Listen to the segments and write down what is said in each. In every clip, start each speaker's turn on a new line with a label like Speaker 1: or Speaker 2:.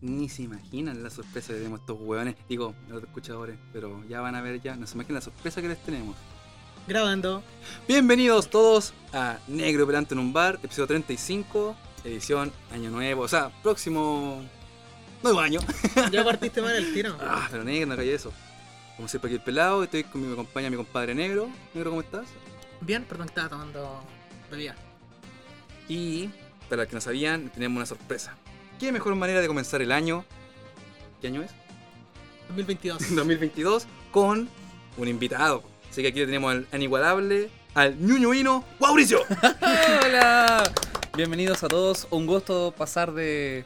Speaker 1: Ni se imaginan la sorpresa que tenemos estos hueones. Digo, a los escuchadores, pero ya van a ver ya. No se imaginan la sorpresa que les tenemos.
Speaker 2: Grabando.
Speaker 1: Bienvenidos todos a Negro Pelante en un Bar, episodio 35, edición Año Nuevo, o sea, próximo nuevo año.
Speaker 2: Ya partiste mal el tiro.
Speaker 1: Ah, pero negro, no cayó eso. Como siempre aquí el pelado, estoy con mi compañía, mi compadre negro. Negro, ¿cómo estás?
Speaker 2: Bien, perdón, estaba tomando bebida.
Speaker 1: Y para los que no sabían, tenemos una sorpresa. ¿Qué mejor manera de comenzar el año? ¿Qué año es?
Speaker 2: 2022.
Speaker 1: 2022 con un invitado. Así que aquí tenemos al inigualable, al ñuñuino, Mauricio.
Speaker 3: Hola, bienvenidos a todos. Un gusto pasar de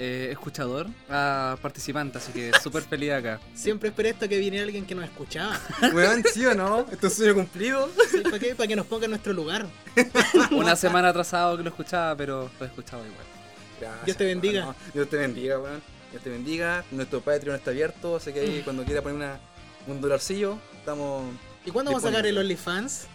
Speaker 3: eh, escuchador a participante, así que súper feliz acá.
Speaker 2: Siempre esperé esto que viniera alguien que nos escuchaba.
Speaker 1: Weón, ¿sí o no? ¿Esto es un sueño cumplido?
Speaker 2: Sí, ¿Para qué? Para que nos ponga en nuestro lugar.
Speaker 3: Una semana atrasado que lo escuchaba, pero lo he escuchado igual.
Speaker 1: Gracias,
Speaker 2: Dios te bendiga.
Speaker 1: weón. Dios te bendiga, weón. Dios te bendiga. Nuestro Patreon está abierto, así que
Speaker 2: Mm.
Speaker 1: ahí cuando quiera poner una- un dolarcillo, estamos
Speaker 2: ¿Y cuándo vamos a sacar el OnlyFans?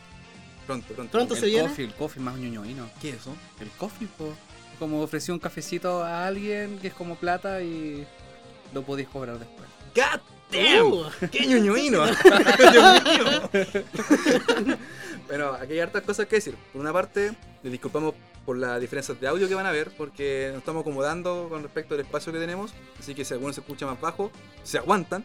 Speaker 1: pronto, pronto.
Speaker 2: Pronto se
Speaker 3: el
Speaker 2: viene?
Speaker 3: coffee, el coffee más ñoñoíno.
Speaker 1: ¿Qué es eso?
Speaker 3: El coffee, po. Como ofrecí un cafecito a alguien que es como plata y lo podéis cobrar después.
Speaker 1: ¡God
Speaker 2: Uh,
Speaker 1: ¡Qué ñoñoíno! ¡Dios mío! bueno, aquí hay hartas cosas que decir. Por una parte, les disculpamos por las diferencias de audio que van a ver, porque nos estamos acomodando con respecto al espacio que tenemos. Así que si alguno se escucha más bajo, se aguantan.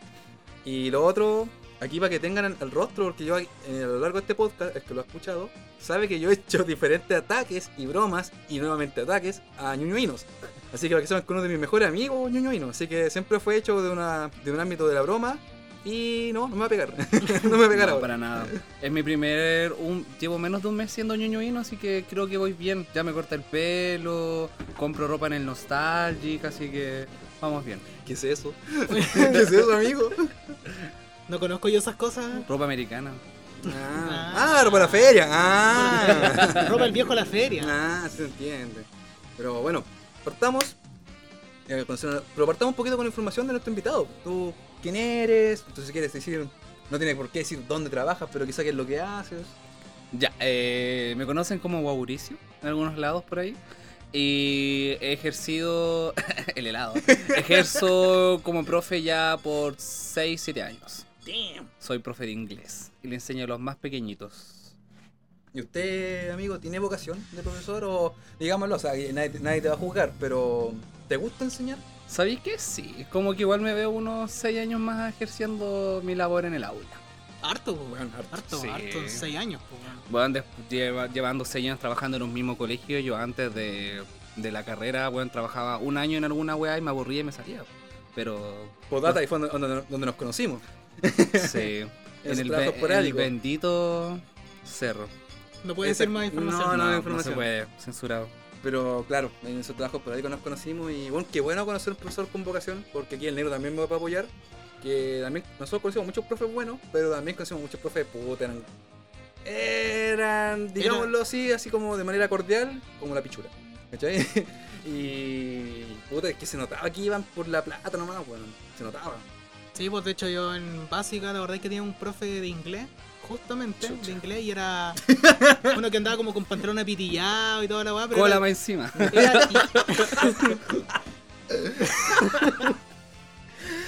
Speaker 1: Y lo otro, aquí para que tengan el rostro, porque yo eh, a lo largo de este podcast, el que lo ha escuchado, sabe que yo he hecho diferentes ataques y bromas y nuevamente ataques a ñoñoínos. Así que para que sepan que uno de mis mejores amigos, ñoñoíno. Así que siempre fue hecho de, una, de un ámbito de la broma y no, no me va a pegar. no me va a pegar
Speaker 3: No,
Speaker 1: ahora.
Speaker 3: para nada. Es mi primer. Un, llevo menos de un mes siendo ñoñoíno, así que creo que voy bien. Ya me corté el pelo, compro ropa en el Nostalgic, así que vamos bien.
Speaker 1: ¿Qué es eso? ¿Qué es eso, amigo?
Speaker 2: no conozco yo esas cosas.
Speaker 3: Ropa americana.
Speaker 1: Ah, ah para la feria. Ah,
Speaker 2: Roba el viejo a la feria.
Speaker 1: ah se entiende. Pero bueno, partamos. eh, con- Pero partamos un poquito con información de nuestro invitado. Tú, quién eres, entonces si quieres decir, no tiene por qué decir dónde trabajas, pero quizá qué es lo que haces.
Speaker 3: Ya, eh, me conocen como Guauricio en algunos lados por ahí. Y he ejercido. el helado. Ejerzo como profe ya por 6-7 años. Soy profe de inglés y le enseño a los más pequeñitos.
Speaker 1: ¿Y usted, amigo, tiene vocación de profesor o, digámoslo, o sea, que nadie, nadie te va a juzgar, pero ¿te gusta enseñar?
Speaker 3: ¿Sabéis que sí? Es como que igual me veo unos 6 años más ejerciendo mi labor en el aula.
Speaker 2: Harto, po,
Speaker 1: Bueno, harto.
Speaker 2: Harto,
Speaker 3: Sí.
Speaker 2: harto. en Seis años, po, weón.
Speaker 3: Bueno, llevando 6 años trabajando en un mismo colegio, yo antes de, de la carrera, bueno, trabajaba un año en alguna weá y me aburría y me salía. Pero
Speaker 1: Podata, ahí fue donde, donde- donde nos conocimos.
Speaker 3: Sí. en
Speaker 1: Esos trabajos
Speaker 3: el, be- el
Speaker 1: esporádicos.
Speaker 3: bendito cerro.
Speaker 2: No puede ser
Speaker 1: Exacto.
Speaker 2: más información.
Speaker 1: No, no,
Speaker 3: no,
Speaker 1: información.
Speaker 3: se puede, censurado.
Speaker 1: Pero claro, en esos trabajos por ahí nos conocimos y bueno, qué bueno conocer un profesor con vocación, porque aquí el negro también me va a apoyar. Que también nosotros conocimos muchos profes buenos, pero también conocimos muchos profes puta, eran, eran, digámoslo así, así como de manera cordial, como la pichura. ¿Cachai? Y puta, es que se notaba que iban por la plata nomás, bueno, se notaba.
Speaker 2: Sí, pues de hecho yo en básica la verdad es que tenía un profe de inglés, justamente, de inglés, y era uno que andaba como con pantalón apitillado y toda la weá, pero
Speaker 3: Cola
Speaker 2: era-
Speaker 3: más encima.
Speaker 2: era-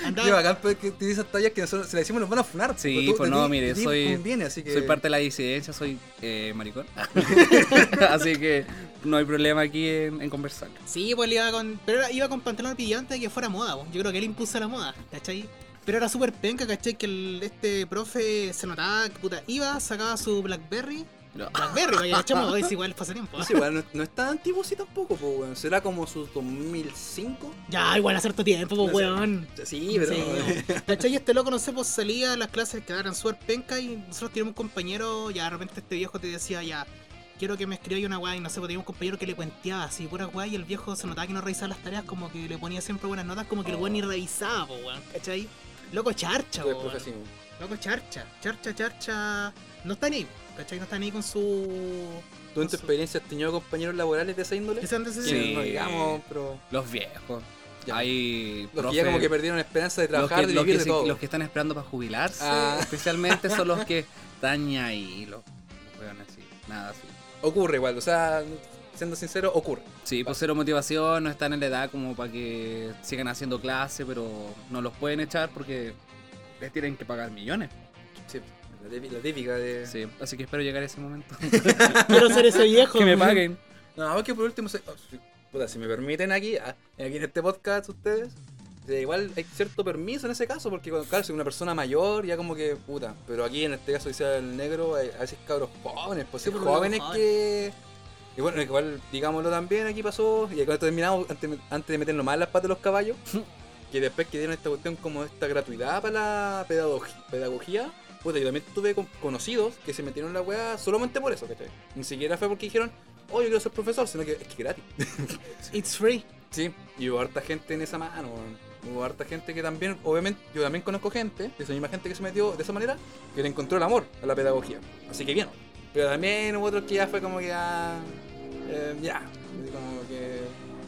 Speaker 1: Qué
Speaker 2: andaba,
Speaker 1: bacán, pero es que tiene esas tallas que nosotros, si la decimos nos van a funar.
Speaker 3: Sí,
Speaker 1: pero tú-
Speaker 3: pues
Speaker 1: de
Speaker 3: no,
Speaker 1: ti-
Speaker 3: mire,
Speaker 1: de ti
Speaker 3: soy-
Speaker 1: conviene, así que-
Speaker 3: Soy parte de la disidencia, soy eh, maricón. Así que no hay problema aquí en, en conversar.
Speaker 2: sí, pues él iba con, pero era- iba con pantalón apitillado antes de que fuera moda, pues. yo creo que él impulsó la moda, ¿cachai? Pero era súper penca, ¿cachai? Que el- este profe se notaba que puta, iba, sacaba su Blackberry,
Speaker 3: No.
Speaker 2: Blackberry, vaya, cachamos, es igual pasa tiempo. ¿eh?
Speaker 1: No sé, igual no, no es tan antiguo así tampoco, pues, weón. Será como su 2005.
Speaker 2: Ya, igual a cierto tiempo, pues,
Speaker 1: No sé.
Speaker 2: weón.
Speaker 1: Sí, pero.
Speaker 2: Sí. ¿Cachai? Este loco, no sé, pues salía a las clases que eran súper penca y nosotros teníamos un compañero, ya de repente este viejo te decía, ya, quiero que me escribáis una weá, y no sé, pues teníamos un compañero que le cuenteaba así, pura weá, y el viejo se notaba que no revisaba las tareas, como que le ponía siempre buenas notas, como que el weón ni revisaba, po, weón, ¿cachai? Loco charcha,
Speaker 1: Tuve
Speaker 2: po,
Speaker 1: profe
Speaker 2: weón.
Speaker 1: así, weón.
Speaker 2: Loco charcha, charcha, charcha. No está ni, ¿cachai? No está ni con su.
Speaker 1: ¿Tú en tu experiencia has tenido compañeros laborales de esa índole?
Speaker 2: ese antes-
Speaker 3: Sí.
Speaker 1: Que No digamos, pero.
Speaker 3: Los viejos.
Speaker 1: Ya.
Speaker 3: Hay
Speaker 1: Los
Speaker 3: profe-
Speaker 1: que ya como que perdieron esperanza de trabajar,
Speaker 3: los que,
Speaker 1: de
Speaker 3: los
Speaker 1: vivir de
Speaker 3: que se-
Speaker 1: todo.
Speaker 3: los que están esperando para jubilarse,
Speaker 1: Ah.
Speaker 3: especialmente son los que daña y los, los weones así, nada así.
Speaker 1: Ocurre igual, o sea, siendo sincero, ocurre.
Speaker 3: Sí, pues cero motivación, no están en la edad como para que sigan haciendo clase, pero no los pueden echar porque les tienen que pagar millones.
Speaker 1: Sí, la típica- la típica de...
Speaker 3: Sí, así que espero llegar a ese momento.
Speaker 2: Quiero ser ese viejo.
Speaker 3: que me paguen.
Speaker 1: No, es que por último, se- oh, si, puta, si me permiten aquí, ah, aquí en este podcast ustedes, eh, igual hay cierto permiso en ese caso, porque cuando, claro, si una persona mayor, ya como que, puta, pero aquí en este caso dice el negro, hay- a veces cabros jóvenes, pues sí,
Speaker 2: Sí,
Speaker 1: pues,
Speaker 2: cabros
Speaker 1: jóvenes que... Y bueno, igual, digámoslo también, aquí pasó, y cuando terminamos, antes, antes de meternos más en las patas de los caballos, que después que dieron esta cuestión como esta gratuidad para la pedagogía, pedagogía puta, yo también tuve con- conocidos que se metieron en la weá solamente por eso, ¿cachai? Ni siquiera fue porque dijeron, oh, yo quiero ser profesor, sino que es que gratis.
Speaker 2: It's free.
Speaker 1: Sí, y hubo harta gente en esa mano, weón. hubo harta gente que también, obviamente, yo también conozco gente, de esa misma gente que se metió de esa manera, que le encontró el amor a la pedagogía. Así que bien. Pero también hubo otros que ya fue como que ya. eh, ya. así Como que.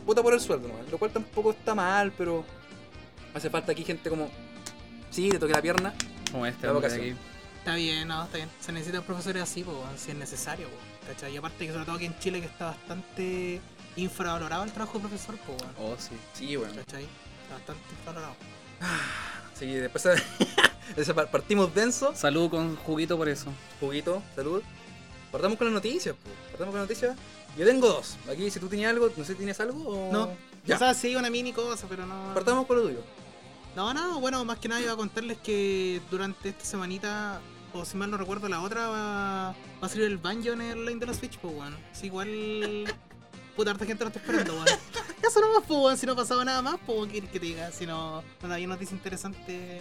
Speaker 1: Puta por el sueldo, ¿no? Lo cual tampoco está mal, pero. Hace falta aquí gente como. Sí, te toqué la pierna.
Speaker 3: Como este,
Speaker 1: La
Speaker 3: hombre de
Speaker 1: vocación.
Speaker 3: aquí.
Speaker 2: Está bien, no, está bien. Se necesitan profesores así, pues, weón, si es necesario, pues, ¿cachai? Y aparte que sobre todo aquí en Chile que está bastante infravalorado el trabajo de profesor, pues, weón,
Speaker 3: Oh, sí.
Speaker 1: Sí, bueno.
Speaker 2: ¿cachai? Está bastante infravalorado.
Speaker 1: Así que después. esa par- Partimos denso.
Speaker 3: Salud con juguito por eso.
Speaker 1: juguito, salud. Partamos con las noticias, po. Partamos con las noticias. Yo tengo dos. Aquí, si tú tenías algo, no sé, ¿tienes algo? O...
Speaker 2: No.
Speaker 1: Ya.
Speaker 2: O sea, sí, una mini cosa, pero no...
Speaker 1: Partamos con lo tuyo.
Speaker 2: No, no, bueno, más que nada iba a contarles que durante esta semanita, o si mal no recuerdo la otra, va, va a salir el banjo en el line de la Switch, pues weón. Si igual. Puta harta gente lo está esperando, weón. Eso nomás, pues weón, si no pasaba nada más, pues que, que te diga, si no, no había noticia interesante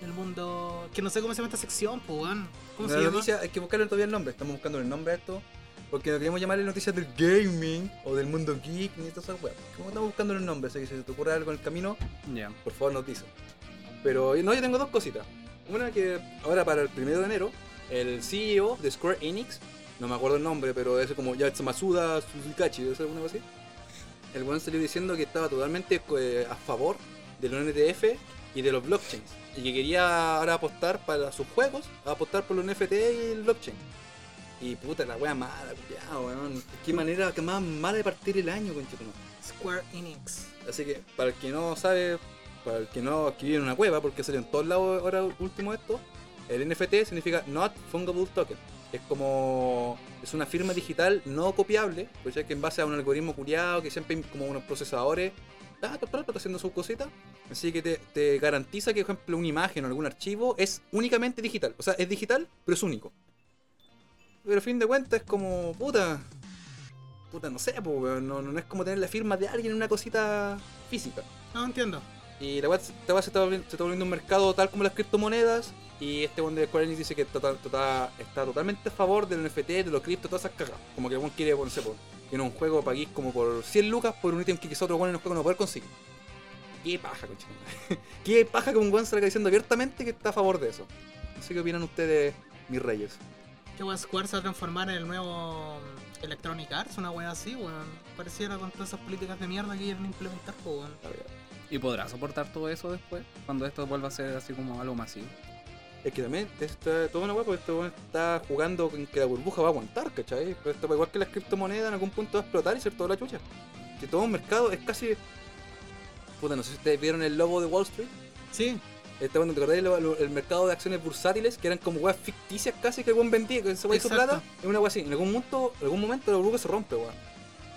Speaker 2: del mundo. Que no sé cómo se llama esta sección, pues weón. ¿Cómo
Speaker 1: La
Speaker 2: se llama?
Speaker 1: noticia, hay que buscarle todavía el nombre. Estamos buscando el nombre a esto. Porque no queremos llamarle noticias del gaming o del mundo geek ni estas cosas. Como estamos buscando el nombre, así que si se te ocurre algo en el camino,
Speaker 3: Ya.
Speaker 1: por favor nos dices. Pero no, yo tengo dos cositas. Una que ahora para el primero de enero, el CEO de Square Enix, no me acuerdo el nombre, pero es como Yatsumatsuda Suzukachi, ¿es alguna cosa así? El buen salió diciendo que estaba totalmente eh, a favor del NTF y de los blockchains. Y que quería ahora apostar para sus juegos, apostar por los NFT y el blockchain. Y puta, la wea mala, ya, weón. Qué manera que más mala de partir el año, conchetumare.
Speaker 2: Square Enix.
Speaker 1: Así que para el que no sabe, para el que no que vive en una cueva, porque salió en todos lados ahora último esto, el NFT significa Not Fungible Token. Es como. Es una firma digital no copiable, pues ya que en base a un algoritmo curiado, que siempre hay como unos procesadores, ta, ta, ta, ta, haciendo sus cositas. Así que te, te garantiza que, por ejemplo, una imagen o algún archivo es únicamente digital. O sea, es digital, pero es único. Pero a fin de cuentas es como. puta. Puta, no sé, po, weón, no, no es como tener la firma de alguien en una cosita física.
Speaker 2: No entiendo.
Speaker 1: Y la weá se, la weá se está volvi- se está volviendo un mercado tal como las criptomonedas. Y este buen de Square Enix dice que está, está- está- está totalmente a favor del NFT, de los cripto, todas esas cagas. Como que el buen quiere, bueno, no sé, po, que en un juego paguís como por 100 lucas por un ítem que quizá otro buen en el juego no poder conseguir. Qué paja, coche. Qué paja que un buen salga diciendo abiertamente que está a favor de eso. No sé qué opinan ustedes, mis reyes.
Speaker 2: Que weón Square se va a transformar en el nuevo mm, Electronic Arts, una wea así, weón. Pareciera con todas esas políticas de mierda que quieren implementar, pues weón.
Speaker 1: La verdad.
Speaker 3: ¿Y podrá soportar todo eso después? Cuando esto vuelva a ser así como algo masivo.
Speaker 1: Es que también está toda una guapa, porque este weón está jugando con que la burbuja va a aguantar, ¿cachai? Pero esto, pues, igual que las criptomonedas, en algún punto va a explotar y ser toda la chucha. Que todo un mercado es casi. Puta, no sé si ustedes vieron el logo de Wall Street.
Speaker 2: Sí,
Speaker 1: Este, bueno, ¿te acordáis lo- lo- el mercado de acciones bursátiles que eran como weas ficticias casi que el weón vendía, que se weón hizo
Speaker 2: Exacto.
Speaker 1: plata? Es una wea así. En algún momento, en algún momento la burbuja se rompe, weón.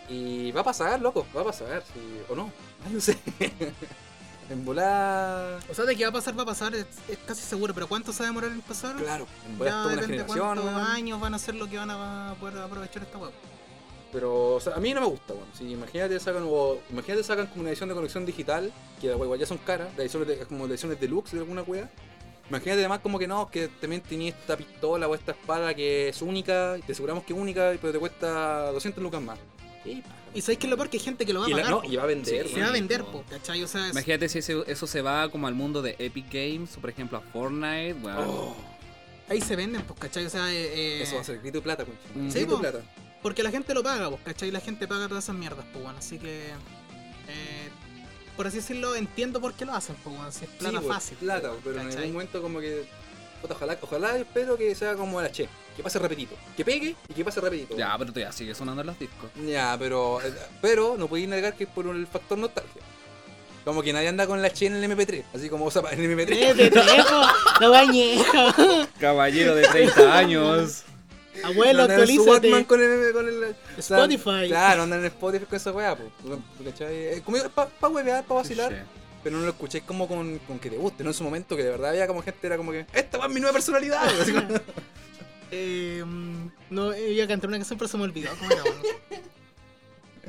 Speaker 1: Y va a pasar, loco, va a pasar, sí, o no. Ay, no sé. en volar.
Speaker 2: O sea, de que va a pasar, va a pasar, es, es casi seguro, pero ¿cuánto se va a demorar en pasar?
Speaker 1: Claro, en volar
Speaker 2: ya
Speaker 1: toda una
Speaker 2: depende
Speaker 1: generación,
Speaker 2: cuántos
Speaker 1: weón.
Speaker 2: años van a ser lo que van a poder aprovechar esta web.
Speaker 1: Pero o sea, a mí no me gusta, weón. Si imagínate sacan, o- imagínate sacan como una edición de conexión digital, que la igual ya son caras, las ediciones de- como las ediciones deluxe de alguna wea. Imagínate además como que no, que también tenía esta pistola o esta espada que es única, y te aseguramos que es única, pero te cuesta 200 lucas más. Y,
Speaker 2: Y sabéis que es lo peor que hay gente que lo va a
Speaker 1: y la-
Speaker 2: pagar.
Speaker 1: no,
Speaker 2: po.
Speaker 1: y va a vender,
Speaker 3: Sí,
Speaker 2: se va a
Speaker 1: weón.
Speaker 2: vender,
Speaker 3: po.
Speaker 2: po, ¿cachai? O sea, es-
Speaker 3: Imagínate si ese- eso se va como al mundo de Epic Games, o por ejemplo a Fortnite. Bueno,
Speaker 1: Oh,
Speaker 2: ahí se venden, pues, ¿cachai? O sea, eh, eh,
Speaker 1: eso va a ser grito y plata, concha.
Speaker 3: Mm.
Speaker 1: Grito y
Speaker 2: Sí, po.
Speaker 1: plata.
Speaker 2: porque la gente lo paga, pues, ¿cachai? La gente paga todas esas mierdas, pues, bueno, así que. eh, por así decirlo, entiendo por qué lo hacen, pues, bueno, si es plata
Speaker 1: Sí, po,
Speaker 2: fácil. po,
Speaker 1: Plata,
Speaker 2: weón,
Speaker 1: pero en
Speaker 2: ¿cachai?
Speaker 1: algún momento como que. puta, Ojalá, ojalá espero que sea como la Che. que pase rapidito. Que pegue y que pase rapidito.
Speaker 3: Ya, pero todavía sigue sonando en los discos.
Speaker 1: Ya, pero, eh, pero no podéis negar que es por el factor nostalgia. Como que nadie anda con la Che en el MP3. Así como, o sea, en el MP3.
Speaker 2: Eh, te dejo, no bañejo.
Speaker 3: Caballero de 30 años.
Speaker 2: Abuelo,
Speaker 1: no andan en su Walkman
Speaker 2: actualízate.
Speaker 1: con el, con el- o sea,
Speaker 2: Spotify.
Speaker 1: Claro, andan en Spotify con esa weá, po. ¿Cachai? Eh, Conmigo es para pa huevear, para vacilar. Pero no lo escuché como con, con que te guste, ¿no? En su momento que de verdad había como gente, era como que, esta va mi nueva personalidad. Así como-
Speaker 2: Eh, mm, no, eh, iba a cantar una canción, pero se me olvidó. ¿Cómo era? bueno?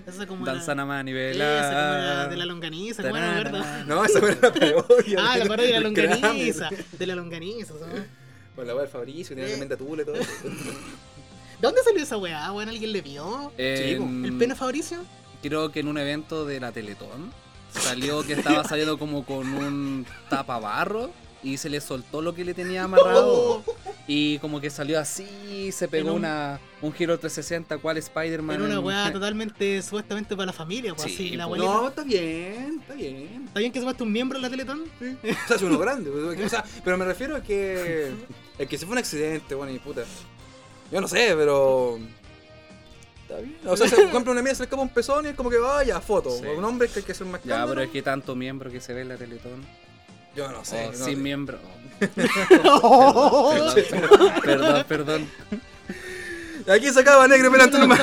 Speaker 2: Esa como era-
Speaker 3: Danzana manivela.
Speaker 2: Esa como era de la longaniza, bueno, ¿verdad?
Speaker 1: no, esa weá era la peor.
Speaker 2: Ah, la parte de la
Speaker 1: El cráneo.
Speaker 2: longaniza. De la longaniza, ¿sabes?
Speaker 1: Con la weá de Fabricio, que tenía
Speaker 2: Eh.
Speaker 1: tremenda tula y todo eso.
Speaker 2: ¿De dónde salió esa weá? Bueno, ¿alguien le vio?
Speaker 3: En-
Speaker 2: ¿El pene Fabricio?
Speaker 3: Creo que en un evento de la Teletón salió que estaba saliendo como con un tapabarro y se le soltó lo que le tenía amarrado. Y como que salió así, se pegó
Speaker 2: Oh. En un-
Speaker 3: una, un giro 360, cual Spider-Man.
Speaker 2: Era una
Speaker 3: en-
Speaker 2: weá totalmente supuestamente para la familia, pues
Speaker 3: Sí,
Speaker 2: así, la
Speaker 3: po.
Speaker 2: abuelita.
Speaker 1: No, está bien, está bien.
Speaker 2: ¿Está bien que sumaste un miembro en la Teletón?
Speaker 1: O sea, es uno grande. pues, O sea, pero me refiero a que. El que se fue un accidente, bueno, y puta. Yo no sé, pero. Está bien. O sea, se compra una mía, se le escapa un pezón y es como que vaya, foto.
Speaker 3: Sí.
Speaker 1: Un hombre que hay que hacer más
Speaker 3: Ya,
Speaker 1: escándalo.
Speaker 3: pero es que tanto miembro que se ve en la Teletón.
Speaker 1: Yo no sé.
Speaker 3: o
Speaker 1: no,
Speaker 3: sin
Speaker 1: te-
Speaker 3: miembro.
Speaker 2: Oh.
Speaker 3: Perdón, perdón, perdón.
Speaker 1: Aquí se acaba, negro, mira tú nomás.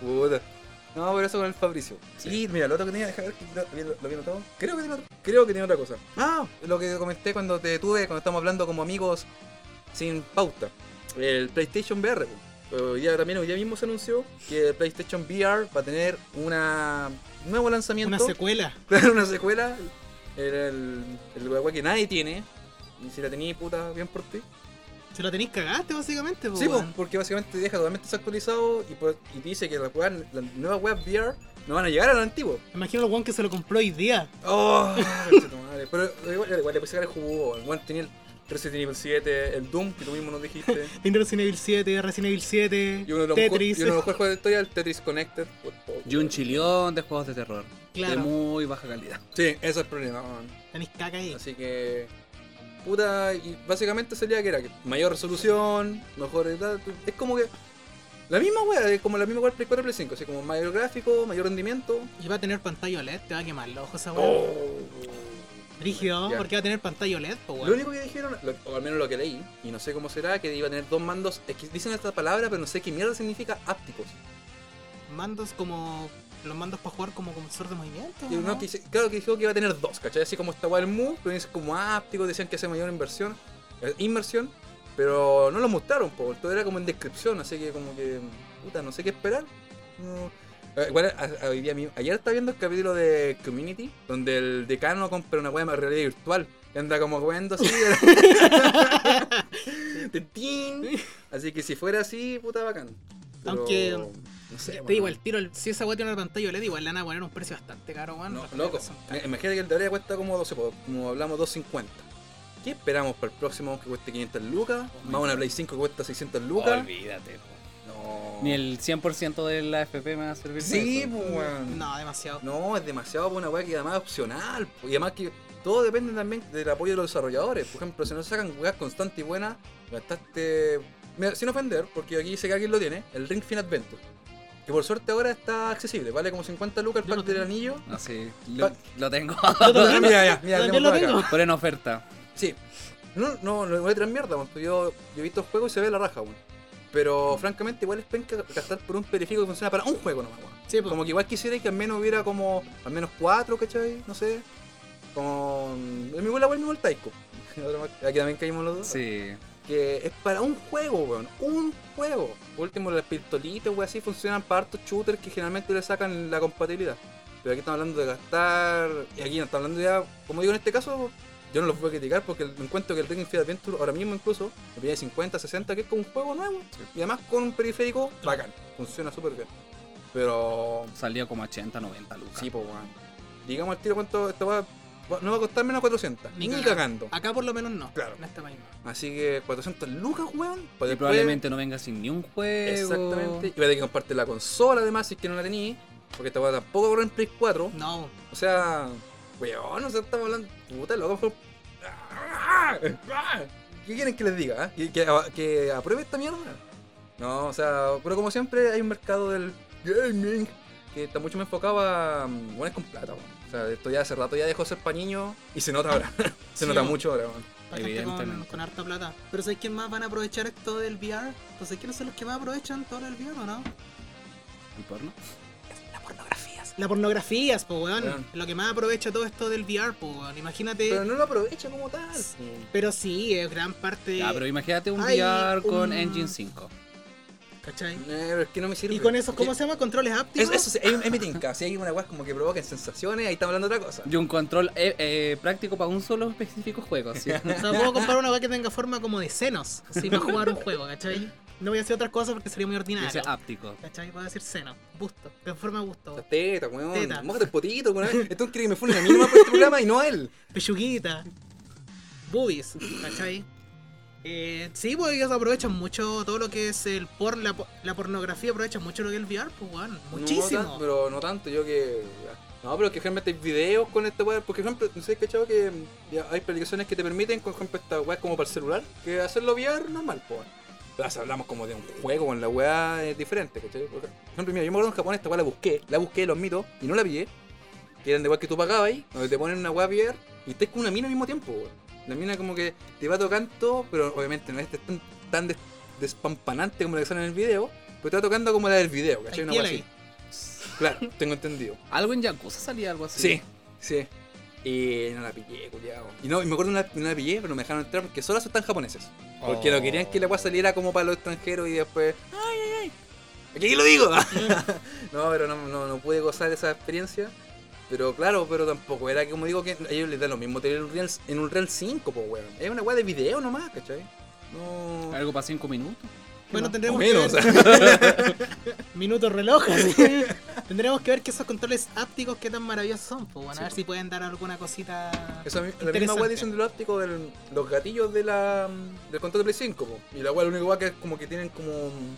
Speaker 1: Puta. No, pero eso con el Fabricio.
Speaker 3: Sí.
Speaker 1: Y mira, lo otro que tenía, deja ver, lo, lo- lo había notado. Creo que, tenía, otra- creo que tenía otra cosa. Ah, lo que comenté cuando te tuve, cuando estamos hablando como amigos sin pauta. El PlayStation VR. pues. Hoy día también, hoy día mismo se anunció que el PlayStation VR va a tener una un nuevo lanzamiento.
Speaker 2: Una secuela.
Speaker 1: Claro, una secuela. Era el, el guagua que nadie tiene. Y si la tenías, puta, bien por ti.
Speaker 2: Se la tenéis cagaste, básicamente, po,
Speaker 1: Sí, po,
Speaker 2: pues, weón.
Speaker 1: porque básicamente deja totalmente desactualizado y, pues- y dice que las weas- las nuevas web VR no van a llegar a la antigua.
Speaker 2: Imagino el weón que se lo compró hoy día.
Speaker 1: Oh, conchetumadre. Pero igual, igual le puedes sacar el jugo. El weón tenía el Resident Evil 7, el Doom, que tú mismo nos dijiste.
Speaker 2: Tiene Resident Evil 7, Resident Evil 7,
Speaker 1: Y uno de los mejores
Speaker 2: Tetris.
Speaker 1: y uno de los mejores juegos de la historia, el Tetris Connected. Por favor.
Speaker 3: Y un chilión de juegos de terror. De
Speaker 2: Claro,
Speaker 3: muy baja calidad.
Speaker 1: Sí, ese es el problema. weón.
Speaker 2: tenéis caca ahí.
Speaker 1: Así que. Puta, y básicamente sería que era que mayor resolución, mejor edad. Es como que. La misma wea, es como la misma wea del Play 4 y Play 5. Así como mayor gráfico, mayor rendimiento.
Speaker 2: Y va a tener pantalla OLED, te va a quemar los ojos esa weón.
Speaker 1: Oh.
Speaker 2: Rígido,
Speaker 1: Ya.
Speaker 2: porque va a tener pantalla OLED, po, weón.
Speaker 1: Lo único que dijeron, lo- o al menos lo que leí, y no sé cómo será, que iba a tener dos mandos. es que dicen esta palabra, pero no sé qué mierda significa ápticos.
Speaker 2: Mandos como. Los mandos para jugar como sensor de movimiento.
Speaker 1: Y uno
Speaker 2: ¿no?
Speaker 1: que dice- claro que dijo que iba a tener dos, ¿cachai? Así como estaba el Move, pero dice como ápticos, decían que hace mayor inversión, eh, inversión, pero no lo mostraron, po, todo era como en descripción, así que como que. Puta, no sé qué esperar. No. Eh, Igual, a- a- hoy día mi- ayer estaba viendo el capítulo de Community, donde el decano compra una web de realidad virtual, que anda como jugando así. de tin. Así que si fuera así, puta bacán. Pero,
Speaker 2: Aunque, eh,
Speaker 1: No sé,
Speaker 2: Te
Speaker 1: bueno.
Speaker 2: digo, el tiro, el- si esa weá tiene una pantalla OLED, igual le van a poner un precio bastante caro, weón.
Speaker 1: No,
Speaker 2: Las
Speaker 1: loco.
Speaker 2: pantallas son
Speaker 1: eh,
Speaker 2: caras.
Speaker 1: Imagínate que el de ahora cuesta como 12, po, como hablamos 250. ¿Qué esperamos para el próximo que cueste 500 lucas?
Speaker 3: Oh, my
Speaker 1: Más una
Speaker 3: God.
Speaker 1: Play 5 que cuesta 600 lucas.
Speaker 3: Olvídate. po.
Speaker 1: No.
Speaker 3: Oh, Ni el 100% de la FP me va a servir. para
Speaker 1: Sí,
Speaker 3: eso.
Speaker 1: pues, weón.
Speaker 2: No, demasiado.
Speaker 1: No, es demasiado para una weá que además es opcional. po, Y además que todo depende también del apoyo de los desarrolladores. Por ejemplo, si no sacan weas constantes y buenas, gastaste. Mira, sin ofender, porque aquí sé que alguien lo tiene, el Ring Fin Adventure. Que por suerte ahora está accesible, vale como 50 lucas el
Speaker 2: Yo lo
Speaker 1: pack del
Speaker 2: tengo.
Speaker 1: anillo.
Speaker 3: No, Ah, sí, lo,
Speaker 1: Pa-
Speaker 3: lo tengo.
Speaker 1: mira, mira, mira,
Speaker 2: Yo
Speaker 1: tenemos
Speaker 2: lo
Speaker 1: acá.
Speaker 2: tengo.
Speaker 3: Por en oferta.
Speaker 1: Sí. No, no, no voy a traer mierda, weón, porque Yo, yo he visto el juego y se ve la raja, weón. Pero francamente igual es penca gastar por un periférico que funciona para un juego nomás, weón.
Speaker 2: Sí, pues.
Speaker 1: Como que igual quisiera que al menos hubiera como al menos cuatro, ¿cachai? No sé. mm, Con. El mismo la weón, el mismo el Taiko. Ahora más- Aquí también caímos los dos.
Speaker 3: Sí.
Speaker 1: Que es para un juego, weón. Un juego. Por último, las pistolitas, weón, así funcionan para hartos shooters que generalmente le sacan la compatibilidad. Pero aquí estamos hablando de gastar. Y aquí no estamos hablando ya. Como digo en este caso, yo no los voy a criticar porque el- encuentro que el Ring Fit Adventure ahora mismo incluso me pide 50, 60, que es como un juego nuevo. Y además con un periférico bacán. Funciona súper bien. Pero.
Speaker 3: Salía como 80, 90 lucas.
Speaker 1: Sí, pues, weón. Digamos al tiro cuánto. Esto va, va- no va a costar menos de 400.
Speaker 2: Ni
Speaker 1: Ni,
Speaker 2: cagando.
Speaker 1: cagando.
Speaker 2: Acá por lo menos no.
Speaker 1: Claro.
Speaker 2: En esta país no.
Speaker 1: Así que 400 lucas, weón.
Speaker 3: y
Speaker 1: para después-
Speaker 3: probablemente no venga sin ni un juego.
Speaker 1: Exactamente. Y va a tener que compartir la consola además si es que no la tenías. Porque esta weá tampoco corre en Play 4.
Speaker 2: No,
Speaker 1: O sea, weón, o sea, estamos hablando. Puta, loco, mejor. ¿Qué quieren que les diga? ah? ¿Que, que, que apruebe esta mierda? No, o sea, pero como siempre hay un mercado del gaming que está mucho más enfocado a mm, buenas con plata, weón. O sea, esto ya hace rato ya dejó ser pa' niños y se nota ahora. se
Speaker 2: Sí,
Speaker 1: nota
Speaker 2: weón.
Speaker 1: mucho ahora, weón.
Speaker 2: Pa' gente con,
Speaker 3: Evidentemente.
Speaker 2: con harta plata. Pero ¿sabes quién más van a aprovechar esto del VR? Entonces, ¿quiénes son los que más aprovechan todo el VR o no?
Speaker 3: ¿El porno?
Speaker 2: La pornografía, po, weón.
Speaker 1: Weón.
Speaker 2: Lo que más aprovecha todo esto del VR, po, weón. Imagínate.
Speaker 1: Pero
Speaker 2: Pero,
Speaker 1: no lo aprovecha como tal.
Speaker 2: sí, es gran parte.
Speaker 3: Ya, pero imagínate un
Speaker 2: Hay
Speaker 3: VR con
Speaker 2: un-
Speaker 3: Engine 5.
Speaker 2: ¿Cachai?
Speaker 1: Eh, pero es que no me sirve.
Speaker 2: Y con esos, ¿cómo
Speaker 1: Porque-
Speaker 2: se llama? Controles
Speaker 1: es,
Speaker 2: ápticos.
Speaker 1: eso sí, es, es mi tinca. Si hay una weá como que provoquen sensaciones, ahí estamos hablando de otra cosa.
Speaker 3: Y un control eh, eh, práctico para un solo específico juego. ¿sí?
Speaker 2: O sea, puedo comprar una weá que tenga forma como de senos. Así para jugar un juego, ¿cachai? No voy a hacer otras cosas porque sería muy
Speaker 3: Que sea
Speaker 2: ordinario.
Speaker 1: ah.
Speaker 3: áptico.
Speaker 2: ¿Cachai? Puedo decir seno, busto. De forma de busto,
Speaker 1: Las
Speaker 2: weón.
Speaker 1: tetas, weón.
Speaker 2: Teta.
Speaker 1: Mójate el potito, weón. Esto quiere que me funen a mí nomás por este programa y no a él.
Speaker 2: Pechuguita. Boobies, ¿cachai? Eh, sí, pues ellos aprovechan mucho todo lo que es el por la, po- la pornografía, aprovechan mucho lo que es el VR, pues weón. Muchísimo.
Speaker 1: No tan- pero no tanto, yo que. No, pero que generalmente hay videos con esta weá. Porque, por ejemplo, no sé, cachado que mm, ya hay aplicaciones que te permiten, por ejemplo, esta weá como para el celular, que hacerlo VR normal, pues. Pero si hablamos como de un juego con la weá es diferente, ¿cachai? Por ejemplo, mira, yo me acuerdo en Japón esta weá la busqué, la busqué, los mitos, y no la pillé. Que eran de weá que tú pagabas ahí, donde te ponen una weá VR y estás con una mina al mismo tiempo, weón. La mina como que te va tocando, pero obviamente no es tan, tan des- despampanante como la que sale en el video, pero te va tocando como la del video,
Speaker 2: Hay
Speaker 1: ¿cachai? Una
Speaker 2: piel
Speaker 1: weá así.
Speaker 2: ahí.
Speaker 1: Claro, tengo entendido.
Speaker 3: Algo en Yakuza salía algo así.
Speaker 1: Sí, sí. Y no la pillé, culiao. Y no, y me acuerdo que no la- no la pillé, pero no me dejaron entrar porque solo están japoneses. Porque no querían que la weá saliera como para los extranjeros y después. Oh. ¡Ay, ay, ay! Aquí lo digo. no, pero no, no, no pude gozar de esa experiencia. Pero claro, pero tampoco era que, como digo que a ellos les da lo mismo tener un Real, en un Real 5, pues weón. Es una weá de video nomás, ¿cachai? No.
Speaker 3: Algo para 5 minutos.
Speaker 2: Bueno,
Speaker 3: No.
Speaker 2: tendremos
Speaker 1: O menos,
Speaker 2: que ver. Minuto reloj. así. tendremos que ver que esos controles ápticos qué tan maravillosos son, pues bueno,
Speaker 1: Sí,
Speaker 2: a ver
Speaker 1: po.
Speaker 2: si pueden dar alguna cosita.
Speaker 1: Esa, mi- la misma weá dicen de lo óptico del- los gatillos de la, del control de Play 5. po. Y la weá, la única weá que es como que tienen como un,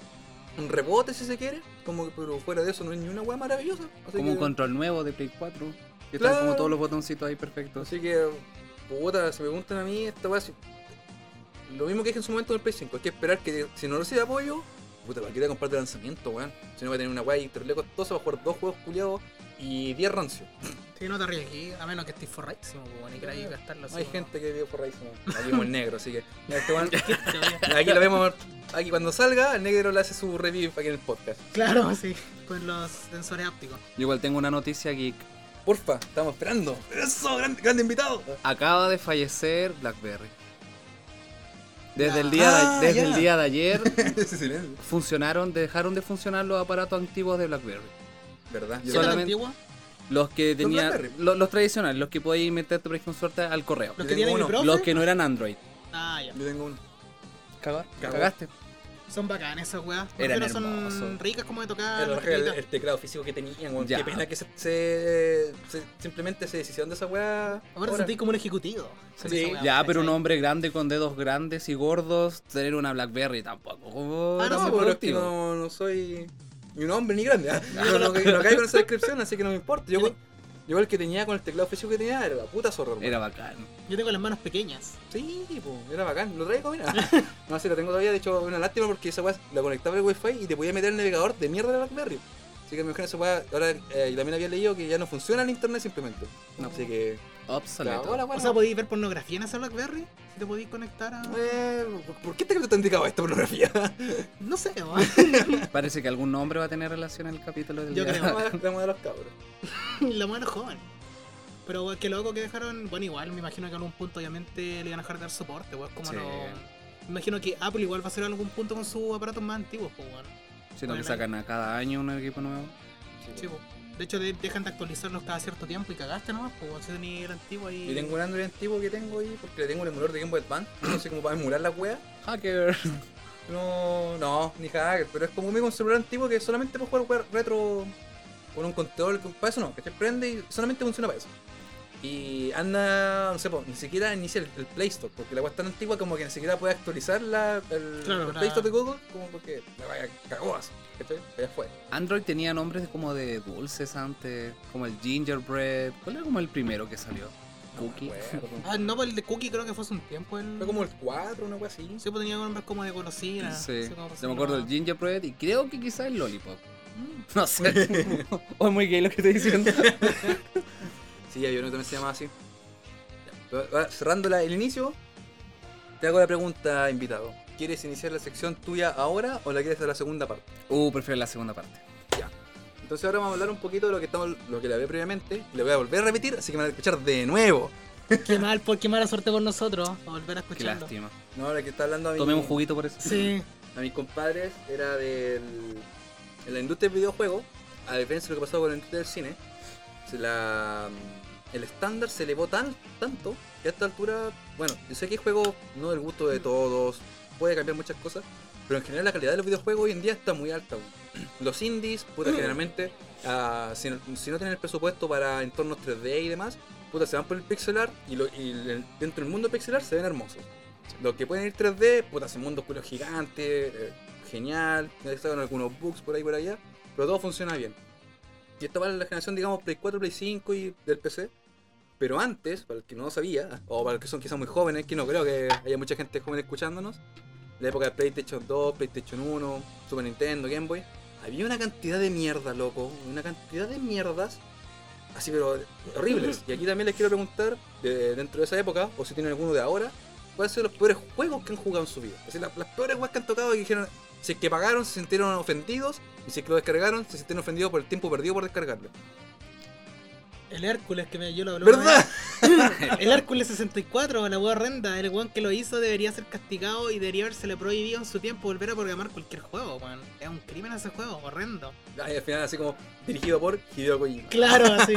Speaker 1: un rebote, si se quiere. Como que, pero fuera de eso no es ni una weá maravillosa. Así
Speaker 3: Como un
Speaker 1: que-
Speaker 3: control nuevo de Play 4. Que
Speaker 1: Claro.
Speaker 3: están como todos los botoncitos ahí perfectos.
Speaker 1: Así que, puta, si me preguntan a mí, esta weá. si- Lo mismo que dije en su momento del Play 5. Hay que esperar que si no recibe apoyo, puta, cualquiera comprar de lanzamiento, weón. Si no va a tener una weá y terrible costosa, va a jugar dos juegos culiados y 10 rancios.
Speaker 2: Sí, no te arriesgues, a menos que estés forradísimo, pues bueno, y queráis gastarlo así.
Speaker 1: Ah, Hay
Speaker 2: ¿no?
Speaker 1: gente que vive por raíz, weón. Aquí como el negro, así que. mira, este weón-
Speaker 2: Te voy a-
Speaker 1: Aquí lo vemos. Aquí cuando salga, el negro le hace su review aquí en el podcast.
Speaker 2: Claro, sí, con los sensores ápticos.
Speaker 3: Yo igual tengo una noticia geek.
Speaker 1: Porfa, estamos esperando. Eso, grande, grande invitado.
Speaker 3: Acaba de fallecer Blackberry. Desde,
Speaker 2: Ya.
Speaker 3: el, día
Speaker 1: Ah,
Speaker 3: de, desde
Speaker 1: ya.
Speaker 3: el día de ayer
Speaker 1: Ese silencio.
Speaker 3: funcionaron, dejaron de funcionar los aparatos antiguos de Blackberry.
Speaker 1: ¿Verdad?
Speaker 2: ¿Qué
Speaker 1: Yo-
Speaker 2: tan
Speaker 3: Solamente-
Speaker 2: antigua?
Speaker 3: Los que tenían.
Speaker 1: Blackberry?
Speaker 3: lo- Los, tradicionales, los que podías meterte por ejemplo suerte al correo.
Speaker 1: Yo
Speaker 2: ¿Los que
Speaker 1: tengo
Speaker 2: tienen
Speaker 1: uno.
Speaker 2: micrófono?
Speaker 3: Los que no eran Android.
Speaker 2: Ah, ya.
Speaker 1: Yo tengo uno.
Speaker 3: Cagar.
Speaker 1: Cagó.
Speaker 3: Cagaste.
Speaker 2: Son bacanas esas weas.
Speaker 3: Eran
Speaker 2: Pero son
Speaker 3: hermosos.
Speaker 2: ricas como de tocar.
Speaker 1: Ah, El,
Speaker 2: las teclitas.
Speaker 1: teclado físico que tenían, weón.
Speaker 3: Ya.
Speaker 1: Qué pena que se, se- se- simplemente se deshicieron de esa weá.
Speaker 2: Ahora te
Speaker 1: Ahora.
Speaker 2: sentís como un ejecutivo. con
Speaker 1: Sí.
Speaker 2: esa wea,
Speaker 3: Ya, pero un
Speaker 2: ¿cachai?
Speaker 3: hombre grande con dedos grandes y gordos, tener una Blackberry tampoco. oh,
Speaker 2: Ah,
Speaker 1: Ah,
Speaker 3: era
Speaker 1: no,
Speaker 3: muy
Speaker 1: pero es que
Speaker 3: productivo.
Speaker 1: no, no soy ni un hombre ni grande. ¿ah? No, no, no caigo en esa descripción, así que no me importa. Yo, yo el que tenía con el teclado físico que tenía era la puta zorra, hermano.
Speaker 3: Era bacán.
Speaker 2: Yo tengo las manos pequeñas.
Speaker 1: Sí, po, era bacán, lo traigo, mira. No, sí, lo tengo todavía, de hecho, una lástima porque esa weá la conectaba al wifi y te podía meter el navegador de mierda de Blackberry. Así que me imagino esa weá, ahora eh, y también había leído que ya no funciona el internet simplemente.
Speaker 2: No.
Speaker 1: Así que.
Speaker 3: Obsoleto.
Speaker 1: cagó la weá,
Speaker 2: O sea,
Speaker 1: no.
Speaker 2: podéis ver pornografía en esa Blackberry. Si te podéis conectar a.
Speaker 1: Eh, ¿por- ¿Por qué te te han dedicado a esta pornografía?
Speaker 2: No sé, weón.
Speaker 3: Parece que algún nombre va a tener relación al capítulo del
Speaker 2: Yo
Speaker 3: día.
Speaker 2: creo.
Speaker 1: Vamos a la vamos a los cabros.
Speaker 2: La mano joven. Pero weón, qué loco que dejaron. Bueno, igual me imagino que a algún punto obviamente le van a dejar de dar soporte, weón. Como
Speaker 3: Sí.
Speaker 2: no. Me imagino que Apple igual va a hacer algún punto con sus aparatos más antiguos, pues, weón.
Speaker 3: Siento que
Speaker 2: Bueno.
Speaker 3: sacan a cada año un equipo nuevo.
Speaker 2: Sí, po. De hecho, de- dejan de actualizarlos cada cierto tiempo y cagaste nomás, pues, weón. Si tenés el antiguo ahí.
Speaker 1: Yo tengo un Android antiguo que tengo ahí porque le tengo un emulador de Game Boy Advance, no sé cómo para emular la weá.
Speaker 3: Hacker.
Speaker 1: No, no, ni hacker, pero es como un celular antiguo que solamente puedes jugar web retro con un control, con- para eso no, que se prende y solamente funciona para eso. Y anda, no sé, po, ni siquiera inicia el, el Play Store, porque la web es tan antigua como que ni siquiera puede actualizar la, el,
Speaker 2: Claro,
Speaker 1: el
Speaker 2: la-
Speaker 1: Play Store de Google, como porque la vaya cagó así, ¿cachai? Ya fue.
Speaker 3: Android tenía nombres como de dulces antes, como el gingerbread. ¿Cuál era como el primero que salió? Cookie.
Speaker 2: Ah, no, pues el de Cookie creo que fue hace un tiempo. El...
Speaker 1: Fue como el 4, una wea así.
Speaker 2: Sí, pues tenía nombres como de golosina.
Speaker 3: Sí.
Speaker 2: no sé cómo
Speaker 3: Yo me acuerdo del
Speaker 2: se
Speaker 3: Gingerbread y creo que quizás el Lollipop.
Speaker 2: llamaba.
Speaker 3: No sé. o es Oh, muy gay lo que estoy diciendo.
Speaker 1: Sí, había uno que también se llamaba así. Ya, pero ahora, Cerrando la- el inicio, te hago la pregunta, invitado. ¿Quieres iniciar la sección tuya ahora o la quieres a la segunda parte?
Speaker 3: Uh, prefiero la segunda parte.
Speaker 1: Entonces ahora vamos a hablar un poquito de lo que estamos, lo que le hablé previamente. Le voy a volver a repetir, así que me van a escuchar de nuevo.
Speaker 2: Qué mal, por qué mala suerte por nosotros. A volver a
Speaker 3: Qué
Speaker 2: escucharlo.
Speaker 3: lástima.
Speaker 1: No, ahora que está hablando a mi-
Speaker 3: Tomemos un juguito por eso.
Speaker 2: Sí.
Speaker 1: a mis compadres era del, de la industria del videojuego, a diferencia de lo que pasó con la industria del cine, se la- el estándar se elevó tan, tanto que a esta altura, bueno, yo sé que hay juegos no del gusto de todos, puede cambiar muchas cosas, pero en general la calidad de los videojuegos hoy en día está muy alta. weón. Los indies, puta, generalmente, ah, si, no- si no tienen el presupuesto para entornos 3D y demás, puta, se van por el pixel art y, lo- y el- dentro del mundo pixel art se ven hermosos. Los que pueden ir 3D, puta, ese mundo oscuro gigante, eh, genial, con algunos bugs por ahí por allá, pero todo funciona bien. Y esta para la generación, digamos, Play 4, Play 5 y del PC. Pero antes, para el que no sabía, o para los que son quizás muy jóvenes, que no creo que haya mucha gente joven escuchándonos, la época de PlayStation 2, PlayStation 1, Super Nintendo, Game Boy, había una cantidad de mierda, loco, una cantidad de mierdas, así pero horribles. Y aquí también les quiero preguntar, de- dentro de esa época, o si tienen alguno de ahora, ¿Cuáles son los peores juegos que han jugado en su vida? Es decir, la- las peores weas que han tocado y dijeron, si es que pagaron, se sintieron ofendidos, y si es que lo descargaron, se sintieron ofendidos por el tiempo perdido por descargarlo.
Speaker 2: El Hércules que me, yo lo hablé. una
Speaker 1: ¿Verdad?
Speaker 2: vez. El Hércules 64, la wea horrenda. El weón que lo hizo debería ser castigado y debería haberse prohibido en su tiempo volver a programar cualquier juego, weón. Es un crimen ese juego, horrendo.
Speaker 1: Ay, al final, así como dirigido por Hideo Kojima.
Speaker 2: Claro, así.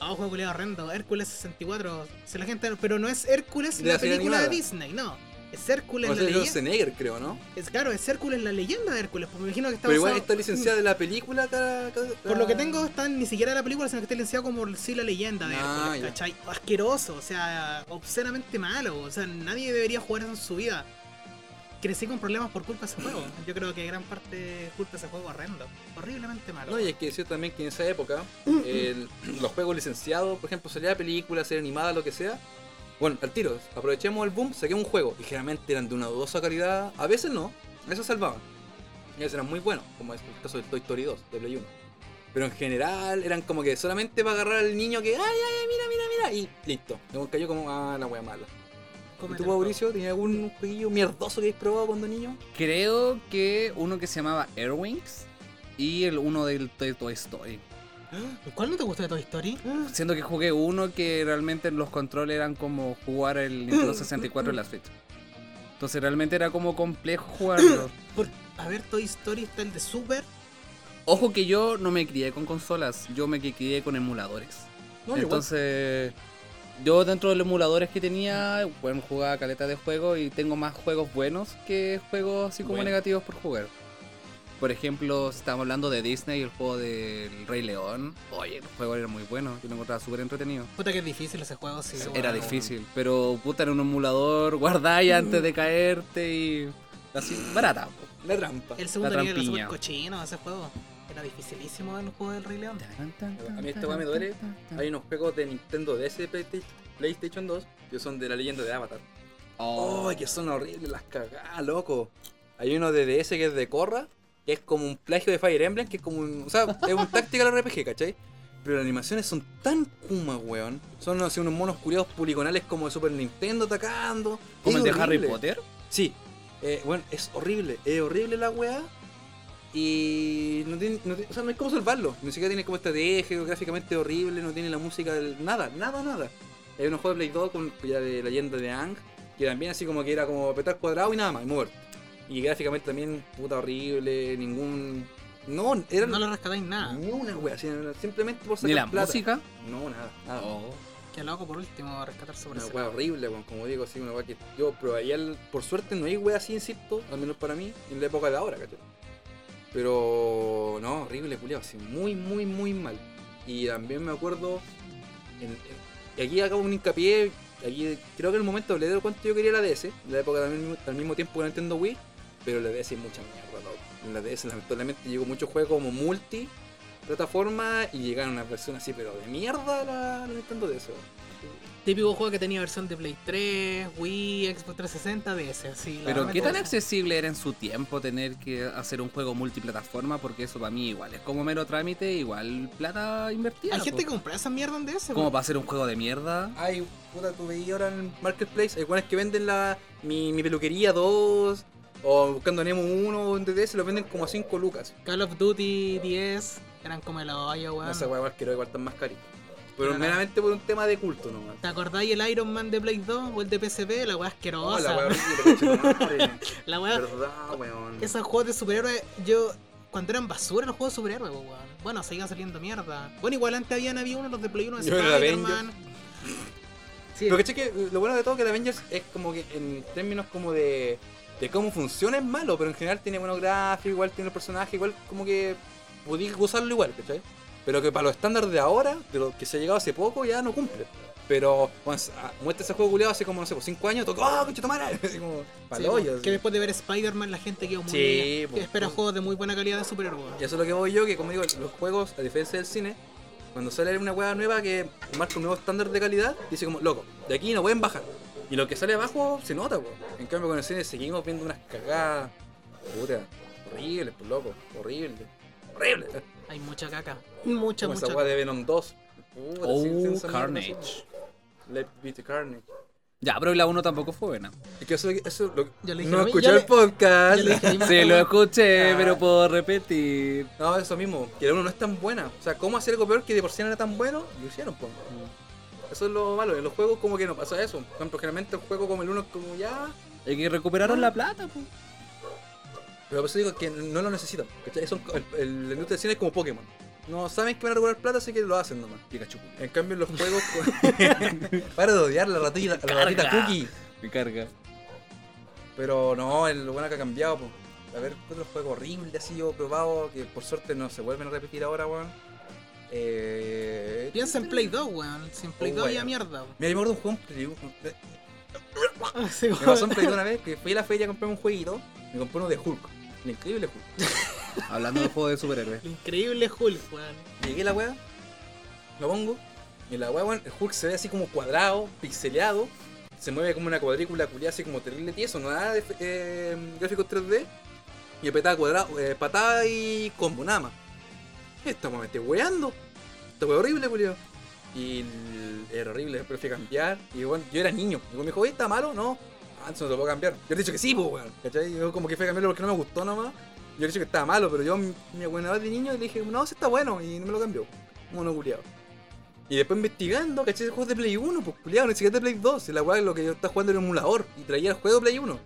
Speaker 2: Ah, juego culiado horrendo. Hércules 64. Si la gente, pero no es Hércules
Speaker 1: De la
Speaker 2: la
Speaker 1: serie
Speaker 2: película de
Speaker 1: animada.
Speaker 2: Disney, no. Es Hércules
Speaker 1: O
Speaker 2: la
Speaker 1: sea,
Speaker 2: leyenda.
Speaker 1: Schwarzenegger, creo, ¿no?
Speaker 2: Es claro, es Hércules la leyenda de Hércules. Porque me imagino que está
Speaker 1: Pero igual
Speaker 2: basado-
Speaker 1: está licenciada de la película. cara- cara-
Speaker 2: Por lo que tengo, están ni siquiera la película, sino que está licenciado como sí la leyenda de
Speaker 1: Ah,
Speaker 2: Hércules,
Speaker 1: ya.
Speaker 2: ¿cachai? Asqueroso, o sea, obscenamente malo. O sea, nadie debería jugar eso en su vida. Crecí con problemas por culpa de ese juego. Yo creo que gran parte es culpa de ese juego horrendo. Horriblemente malo.
Speaker 1: No, y hay que decir también que en esa época, el- los juegos licenciados, por ejemplo, salía película, serie animada, lo que sea. Bueno, al tiro, aprovechemos el boom, saquemos un juego. Y generalmente eran de una dudosa calidad, a veces no, a veces salvaban. Y a veces eran muy buenos, como es el caso del Toy Story 2, de Play 1. Pero en general eran como que solamente para agarrar al niño que, ay, ay, ay, mira, mira, mira, y listo. Luego cayó como, ah, la wea mala. ¿Y
Speaker 2: Cómete
Speaker 1: tú,
Speaker 2: el juego.
Speaker 1: Mauricio, tenías algún jueguillo mierdoso que habéis probado cuando niño?
Speaker 3: Creo que uno que se llamaba Airwings y el uno del Toy Toy Story.
Speaker 2: ¿Eh? ¿Cuál no te gustó de Toy Story?
Speaker 3: Siento que jugué uno que realmente los controles eran como jugar el
Speaker 1: Mm.
Speaker 3: Nintendo 64 en la Switch. Entonces realmente era como complejo jugarlo.
Speaker 2: Por- A ver, Toy Story está el de Super.
Speaker 3: Ojo que yo no me crié con consolas, yo me crié con emuladores.
Speaker 1: No, yo igual.
Speaker 3: Entonces, yo dentro de los emuladores que tenía, bueno, jugaba caleta de juego y tengo más juegos buenos que juegos así como
Speaker 1: Bueno.
Speaker 3: negativos por jugar. Por ejemplo, estamos hablando de Disney, el juego del Rey León. Oye, el juego era muy bueno, yo lo encontraba súper entretenido.
Speaker 2: Puta que es difícil ese juego, sí. weón.
Speaker 3: Era difícil, pero puta, era un emulador, guardáis antes de caerte y. Así, barata. po.
Speaker 1: La trampa.
Speaker 2: El segundo
Speaker 3: La
Speaker 2: nivel era
Speaker 3: trampiña.
Speaker 2: súper cochino ese juego. Era dificilísimo el juego del Rey León.
Speaker 1: A mí esta weá este me duele. Hay unos juegos de Nintendo DS y Playsta- PlayStation 2 que son de la leyenda de Avatar.
Speaker 3: Oh,
Speaker 1: ¡Oh, que son horribles las cagadas, loco! Hay uno de DS que es de Corra, que es como un plagio de Fire Emblem, que es como un. O sea, es un Tactical RPG, ¿cachai? Pero las animaciones son tan kuma, weón. Son así unos monos curiados poligonales como de Super Nintendo atacando.
Speaker 3: ¿Como
Speaker 1: Es
Speaker 3: el de Harry
Speaker 1: horrible.
Speaker 3: Potter?
Speaker 1: Sí. Eh, bueno, es horrible. Es horrible la weá. Y no tiene, no tiene- o sea, no hay cómo salvarlo. Ni siquiera tiene como estrategia geográficamente horrible, no tiene la música, del- nada, nada, nada. Hay unos juegos de Play 2 con ya de la leyenda de Ang, que también así como que era como apretar cuadrado y nada más, y mover. Y gráficamente también puta horrible, ningún... No, era
Speaker 2: No lo rescatáis nada.
Speaker 1: ni una wea, así, era simplemente por sacar
Speaker 3: ¿Ni la
Speaker 1: plata. Ah.
Speaker 3: música?
Speaker 1: No, nada, nada.
Speaker 3: Oh.
Speaker 2: Que lo hago por último, rescatar sobre
Speaker 1: Una
Speaker 2: ese
Speaker 1: weá horrible, weón, como digo, así, una weá que yo probaría, el- por suerte no hay weá así, insisto, al menos para mí, en la época de ahora, ¿cachai? Pero no, horrible, culiado, así, muy, muy, muy mal. Y también me acuerdo, en- en- y aquí hago un hincapié, aquí creo que en el momento hablé de lo cuánto yo quería la DS, en la época también, al mismo tiempo que la Nintendo Wii, pero la DS es mucha mierda, loco. En la DS lamentablemente llegó muchos juegos como multi, plataforma, y llegaron una versión así, pero de mierda la, la Nintendo DS, weón.
Speaker 2: Típico juego que tenía versión de Play 3, Wii, Xbox 360, DS. así, la
Speaker 3: Pero
Speaker 2: verdad,
Speaker 3: qué tan
Speaker 2: todo.
Speaker 3: accesible era en su tiempo tener que hacer un juego multiplataforma, porque eso para mí igual es como mero trámite, igual plata invertida.
Speaker 2: Hay
Speaker 3: po.
Speaker 2: gente que compra esa mierda en DS.
Speaker 3: como
Speaker 2: weón.
Speaker 3: para hacer un juego de mierda.
Speaker 1: Ay, puta, tú veías ahora en Marketplace. Hay buenas que venden la mi, mi peluquería 2 o buscando Nemo 1 en DDS, lo venden como a 5 lucas.
Speaker 2: Call of Duty 10 eran como los hoyo, weón.
Speaker 1: No sé, weón, que igual tan más caro. Pero
Speaker 2: Claro.
Speaker 1: meramente por un tema de culto nomás.
Speaker 2: ¿Te acordáis el Iron Man de Play 2 o el de PSP? La weá
Speaker 1: Oh,
Speaker 2: asquerosa.
Speaker 1: la weá horrible, conchetumare.
Speaker 2: La weá-
Speaker 1: Verdad, weón.
Speaker 2: Esos juegos de superhéroes, yo. Cuando eran basura los juegos de superhéroes, pues, weón. Bueno, seguía saliendo mierda. Bueno, igual antes habían habido uno los de Play 1 de
Speaker 1: Yo era
Speaker 2: Spider-Man. Sí,
Speaker 1: Pero caché que lo bueno de todo que el Avengers es como que en términos como de, de cómo funciona es malo, pero en general tiene buenos gráficos, igual tiene el personaje, igual como que podía usarlo igual, ¿cachai? Pero que para los estándares de ahora, de lo que se ha llegado hace poco, ya no cumple. Pero cuando se- ah, muestra ese juego culiado hace como, no sé, por 5 años, tocó, ¡ah, coche tomara! Así como,
Speaker 2: sí, pues,
Speaker 1: pa'l hoyo,
Speaker 2: que
Speaker 1: así.
Speaker 2: después de ver Spider-Man la gente quedó muy.
Speaker 1: Sí,
Speaker 2: que
Speaker 1: pues.
Speaker 2: espera juegos de muy buena calidad de superhéroes, weón.
Speaker 1: Y eso es lo que voy yo, que como digo, los juegos, a diferencia del cine, cuando sale una hueá nueva que marca un nuevo estándar de calidad, dice como, loco, de aquí no pueden bajar. Y lo que sale abajo se nota, weón. En cambio con el cine seguimos viendo unas cagadas, puta, horribles, pues loco, horrible, horrible.
Speaker 2: Hay mucha caca. Mucha,
Speaker 1: como esa
Speaker 2: mucha
Speaker 1: hueá
Speaker 2: caca.
Speaker 1: de Venom 2. Puta,
Speaker 3: Oh,
Speaker 1: sin- sin esa mierda,
Speaker 3: Carnage.
Speaker 1: así. Let beat the Carnage.
Speaker 3: Ya, pero la 1 tampoco fue buena.
Speaker 1: Es que eso, eso lo-
Speaker 2: Ya le dije
Speaker 1: no
Speaker 2: a mí,
Speaker 1: escuché
Speaker 2: ya
Speaker 1: el
Speaker 2: le-
Speaker 1: podcast.
Speaker 2: Yo le dije, ahí me
Speaker 3: Sí, lo
Speaker 2: acuerdo.
Speaker 3: escuché,
Speaker 1: Ah.
Speaker 3: pero puedo repetir.
Speaker 1: No, eso mismo, que la uno no es tan buena. O sea, ¿cómo hacer algo peor que de por sí no era tan bueno? Lo hicieron, pues.
Speaker 2: Mm.
Speaker 1: Eso es lo malo. En los juegos, como que no pasa eso. Por ejemplo, generalmente el juego como el uno, es como ya.
Speaker 3: Y que recuperaron la plata, pues.
Speaker 1: Pero por eso digo que no lo necesitan. ¿cachai? Son, el, el- la industria del cine es como Pokémon. No saben que van a recuperar plata, así que lo hacen nomás.
Speaker 3: Pikachu. culiao.
Speaker 1: En cambio, en los juegos. con- Para de odiar la ratita, la ratita
Speaker 3: Carga.
Speaker 1: cookie.
Speaker 3: Me carga.
Speaker 1: Pero no, el- lo bueno que ha cambiado, pues. A ver, otro juego horrible así yo he probado, que por suerte no se vuelven a repetir ahora, weón. Eh...
Speaker 2: Piensa en Play 2, weón. Si en Play
Speaker 1: Oh,
Speaker 2: 2 había
Speaker 1: weón.
Speaker 2: mierda, weón.
Speaker 1: Mira, yo me acuerdo de un juego en Play-
Speaker 2: Sí,
Speaker 1: Me pasó en Play una vez que fui a la feria a comprar un jueguito, me compré uno de Hulk. El increíble Hulk.
Speaker 3: Hablando de juegos de superhéroes.
Speaker 2: El increíble Hulk, weón.
Speaker 1: Llegué a la weá, lo pongo, y la weá, weón, el Hulk se ve así como cuadrado, pixeleado, se mueve como una cuadrícula culiada, así como terrible tieso, no nada de eh, gráficos 3D, y apretaba cuadrado, eh, patada y combo, nada más. Estamos me estoy weando. Esta wea horrible, culiado. Y el- era horrible, pero fui a cambiar. Y bueno, yo era niño. Y me dijo, oye, ¿está malo? No. Ah, entonces no te puedo cambiar. Yo le he dicho que sí, pues, weón. ¿Cachai? Yo como que fui a cambiarlo porque no me gustó nomás. Yo le he dicho que estaba malo, pero yo, mi mi buena edad de niño, le dije, no, sí está bueno. Y no me lo cambió. Mono culiado. Y después investigando, ¿cachai? Juegos de Play 1, pues culiado, ni siquiera de Play 2. Y la weá lo que yo estaba jugando era un emulador. Y traía el juego de Play 1.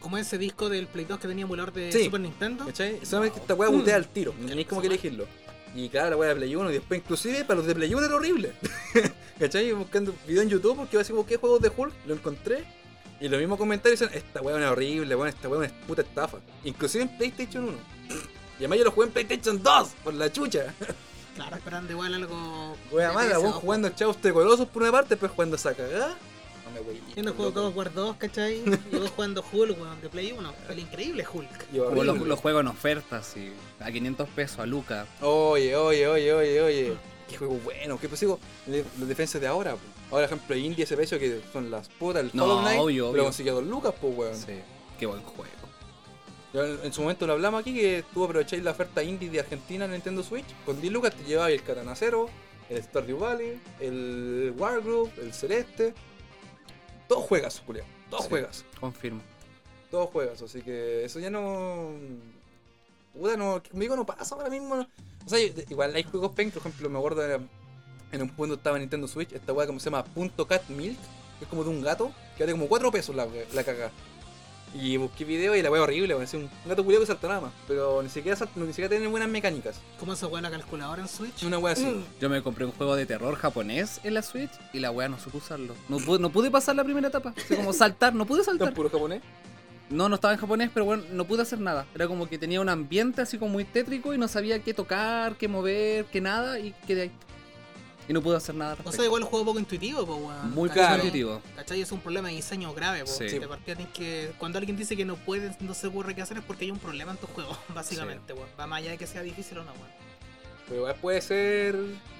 Speaker 2: Como ese disco del Play 2 que tenía emulador de
Speaker 1: Sí.
Speaker 2: Super Nintendo.
Speaker 1: ¿Cachai? Solamente que esta weá botea al tiro, no tenéis como que
Speaker 2: Esa
Speaker 1: elegirlo. Y claro, la weá de Play 1, y después inclusive para los de Play 1 era horrible. ¿Cachai? Buscando video en YouTube porque iba a decir busqué juegos de Hulk, lo encontré. Y los mismos comentarios dicen, esta weá es una horrible, weón, esta weá es una puta estafa. Inclusive en PlayStation 1. Y además yo lo jugué en PlayStation 2, por la chucha.
Speaker 2: Claro, esperando igual algo.
Speaker 1: Wea
Speaker 2: de
Speaker 1: mala,
Speaker 2: PS2,
Speaker 1: vos jugando chavos de colosos por una parte, después jugando esa cagada. No me wey.
Speaker 2: Yo no juego God of War 2, ¿cachai? Y vos jugando Hulk, weón, de Play 1. El increíble Hulk.
Speaker 1: Y
Speaker 3: Como los,
Speaker 1: horrible.
Speaker 3: los juegos en ofertas, y a 500 pesos, a Luca.
Speaker 1: Oye, oye, oye, oye, oye. Qué juego bueno, qué pues digo, le- las defensas de ahora. po. Ahora, ejemplo, India ese precio que son las putas, el
Speaker 3: No,
Speaker 1: Hollow Knight,
Speaker 3: obvio, obvio.
Speaker 1: lo consiguió dos lucas, pues weón.
Speaker 3: Sí, qué buen juego.
Speaker 1: Yo En, en su momento lo hablamos aquí que tú aprovecháis la oferta indie de Argentina en Nintendo Switch, con 10 lucas te llevabas el Katana Zero, el Stardew Valley, el Wargroup, el Celeste. Todos juegas, Julián. Todos
Speaker 3: Sí.
Speaker 1: juegas.
Speaker 3: Confirmo.
Speaker 1: Todos juegas, así que eso ya no. Puta, no, conmigo no pasa ahora mismo. no. O sea, yo- igual hay juegos pen, por ejemplo, me acuerdo era- en un punto estaba en Nintendo Switch, esta weá como se llama Punto Cat Milk, que es como de un gato, que vale como 4 pesos la, la caga. Y busqué video y la weá horrible, weón, es un gato culiado que salta nada más, pero ni siquiera, salta- ni siquiera tiene buenas mecánicas.
Speaker 2: ¿Cómo se juega la calculadora en Switch?
Speaker 1: Una weá así.
Speaker 3: Yo me compré un juego de terror japonés en la Switch y la wea no supo usarlo. No pude, no pude pasar la primera etapa. Así como saltar, no pude
Speaker 1: ¿Tan
Speaker 3: saltar.
Speaker 1: puro japonés?
Speaker 3: No, no estaba en japonés, pero bueno, no pude hacer nada. Era como que tenía un ambiente así como muy tétrico y no sabía qué tocar, qué mover, qué nada y quedé ahí. Y no pude hacer nada. al
Speaker 2: O
Speaker 3: respecto.
Speaker 2: sea, ah, igual el juego poco intuitivo, po, weón.
Speaker 3: muy
Speaker 1: claro.
Speaker 3: competitivo.
Speaker 2: ¿Cachai? Es un problema de diseño grave, po.
Speaker 3: Sí.
Speaker 2: De partida tienes que. Cuando alguien dice que no puedes, no se ocurre qué hacer, es porque hay un problema en tu juego, básicamente, weón. Va más allá de que sea difícil o no, weón.
Speaker 1: Pero igual puede ser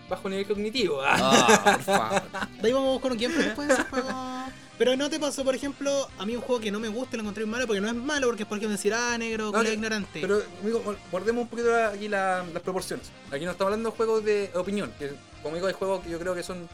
Speaker 1: bajo nivel cognitivo. ah.
Speaker 3: Ah, por favor.
Speaker 2: De ahí vamos a buscar un gameplay después de ese juego. Pero no te pasó, por ejemplo, a mí un juego que no me gusta y lo encontré muy malo porque no es malo, porque es porque me decir, ah, negro,
Speaker 1: No,
Speaker 2: culiao
Speaker 1: que-
Speaker 2: ignorante.
Speaker 1: Pero, amigo, gua- guardemos un poquito la- aquí la- las proporciones. Aquí no estamos hablando de juegos de opinión. Que, como digo, hay juegos que yo creo que son.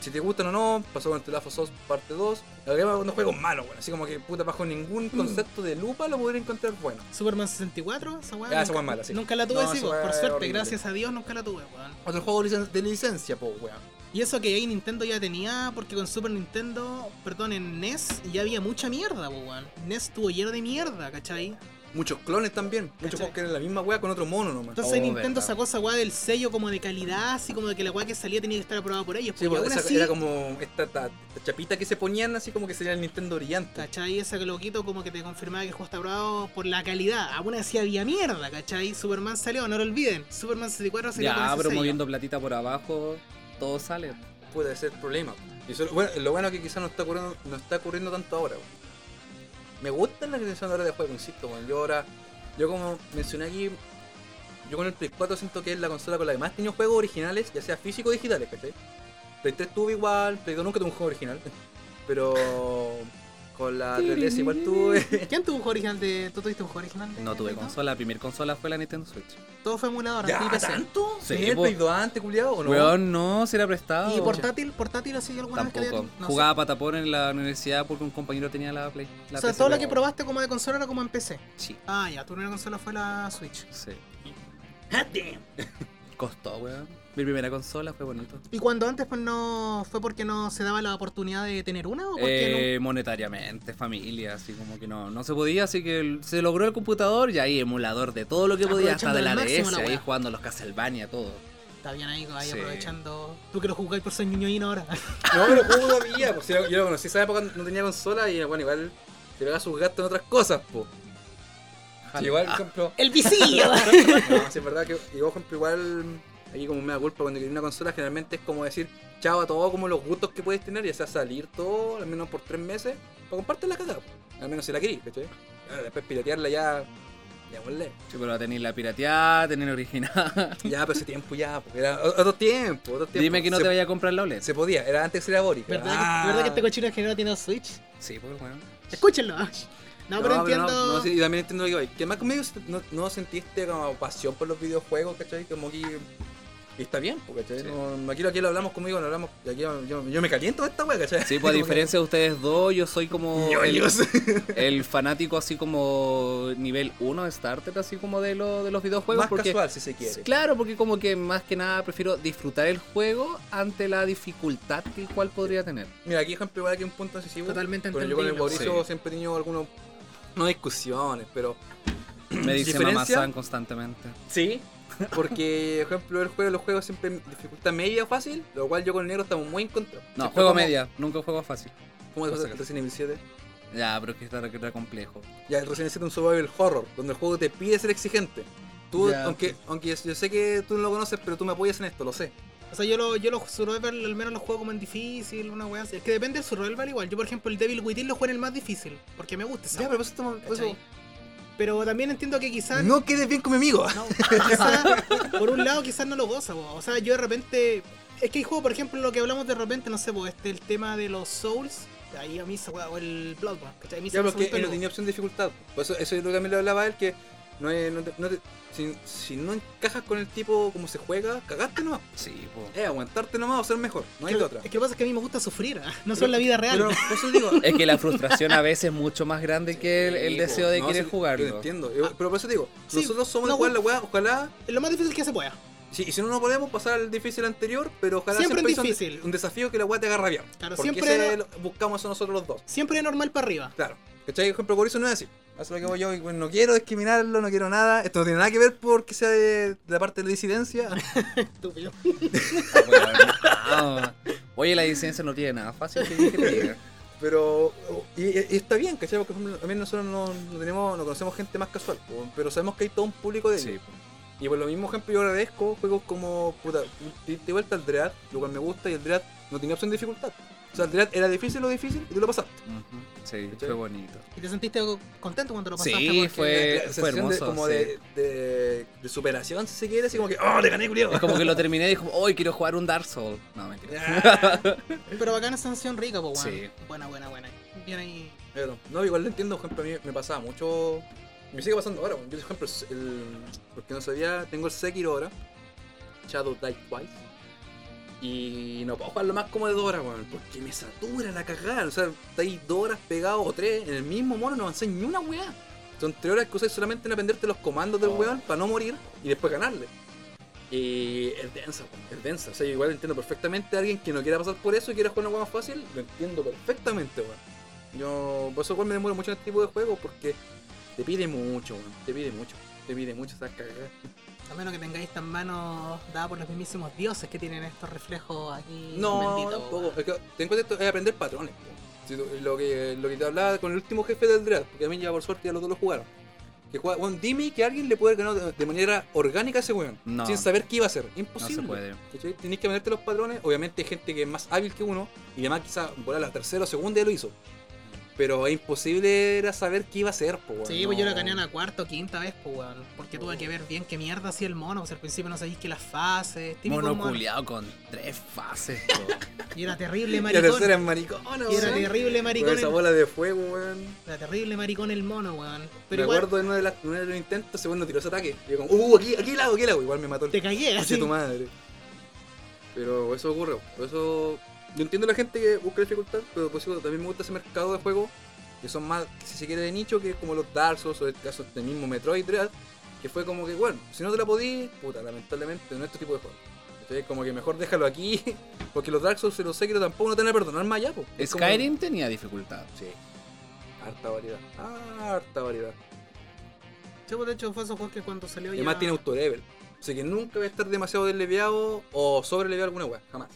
Speaker 1: Si te gustan o no, pasó con el Telafo Sos parte 2. La verdad, unos juegos malos, bueno. Así como que, puta, bajo ningún
Speaker 2: Mm.
Speaker 1: concepto de lupa lo podría encontrar bueno.
Speaker 2: Superman 64, esa weá.
Speaker 1: Ah, esa
Speaker 2: nunca-
Speaker 1: weá es mala, sí.
Speaker 2: Nunca la tuve,
Speaker 1: No,
Speaker 2: sí,
Speaker 1: esa
Speaker 2: po.
Speaker 1: weá
Speaker 2: por
Speaker 1: es
Speaker 2: suerte,
Speaker 1: horrible.
Speaker 2: gracias a Dios nunca la tuve, weón.
Speaker 1: Otro juego licen- de licencia, po, weón.
Speaker 2: Y eso que ahí Nintendo ya tenía, porque con Super Nintendo, perdón, en NES ya había mucha mierda, po, weón. NES tuvo lleno de mierda, ¿cachai?
Speaker 1: Muchos clones también. Muchos
Speaker 2: ¿Cachai?
Speaker 1: juegos que eran la misma weá con otro mono nomás.
Speaker 2: Entonces
Speaker 3: Oh,
Speaker 2: Nintendo
Speaker 3: verdad.
Speaker 2: sacó esa weá del sello como de calidad, así como de que la weá que salía tenía que estar aprobada por ellos.
Speaker 1: Sí,
Speaker 2: porque
Speaker 1: pues,
Speaker 2: aún
Speaker 1: esa-
Speaker 2: así,
Speaker 1: era como esta, ta- chapita que se ponían, así como que sería el Nintendo brillante.
Speaker 2: ¿Cachai? Ese loquito como que te confirmaba que el juego está aprobado por la calidad. Aún así había mierda, ¿cachai? Superman salió, no lo olviden. Superman 64 salió con
Speaker 3: Ya,
Speaker 2: ese
Speaker 3: pero
Speaker 2: sello.
Speaker 3: moviendo platita por abajo, todo sale.
Speaker 1: Puede ser problema. Y eso- bueno, lo bueno es que quizás no está ocurriendo, no está ocurriendo tanto ahora. weón. Me gustan las creaciones ahora de juego, insisto. weón. Yo ahora, yo como mencioné aquí, yo con el Play 4 siento que es la consola con la que más tenía juegos originales, ya sea físicos o digitales, ¿cachai? Play 3 tuve igual, Play 2 nunca tuve un juego original, pero con la 3DS igual tuve.
Speaker 2: ¿Quién tuvo un juego original de... ¿Tú tuviste un juego original de...
Speaker 3: No tuve
Speaker 2: de-
Speaker 3: consola, la primera consola fue la Nintendo Switch.
Speaker 2: Todo fue emulador,
Speaker 1: ¿Ya
Speaker 2: así PC.
Speaker 1: tanto?
Speaker 3: Sí,
Speaker 1: ¿Tenía el
Speaker 3: po.
Speaker 1: Play 2 antes, culiado? ¿O no?
Speaker 3: Weón, no, si era prestado.
Speaker 2: ¿Y portátil? ¿Portátil así alguna vez que
Speaker 3: Oh, Tampoco.
Speaker 2: había- no sé.
Speaker 3: Jugaba patapón en la universidad porque un compañero tenía la Play. la
Speaker 2: O sea,
Speaker 3: PC.
Speaker 2: todo lo que probaste como de consola era como en PC.
Speaker 3: Sí,
Speaker 2: Ah, ya, tu primera consola fue la Switch.
Speaker 3: sí.
Speaker 1: Ah, damn.
Speaker 3: Costó, weón. Mi primera consola fue bonito.
Speaker 2: ¿Y cuando antes pues no fue porque no se daba la oportunidad de tener una o porque
Speaker 3: Eh, Monetariamente, familia, así como que no, no se podía, así que el- se logró el computador y ahí emulador de todo lo que podía, hasta de la
Speaker 2: Aprovechando al máximo
Speaker 3: DS,
Speaker 2: la
Speaker 3: ahí
Speaker 2: weá.
Speaker 3: jugando los Castlevania, todo.
Speaker 2: no? Está bien ahí, ahí
Speaker 3: Sí.
Speaker 2: aprovechando. Tú que lo jugáis por ser niñoíno ahora.
Speaker 1: No, pero juego todavía, pues, yo, yo lo conocí esa época, no tenía consola y bueno, igual se pegaba sus gastos en otras cosas, po. Sí, igual, por ejemplo,
Speaker 2: ¡El visillo!
Speaker 1: no, sí, es verdad que yo, por ejemplo, igual, aquí como me da culpa cuando quería una consola, generalmente es como decir, chao a todo como los gustos que puedes tener, ya sea salir todo, al menos por tres meses, para compartir la cagada, po. al menos si la querís, ¿cachai? Ahora, Después piratearla ya, ya volé.
Speaker 3: Sí, pero tenéis la pirateada, tenéis la original.
Speaker 1: Ya, pero ese tiempo ya, porque era o- otro tiempo, otro tiempo.
Speaker 3: Dime que no
Speaker 1: se,
Speaker 3: te vaya a comprar la E OLED.
Speaker 1: Se podía, era antes era Boric.
Speaker 2: ¿Verdad,
Speaker 1: Ah.
Speaker 2: que, ¿Verdad que este cochino que no tiene Switch?
Speaker 3: Sí, pues bueno.
Speaker 2: Escúchenlo. No, pero entiendo.
Speaker 1: No, no, sí, y también entiendo que, que más conmigo se- no, no sentiste como pasión por los videojuegos, ¿cachai? Como que. Y está bien, porque ¿cachai?
Speaker 3: Sí.
Speaker 1: No, aquí, aquí lo hablamos conmigo, lo hablamos. y Aquí, yo, yo me caliento de esta wea, ¿cachai?
Speaker 3: Sí, pues a
Speaker 1: Como
Speaker 3: diferencia de ustedes dos, yo soy
Speaker 1: que-
Speaker 3: como el,
Speaker 1: ñoños.
Speaker 3: el fanático así como nivel 1 starter, así como de, lo, de los videojuegos.
Speaker 1: Más
Speaker 3: porque
Speaker 1: casual, si se quiere.
Speaker 3: Claro, porque como que más que nada prefiero disfrutar el juego ante la dificultad que el cual podría tener.
Speaker 1: Mira, aquí, ejemplo, igual aquí un punto decisivo.
Speaker 2: Totalmente
Speaker 1: Pero yo con el
Speaker 2: entendible.
Speaker 1: Mauricio
Speaker 3: Sí.
Speaker 1: siempre he tenido algunos. No discusiones, pero.
Speaker 3: Me dice
Speaker 1: ¿Diferencia?
Speaker 3: mamá San constantemente.
Speaker 1: Sí. Porque, por ejemplo, el juego, los juegos siempre en dificultad media o fácil, lo cual yo con el negro estamos muy en contra.
Speaker 3: No,
Speaker 1: Siempre
Speaker 3: juego
Speaker 1: como-
Speaker 3: media, nunca juego fácil.
Speaker 1: ¿Cómo es
Speaker 3: Cosa
Speaker 1: el
Speaker 3: que-
Speaker 1: Resident Evil 7?
Speaker 3: Ya, pero es que está que era complejo.
Speaker 1: Ya, el Resident Evil es un survival horror, donde el juego te pide ser exigente. Tú,
Speaker 3: Ya,
Speaker 1: aunque, aunque yo- yo sé que tú no lo conoces, pero tú me apoyas en esto, lo sé.
Speaker 2: O sea, yo lo, yo los survival al menos los juego como en difícil, una wea así. Es que depende del survival igual. Yo, por ejemplo, el Devil Within lo juego en el más difícil, porque me gusta esa
Speaker 1: Ya,
Speaker 2: wea,
Speaker 1: pero por eso, estamos- por eso-
Speaker 2: ¿cachai? Pero también entiendo que quizás
Speaker 1: no quedes bien con mi amigo.
Speaker 2: No, quizá, por un lado quizás no lo goza, po. o sea, yo de repente... Es que hay juegos, por ejemplo, lo que hablamos de repente, no sé, po, este, el tema de los Souls, ahí a mí se juega, o el Bloodborne, ¿cachai? A mí se
Speaker 1: Ya,
Speaker 2: me
Speaker 1: porque
Speaker 2: hace un
Speaker 1: él no tenía opción de dificultad. Por eso, eso es lo que también le hablaba a él, que no es- no te- no te- si, si no encajas con el tipo como se juega, cagaste nomás.
Speaker 3: Sí, po.
Speaker 1: Es aguantarte nomás o ser mejor. No hay de
Speaker 2: Es que-
Speaker 1: otra.
Speaker 2: Es que lo que pasa es que a mí me gusta sufrir, ¿ah? no solo en la vida real.
Speaker 1: Pero por eso digo,
Speaker 3: Es que la frustración a veces es mucho más grande que el, el
Speaker 1: Sí,
Speaker 3: deseo
Speaker 1: po.
Speaker 3: de
Speaker 1: No,
Speaker 3: querer
Speaker 1: sí, Yo te
Speaker 3: jugarlo.
Speaker 1: entiendo. Yo- pero por eso digo,
Speaker 2: Sí,
Speaker 1: nosotros somos
Speaker 2: no,
Speaker 1: igual la weá, ojalá
Speaker 2: Es lo más difícil que se pueda.
Speaker 1: Sí, y si no, no podemos pasar al difícil anterior, pero ojalá
Speaker 2: Siempre un
Speaker 1: hizo un-
Speaker 2: difícil.
Speaker 1: Un, desafío que la weá te haga rabiar.
Speaker 2: Claro,
Speaker 1: porque
Speaker 2: siempre
Speaker 1: ese
Speaker 2: era-
Speaker 1: es lo- buscamos eso nosotros los dos.
Speaker 2: Siempre es normal para arriba.
Speaker 1: Claro. ¿Cachai? Por ejemplo, por eso no es así. Hace lo que voy yo y bueno, no quiero discriminarlo, no quiero nada. Esto no tiene nada que ver porque sea de, de la parte de la disidencia.
Speaker 2: Estúpido.
Speaker 3: Ah, bueno, no. Oye, la disidencia no tiene nada fácil. ¿qué quieres que te diga?
Speaker 1: Pero. Y, y- y está bien, ¿cachai? Porque por ejemplo, también nosotros no, no tenemos, no conocemos gente más casual, po, pero sabemos que hay todo un público de ellos.
Speaker 3: Sí, po.
Speaker 1: Y por lo mismo ejemplo yo agradezco juegos como puta, diste vuelta al Dread, lo cual me gusta, y el Dread no tenía opción de dificultad. O sea, el Dread era difícil lo difícil y tú lo pasaste.
Speaker 3: Ujú. Sí,
Speaker 1: ¿Cachai?
Speaker 3: fue bonito.
Speaker 2: ¿Y te sentiste contento cuando lo pasaste?
Speaker 3: Sí,
Speaker 2: Porque-
Speaker 3: Pues, fue-
Speaker 1: La sensación de-
Speaker 3: hermoso,
Speaker 1: como
Speaker 3: sí.
Speaker 1: de, de, de superación, si se quiere, así como que, ¡oh, le gané, culiado!
Speaker 3: Es como que lo terminé y dijo, hoy quiero jugar un Dark Souls. No, mentira.
Speaker 1: Ah,
Speaker 2: Pero bacana sensación rica, pues, weón.
Speaker 3: Sí.
Speaker 2: Buena, buena, buena. Bien ahí.
Speaker 1: Pero, no, igual lo entiendo, por ejemplo, a mí me pasaba mucho. Me sigue pasando ahora. Yo, por ejemplo, el, porque no sabía, tengo el Sekiro ahora, Shadow Die Twice. Y no puedo jugarlo más como de dos horas, weón, porque me satura la cagada. O sea, estáis dos horas pegados o tres en el mismo mono, no avanzáis ni una weá. Son tres horas que usáis solamente en aprenderte los comandos del
Speaker 3: Oh.
Speaker 1: weón para no morir y después ganarle. Y es densa, weón, es densa. O sea, yo igual entiendo perfectamente a alguien que no quiera pasar por eso y quiera jugar una weá más fácil, lo entiendo perfectamente, weón. Yo, por eso igual me demoro mucho en este tipo de juegos porque te pide mucho, weón. Te pide mucho. Te pide mucho esas cagadas.
Speaker 2: A menos que tengáis estas manos dadas por los mismísimos dioses que tienen estos reflejos aquí.
Speaker 1: No,
Speaker 2: benditos,
Speaker 1: tampoco.
Speaker 2: weón.
Speaker 1: Es que te encuentras esto es aprender patrones. po. Si tú- lo, que, lo que te hablaba con el último jefe del draft, porque a mí ya por suerte ya los dos lo jugaron. Que juega, weón, dime que alguien le puede ganar de- de manera orgánica a ese weón.
Speaker 3: No.
Speaker 1: Sin saber qué iba a hacer.
Speaker 3: No
Speaker 1: Imposible.
Speaker 3: se puede.
Speaker 1: ¿Cachai? Tenés que aprenderte los patrones. Obviamente hay gente que es más hábil que uno. Y además quizá por la tercera o segunda ya lo hizo. Pero es imposible era saber qué iba a hacer, po, weón.
Speaker 2: Sí, pues yo
Speaker 1: No.
Speaker 2: lo gané una cuarta o quinta vez, pues, weón. Porque tuve que ver bien qué mierda hacía el mono. Pues al principio no sabéis que las fases. Típico mono.
Speaker 3: Monoculeado con tres fases. po.
Speaker 2: Y era
Speaker 1: Y
Speaker 2: terrible
Speaker 1: la
Speaker 2: maricón.
Speaker 1: tercera es maricona,
Speaker 2: Y era
Speaker 1: weón.
Speaker 2: terrible
Speaker 1: Con
Speaker 2: maricón.
Speaker 1: esa
Speaker 2: El...
Speaker 1: bola de fuego, weón.
Speaker 2: Era terrible maricón el mono, weón. Pero
Speaker 1: me
Speaker 2: igual
Speaker 1: acuerdo en uno de, las- en uno de los intentos, según no tiró ese ataque. Y yo como, uh, aquí, aquí la hago, aquí la hago. Igual me mató el
Speaker 2: te cagué
Speaker 1: de
Speaker 2: así.
Speaker 1: tu madre. Pero eso ocurre. Por eso. Yo entiendo a la gente que busca dificultad, pero por eso también me gusta ese mercado de juegos que son más, si se quiere, de nicho, que es como los Dark Souls o el caso del mismo Metroid Dread, que fue como que, bueno, si no te la podí, puta, lamentablemente, no es este tipo de juego. Entonces, como que mejor déjalo aquí, porque los Dark Souls y los Sekiro tampoco no te van a perdonar más allá, po. Es como-
Speaker 3: Skyrim tenía dificultad.
Speaker 1: Sí. Harta variedad. Harta variedad.
Speaker 2: Sí, pues, de hecho fue esos juegos que cuando salió
Speaker 1: Y
Speaker 2: ya.
Speaker 1: además tiene autolevel. Así que nunca voy a estar demasiado desleviado o sobreleviado alguna weá. Jamás.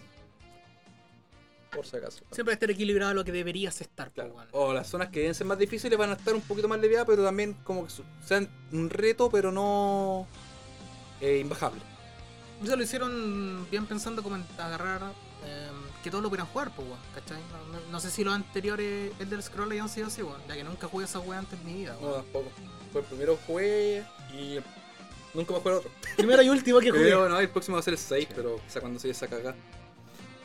Speaker 1: Por si acaso.
Speaker 2: Siempre estar equilibrado a lo que deberías estar, pues,
Speaker 1: Claro.
Speaker 2: weón.
Speaker 1: O las zonas que deben ser más difíciles van a estar un poquito más leviadas, pero también como que su- sean un reto, pero no eh, imbajable.
Speaker 2: Eso lo hicieron bien pensando como en agarrar eh, que todos lo pudieran jugar, pues, weón, ¿cachai? No, no- no sé si los anteriores Elder Scrolls hayan sido así, weón, ya que nunca jugué esa weá antes en mi vida,
Speaker 1: No,
Speaker 2: weón.
Speaker 1: tampoco. Fue el primero jugué y nunca más jugué al otro.
Speaker 2: Primero y último que
Speaker 1: Pero no, el próximo va a ser el 6, pero quizá cuando se esa cagada.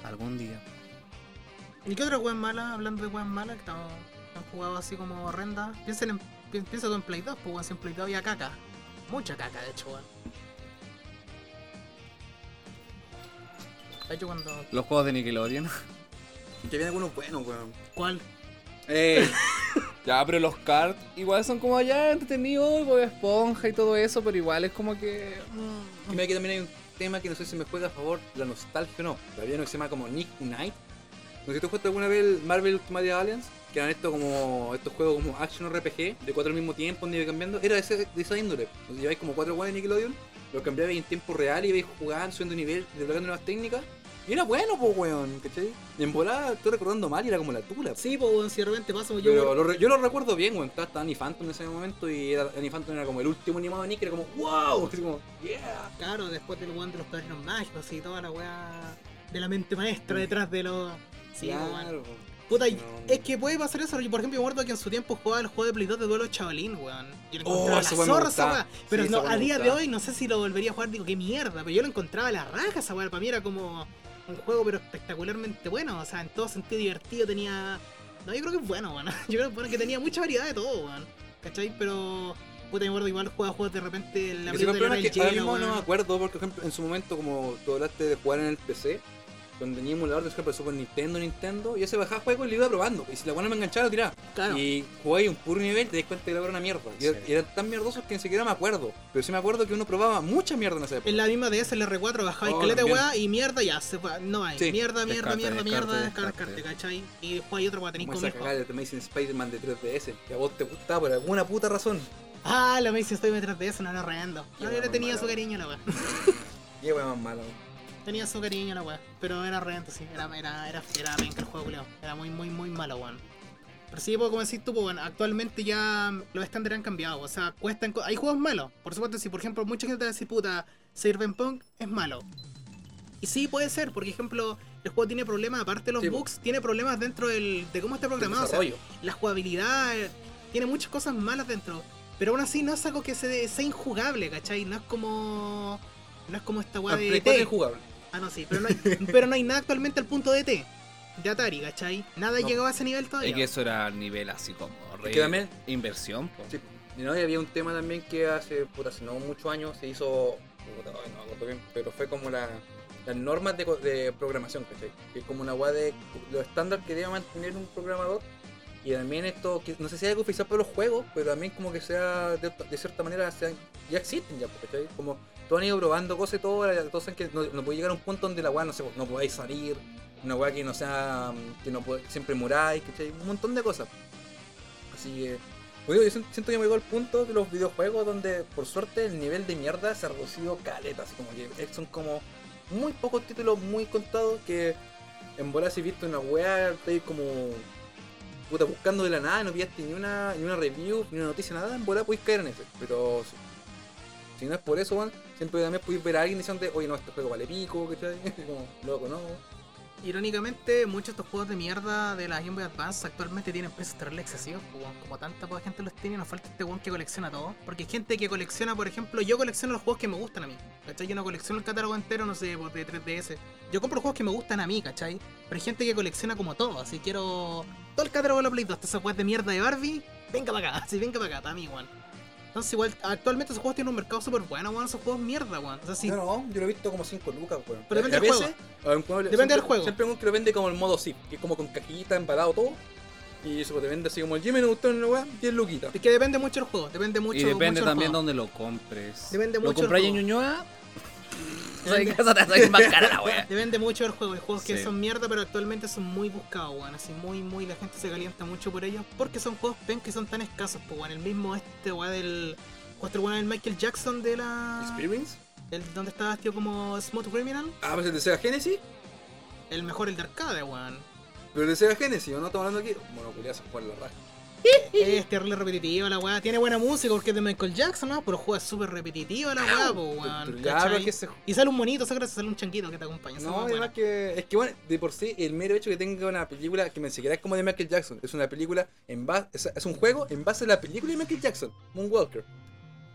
Speaker 3: Algún día.
Speaker 2: ¿Y qué otra weá mala, hablando de weas malas, que no- no han jugado así como horrenda? Piensa, en, pi- piensa tú en Play 2, pues, weón, si en Play 2 había caca. Mucha caca, de hecho, weón. De hecho, cuando...
Speaker 3: Los juegos de Nickelodeon.
Speaker 1: Que viene algunos buenos, weón.
Speaker 2: ¿Cuál?
Speaker 1: Eh,
Speaker 3: Ya, pero los cards igual son como allá entretenidos, Bob Esponja y todo eso, pero igual es como que.
Speaker 1: Y
Speaker 3: mm,
Speaker 1: mira que también hay un tema que no sé si me juega a favor, la nostalgia o no. Todavía no que se llama como Nick Unite. No sé si tú jugaste alguna vez el Marvel Ultimate Alliance, que eran estos como estos juegos como action RPG, de cuatro al mismo tiempo, donde iba cambiando. Era de, ese- de esa índole. Entonces lleváis como cuatro guanes de Nickelodeon, los cambiabais en tiempo real, ibais jugando, subiendo nivel, desbloqueando nuevas técnicas. Y era bueno, pues, weón, ¿cachai? Y en volada estoy recordando mal y era como la tula.
Speaker 2: Sí, pues, weón, si de repente pasa, yo...
Speaker 1: Pero lo re- yo lo recuerdo bien, weón. Estaba, estaba Annie Phantom en ese momento y era, Annie Phantom era como el último animado de Nick, era como, wow, así como, yeah.
Speaker 2: Claro, después del weón de los padrinos mágicos y toda la weá de la mente maestra detrás de los. Sí, pues, weón.
Speaker 1: Claro. pues.
Speaker 2: Puta, y-
Speaker 1: No.
Speaker 2: es que puede pasar eso. Yo, por ejemplo, me acuerdo que en su tiempo jugaba el juego de Play 2 de duelo Chavalín, weón. Yo lo
Speaker 1: Oh,
Speaker 2: encontraba la
Speaker 1: esa weá me
Speaker 2: zorra esa
Speaker 1: gustaba.
Speaker 2: weá. Pero
Speaker 1: Sí,
Speaker 2: no,
Speaker 1: esa weá
Speaker 2: a
Speaker 1: me
Speaker 2: día de
Speaker 1: gustaba.
Speaker 2: hoy no sé si lo volvería a jugar. Digo, qué mierda. Pero yo lo encontraba a la raja esa weá. Para mí era como un juego, pero espectacularmente bueno. O sea, en todo sentido divertido. Tenía. No, yo creo que es bueno, weón. Yo creo que es bueno, que tenía mucha variedad de todo, weón. ¿Cachai? Pero. Puta, me acuerdo igual jugaba juegos de repente. La
Speaker 1: Que si
Speaker 2: película de
Speaker 1: compran
Speaker 2: Lionel
Speaker 1: es que ahora
Speaker 2: Yellow,
Speaker 1: mismo no
Speaker 2: weón.
Speaker 1: me acuerdo, porque por ejemplo, en su momento, como tú hablaste de jugar en el PC, cuando tenía emulador, por ejemplo, de Super Nintendo, Nintendo, y ese bajaba juego y lo iba probando. Y si la buena me enganchaba, lo tiraba.
Speaker 2: Claro.
Speaker 1: Y jugué un puro nivel, te das cuenta que era una mierda. Y, era-
Speaker 3: Sí.
Speaker 1: y eran tan mierdosos que ni siquiera me acuerdo. Pero sí me acuerdo que uno probaba mucha mierda en esa época.
Speaker 2: En la misma DS, el R4 bajaba
Speaker 1: Oh,
Speaker 2: escaleta,
Speaker 1: también.
Speaker 2: weá, y mierda, ya, se fue. No hay.
Speaker 1: Sí.
Speaker 2: Mierda, mierda,
Speaker 3: Descarte,
Speaker 2: mierda,
Speaker 3: descarte,
Speaker 2: mierda, descarte,
Speaker 3: descarte.
Speaker 2: ¿cachai? Y después hay otro weá, tenéis
Speaker 1: Como
Speaker 2: como
Speaker 1: esa cagada de The Amazing Spider-Man de 3DS, que a vos te gustaba por alguna puta razón.
Speaker 2: Ah, la me dice, estoy detrás de eso, no, no, reando.
Speaker 1: Qué
Speaker 2: No, yo le
Speaker 1: weón
Speaker 2: tenía
Speaker 1: malo.
Speaker 2: su cariño la weá.
Speaker 1: Y es más malo.
Speaker 2: Tenía su cariño la weá. Pero era reando, sí. Era, era, era, era penca el juego, culiao. Era muy, muy, muy malo, weón. Pero sí, pues, como decís tú, pues, bueno, actualmente ya los estándares han cambiado. O sea, cuestan. co- Hay juegos malos. Por supuesto, si por ejemplo mucha gente te va a decir, puta, Cyberpunk es malo. Y sí, puede ser, por ejemplo, El juego tiene problemas, aparte de los
Speaker 1: Sí, po.
Speaker 2: bugs, tiene problemas dentro del, de cómo está programado. o sea,
Speaker 1: desarrollo.
Speaker 2: la jugabilidad eh, tiene muchas cosas malas dentro. Pero aún así no es algo que se, sea injugable, ¿cachai? No es como. No es como esta weá
Speaker 1: Ah,
Speaker 2: de.
Speaker 1: Play
Speaker 2: ET.
Speaker 1: 4 es jugable.
Speaker 2: Ah, no, sí, pero no hay, pero no hay nada actualmente al punto de E T. De Atari, ¿cachai? Nada ha
Speaker 1: No.
Speaker 2: llegado a ese nivel todavía.
Speaker 3: Es que eso era nivel así como re
Speaker 1: que también-
Speaker 3: inversión. po.
Speaker 1: Sí. Y no, y había un tema también que hace, puta, hace no muchos años se hizo, puta, ay, no me acuerdo bien, pero fue como la, las normas de, co- de programación, ¿cachai? Que es como una weá de los estándares que debe mantener un programador. Y también esto, que no sé si hay algo oficial para los juegos, pero también como que sea, de, de cierta manera, sean- ya existen ya, pues, ¿cachai? Como todos han ido probando cosas y todo, ahora todos saben que no, no puede llegar a un punto donde la weá, no sé, pues, no podáis salir, una weá que no sea, mm, que no pod- siempre muráis, ¿cachai? Un montón de cosas. Así que... Pues digo, yo sien- siento que me llegó el punto de los videojuegos donde, por suerte, el nivel de mierda se ha reducido caleta. Así como que es- son como muy pocos títulos muy contados que en bola si viste una weá, estáis como puta buscando de la nada, no pillaste ni una, ni una review, ni una noticia, nada, en bola podéis caer en eso. Pero si, si no es por eso, weón, siempre también podéis ver a alguien diciendo, oye, no, este juego vale pico, ¿cachai? Como, loco, no.
Speaker 2: Irónicamente, muchos de estos juegos de mierda de la Game Boy Advance actualmente tienen precios terribles excesivos. po, weón. Como tanta poca gente los tiene, nos falta este weón que colecciona todo. Porque hay gente que colecciona, por ejemplo, yo colecciono los juegos que me gustan a mí. ¿Cachai? Yo no colecciono el catálogo entero, no sé, pues, de 3DS. Yo compro juegos que me gustan a mí, ¿cachai? Pero hay gente que colecciona como todo. Así quiero todo el catálogo de la Play 2, esas juegos de mierda de Barbie, venga para acá, así venga para acá, para mí, weón. Entonces, igual, actualmente esos juegos tienen un mercado súper bueno, weón. Esos juegos mierda, weón. Entonces, sí,
Speaker 1: no, yo lo he visto como 5 lucas, weón.
Speaker 2: Pero depende del
Speaker 1: A
Speaker 2: juego.
Speaker 1: veces, a un juego le-
Speaker 2: Depende
Speaker 1: siempre-
Speaker 2: del juego.
Speaker 1: Siempre hay un que lo vende como el modo zip, que es como con cajita, empalado todo. Y eso pues, te vende así como el Jimmy me gustó en la weá, 10 luquitas.
Speaker 2: es que depende mucho del juego, depende mucho
Speaker 3: y depende
Speaker 2: mucho del
Speaker 3: también
Speaker 2: juego.
Speaker 3: dónde lo compres.
Speaker 2: Depende
Speaker 3: ¿Lo
Speaker 2: mucho del
Speaker 3: compráis en
Speaker 2: juego.
Speaker 3: Ñuñoa? ¿Sabes qué? Esa te sale más cara la wea.
Speaker 2: Depende mucho del juego. Hay juegos que
Speaker 3: Sí.
Speaker 2: son mierda, pero actualmente son muy buscados, weón. Así muy, muy, la gente se calienta mucho por ellos. Porque son juegos pen que son tan escasos, pues, weón. El mismo este, weón, del. Cuatro weón, el Michael Jackson de la.
Speaker 1: ¿Experience?
Speaker 2: El, donde estaba tío como Smooth Criminal.
Speaker 1: Ah, pues el de Sega Genesis.
Speaker 2: El mejor, el de arcade, weón.
Speaker 1: Pero el de Sega Genesis, ¿o ¿no? Estamos hablando aquí. Bueno, culiazo, por la raja.
Speaker 2: es terrible repetitivo la weá. Tiene buena música porque es de Michael Jackson, ¿no? Pero juega súper repetitiva la weá, pues,
Speaker 1: Pero
Speaker 2: weón.
Speaker 1: ya,
Speaker 2: ¿cachai?
Speaker 1: pero es que se-
Speaker 2: Y sale un monito, sacra, sale un chanquito que te acompaña. esa
Speaker 1: No,
Speaker 2: weá
Speaker 1: y
Speaker 2: es
Speaker 1: además
Speaker 2: buena.
Speaker 1: que. Es que bueno, de por sí, el mero hecho que tenga una película que me siquiera es como de Michael Jackson. Es una película en base. Es, es un juego en base a la película de Michael Jackson, Moonwalker.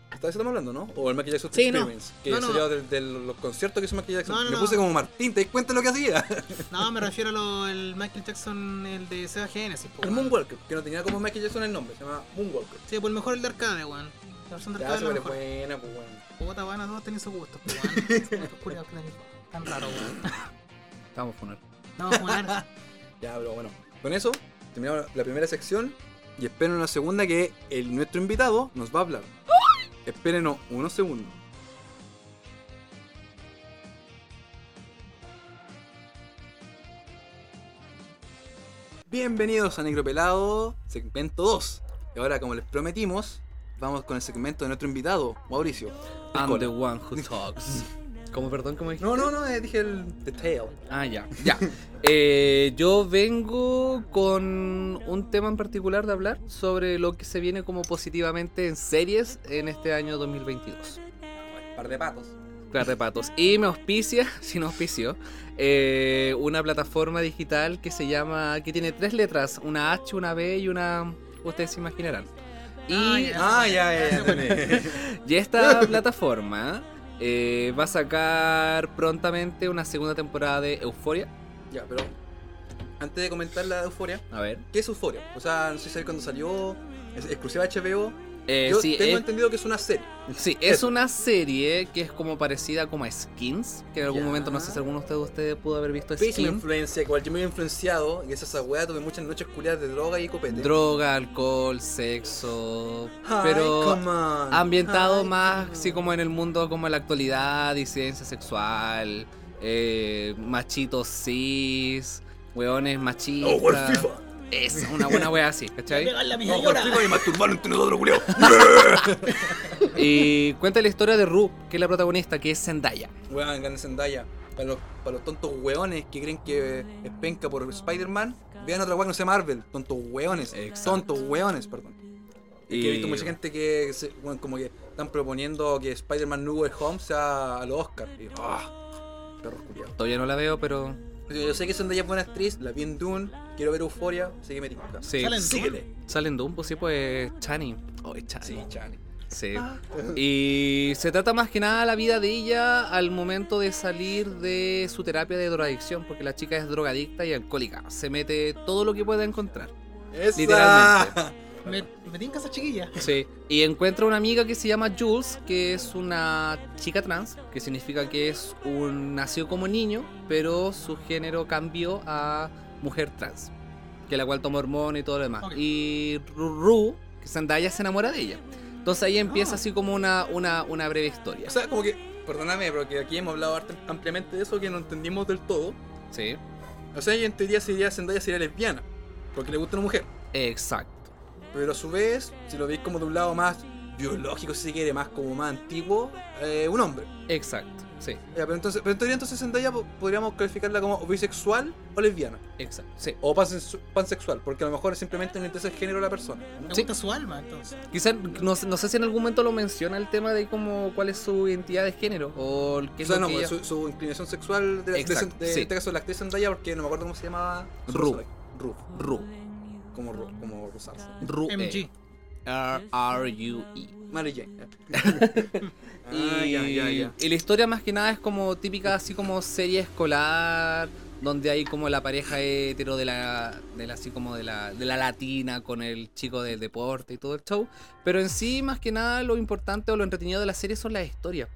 Speaker 1: ¿Está eso estamos hablando, no? O el Michael Jackson
Speaker 2: Sí, no.
Speaker 1: Experience, que
Speaker 2: No, no.
Speaker 1: salió del- de los conciertos que hizo Michael Jackson.
Speaker 2: No, no,
Speaker 1: Le
Speaker 2: no.
Speaker 1: puse como Martín, ¿te das cuenta de lo que hacía?
Speaker 2: No, me refiero a lo, el Michael Jackson, el de Sega Genesis, pues,
Speaker 1: El
Speaker 2: weón.
Speaker 1: Moonwalker, que no tenía como Michael Jackson el nombre, se llama Moonwalker.
Speaker 2: Sí, por mejor el de arcade, weón. La versión de
Speaker 1: Ya,
Speaker 2: arcade
Speaker 1: se
Speaker 2: es la
Speaker 1: vale
Speaker 2: mejor.
Speaker 1: buena, pues bueno.
Speaker 2: Puta, weón, a todos tenían sus gustos, pues, weón. Estos culiados que tenéis. Tan raro, weón.
Speaker 3: Estamos funar.
Speaker 2: No, jugar.
Speaker 1: Ya, pero bueno. Con eso, terminamos la primera sección y espero en la segunda que el, nuestro invitado nos va a hablar. Espérenos unos segundos. Bienvenidos a Necropelado, segmento 2. Y ahora, como les prometimos, vamos con el segmento de nuestro invitado, Mauricio.
Speaker 3: I'm the one who talks. ¿Cómo, perdón? ¿Cómo dijiste?
Speaker 1: No, no, no, eh, dije el The Tale.
Speaker 3: Ah, ya, ya. Eh, yo vengo con un tema en particular de hablar sobre lo que se viene como positivamente en series en este año 2022.
Speaker 1: Par de patos.
Speaker 3: Claro, de patos. Y me auspicia, sin auspicio, eh, una plataforma digital que se llama, que tiene tres letras, una H, una B y una... Ustedes se imaginarán. Y
Speaker 1: Ah, ya, ya, ya.
Speaker 3: y esta plataforma eh, va a sacar prontamente una segunda temporada de Euforia.
Speaker 1: ya, pero antes de comentar la euforia,
Speaker 3: A ver.
Speaker 1: ¿Qué es Euforia? O sea, no sé si cuando salió, es exclusiva HBO.
Speaker 3: Eh,
Speaker 1: Yo
Speaker 3: sí,
Speaker 1: tengo
Speaker 3: es,
Speaker 1: entendido que es una serie.
Speaker 3: sí, es una serie que es como parecida como a Skins, que en algún
Speaker 1: Ya.
Speaker 3: momento no sé si alguno de ustedes- ustedes pudo haber visto
Speaker 1: Pésima
Speaker 3: Skins.
Speaker 1: influencia, igual yo me he influenciado y esa esa weá tuve muchas noches culiadas de droga y copete.
Speaker 3: Droga, alcohol, sexo,
Speaker 1: Ay,
Speaker 3: pero
Speaker 1: come on.
Speaker 3: ambientado
Speaker 1: Ay,
Speaker 3: más
Speaker 1: come
Speaker 3: así
Speaker 1: on.
Speaker 3: como en el mundo como en la actualidad, disidencia sexual, eh, machitos cis, hueones machistas.
Speaker 1: Vamos a jugar FIFA.
Speaker 3: Es una buena wea así, ¿cachai?
Speaker 2: Pegar la
Speaker 1: Vamos a jugar
Speaker 2: millonera.
Speaker 1: FIFA y masturbarnos entre nosotros, culiao.
Speaker 3: Y cuenta la historia de Ru, que es la protagonista, que es Zendaya.
Speaker 1: Weón, gané Zendaya. Para los, para los tontos weones que creen que es penca por Spider-Man, vean otra weá que no sea Marvel. Tontos weones.
Speaker 3: Exacto.
Speaker 1: Tontos weones, perdón. Y... Que he visto mucha gente que se- bueno, como que están proponiendo que Spider-Man No Way Home sea a los Oscar. Y, ah, perros culiados.
Speaker 3: Todavía no la veo, pero
Speaker 1: Yo sé que Zendaya es buena actriz, la vi en Dune, quiero ver Euforia, así que me tinca.
Speaker 3: Sí.
Speaker 2: Salen-
Speaker 1: Síguele.
Speaker 3: Salen Dumbo, sí, pues Chani. Oh, es Chani.
Speaker 1: Sí, Ah, Chani.
Speaker 3: Sí. Y se trata más que nada la vida de ella al momento de salir de su terapia de drogadicción, porque la chica es drogadicta y alcohólica. Se mete todo lo que pueda encontrar.
Speaker 1: ¡Esa!
Speaker 3: Literalmente.
Speaker 2: Me, me tinca esa chiquilla.
Speaker 3: Sí. Y encuentra una amiga que se llama Jules, que es una chica trans, que significa que es un nació como niño, pero su género cambió a mujer trans, que la cual toma hormonas y todo lo demás.
Speaker 2: Ok.
Speaker 3: Y Ruru, que Zendaya se enamora de ella. Entonces ahí empieza
Speaker 2: Ah.
Speaker 3: así como una, una, una breve historia.
Speaker 1: O sea, como que, perdóname, pero que aquí hemos hablado harto- ampliamente de eso que no entendimos del todo.
Speaker 3: Sí.
Speaker 1: O sea, yo en teoría sería Zendaya sería lesbiana, porque le gusta una mujer.
Speaker 3: Exacto.
Speaker 1: Pero a su vez, si lo veis como de un lado más biológico, si se quiere, más como más antiguo, eh, un hombre.
Speaker 3: Exacto. Sí,
Speaker 1: Ya, pero, entonces, pero en teoría entonces Zendaya po- podríamos calificarla como o bisexual o lesbiana.
Speaker 3: exacto. Sí.
Speaker 1: O pansensu- pansexual, porque a lo mejor simplemente no interesa el género de la persona.
Speaker 2: Me
Speaker 3: Sí.
Speaker 2: gusta su alma, entonces.
Speaker 3: Quizás, no, sé- no sé si en algún momento lo menciona el tema de cómo, cuál es su identidad de género. O pues, el-
Speaker 1: O
Speaker 3: qué es
Speaker 1: sea,
Speaker 3: lo
Speaker 1: no,
Speaker 3: que ella-
Speaker 1: su, su inclinación sexual de, la- de-
Speaker 3: Exacto,
Speaker 1: de-
Speaker 3: sí.
Speaker 1: en este caso la actriz Zendaya, porque no me acuerdo cómo se llamaba. su
Speaker 3: Ru.
Speaker 1: personaje. Ru.
Speaker 3: Ru.
Speaker 1: Como, Ru- como Rosarza.
Speaker 3: Ru- E.
Speaker 1: eh,
Speaker 2: MG.
Speaker 3: R- E. R-U-E.
Speaker 1: Mary Jane. ah,
Speaker 3: Y,
Speaker 1: ya, ya, ya.
Speaker 3: y la historia más que nada es como típica, así como serie escolar, donde hay como la pareja hetero de la, de la- así como de la, de la latina con el chico del deporte y todo el show. Pero en sí, más que nada, lo importante o lo entretenido de la serie son las historias.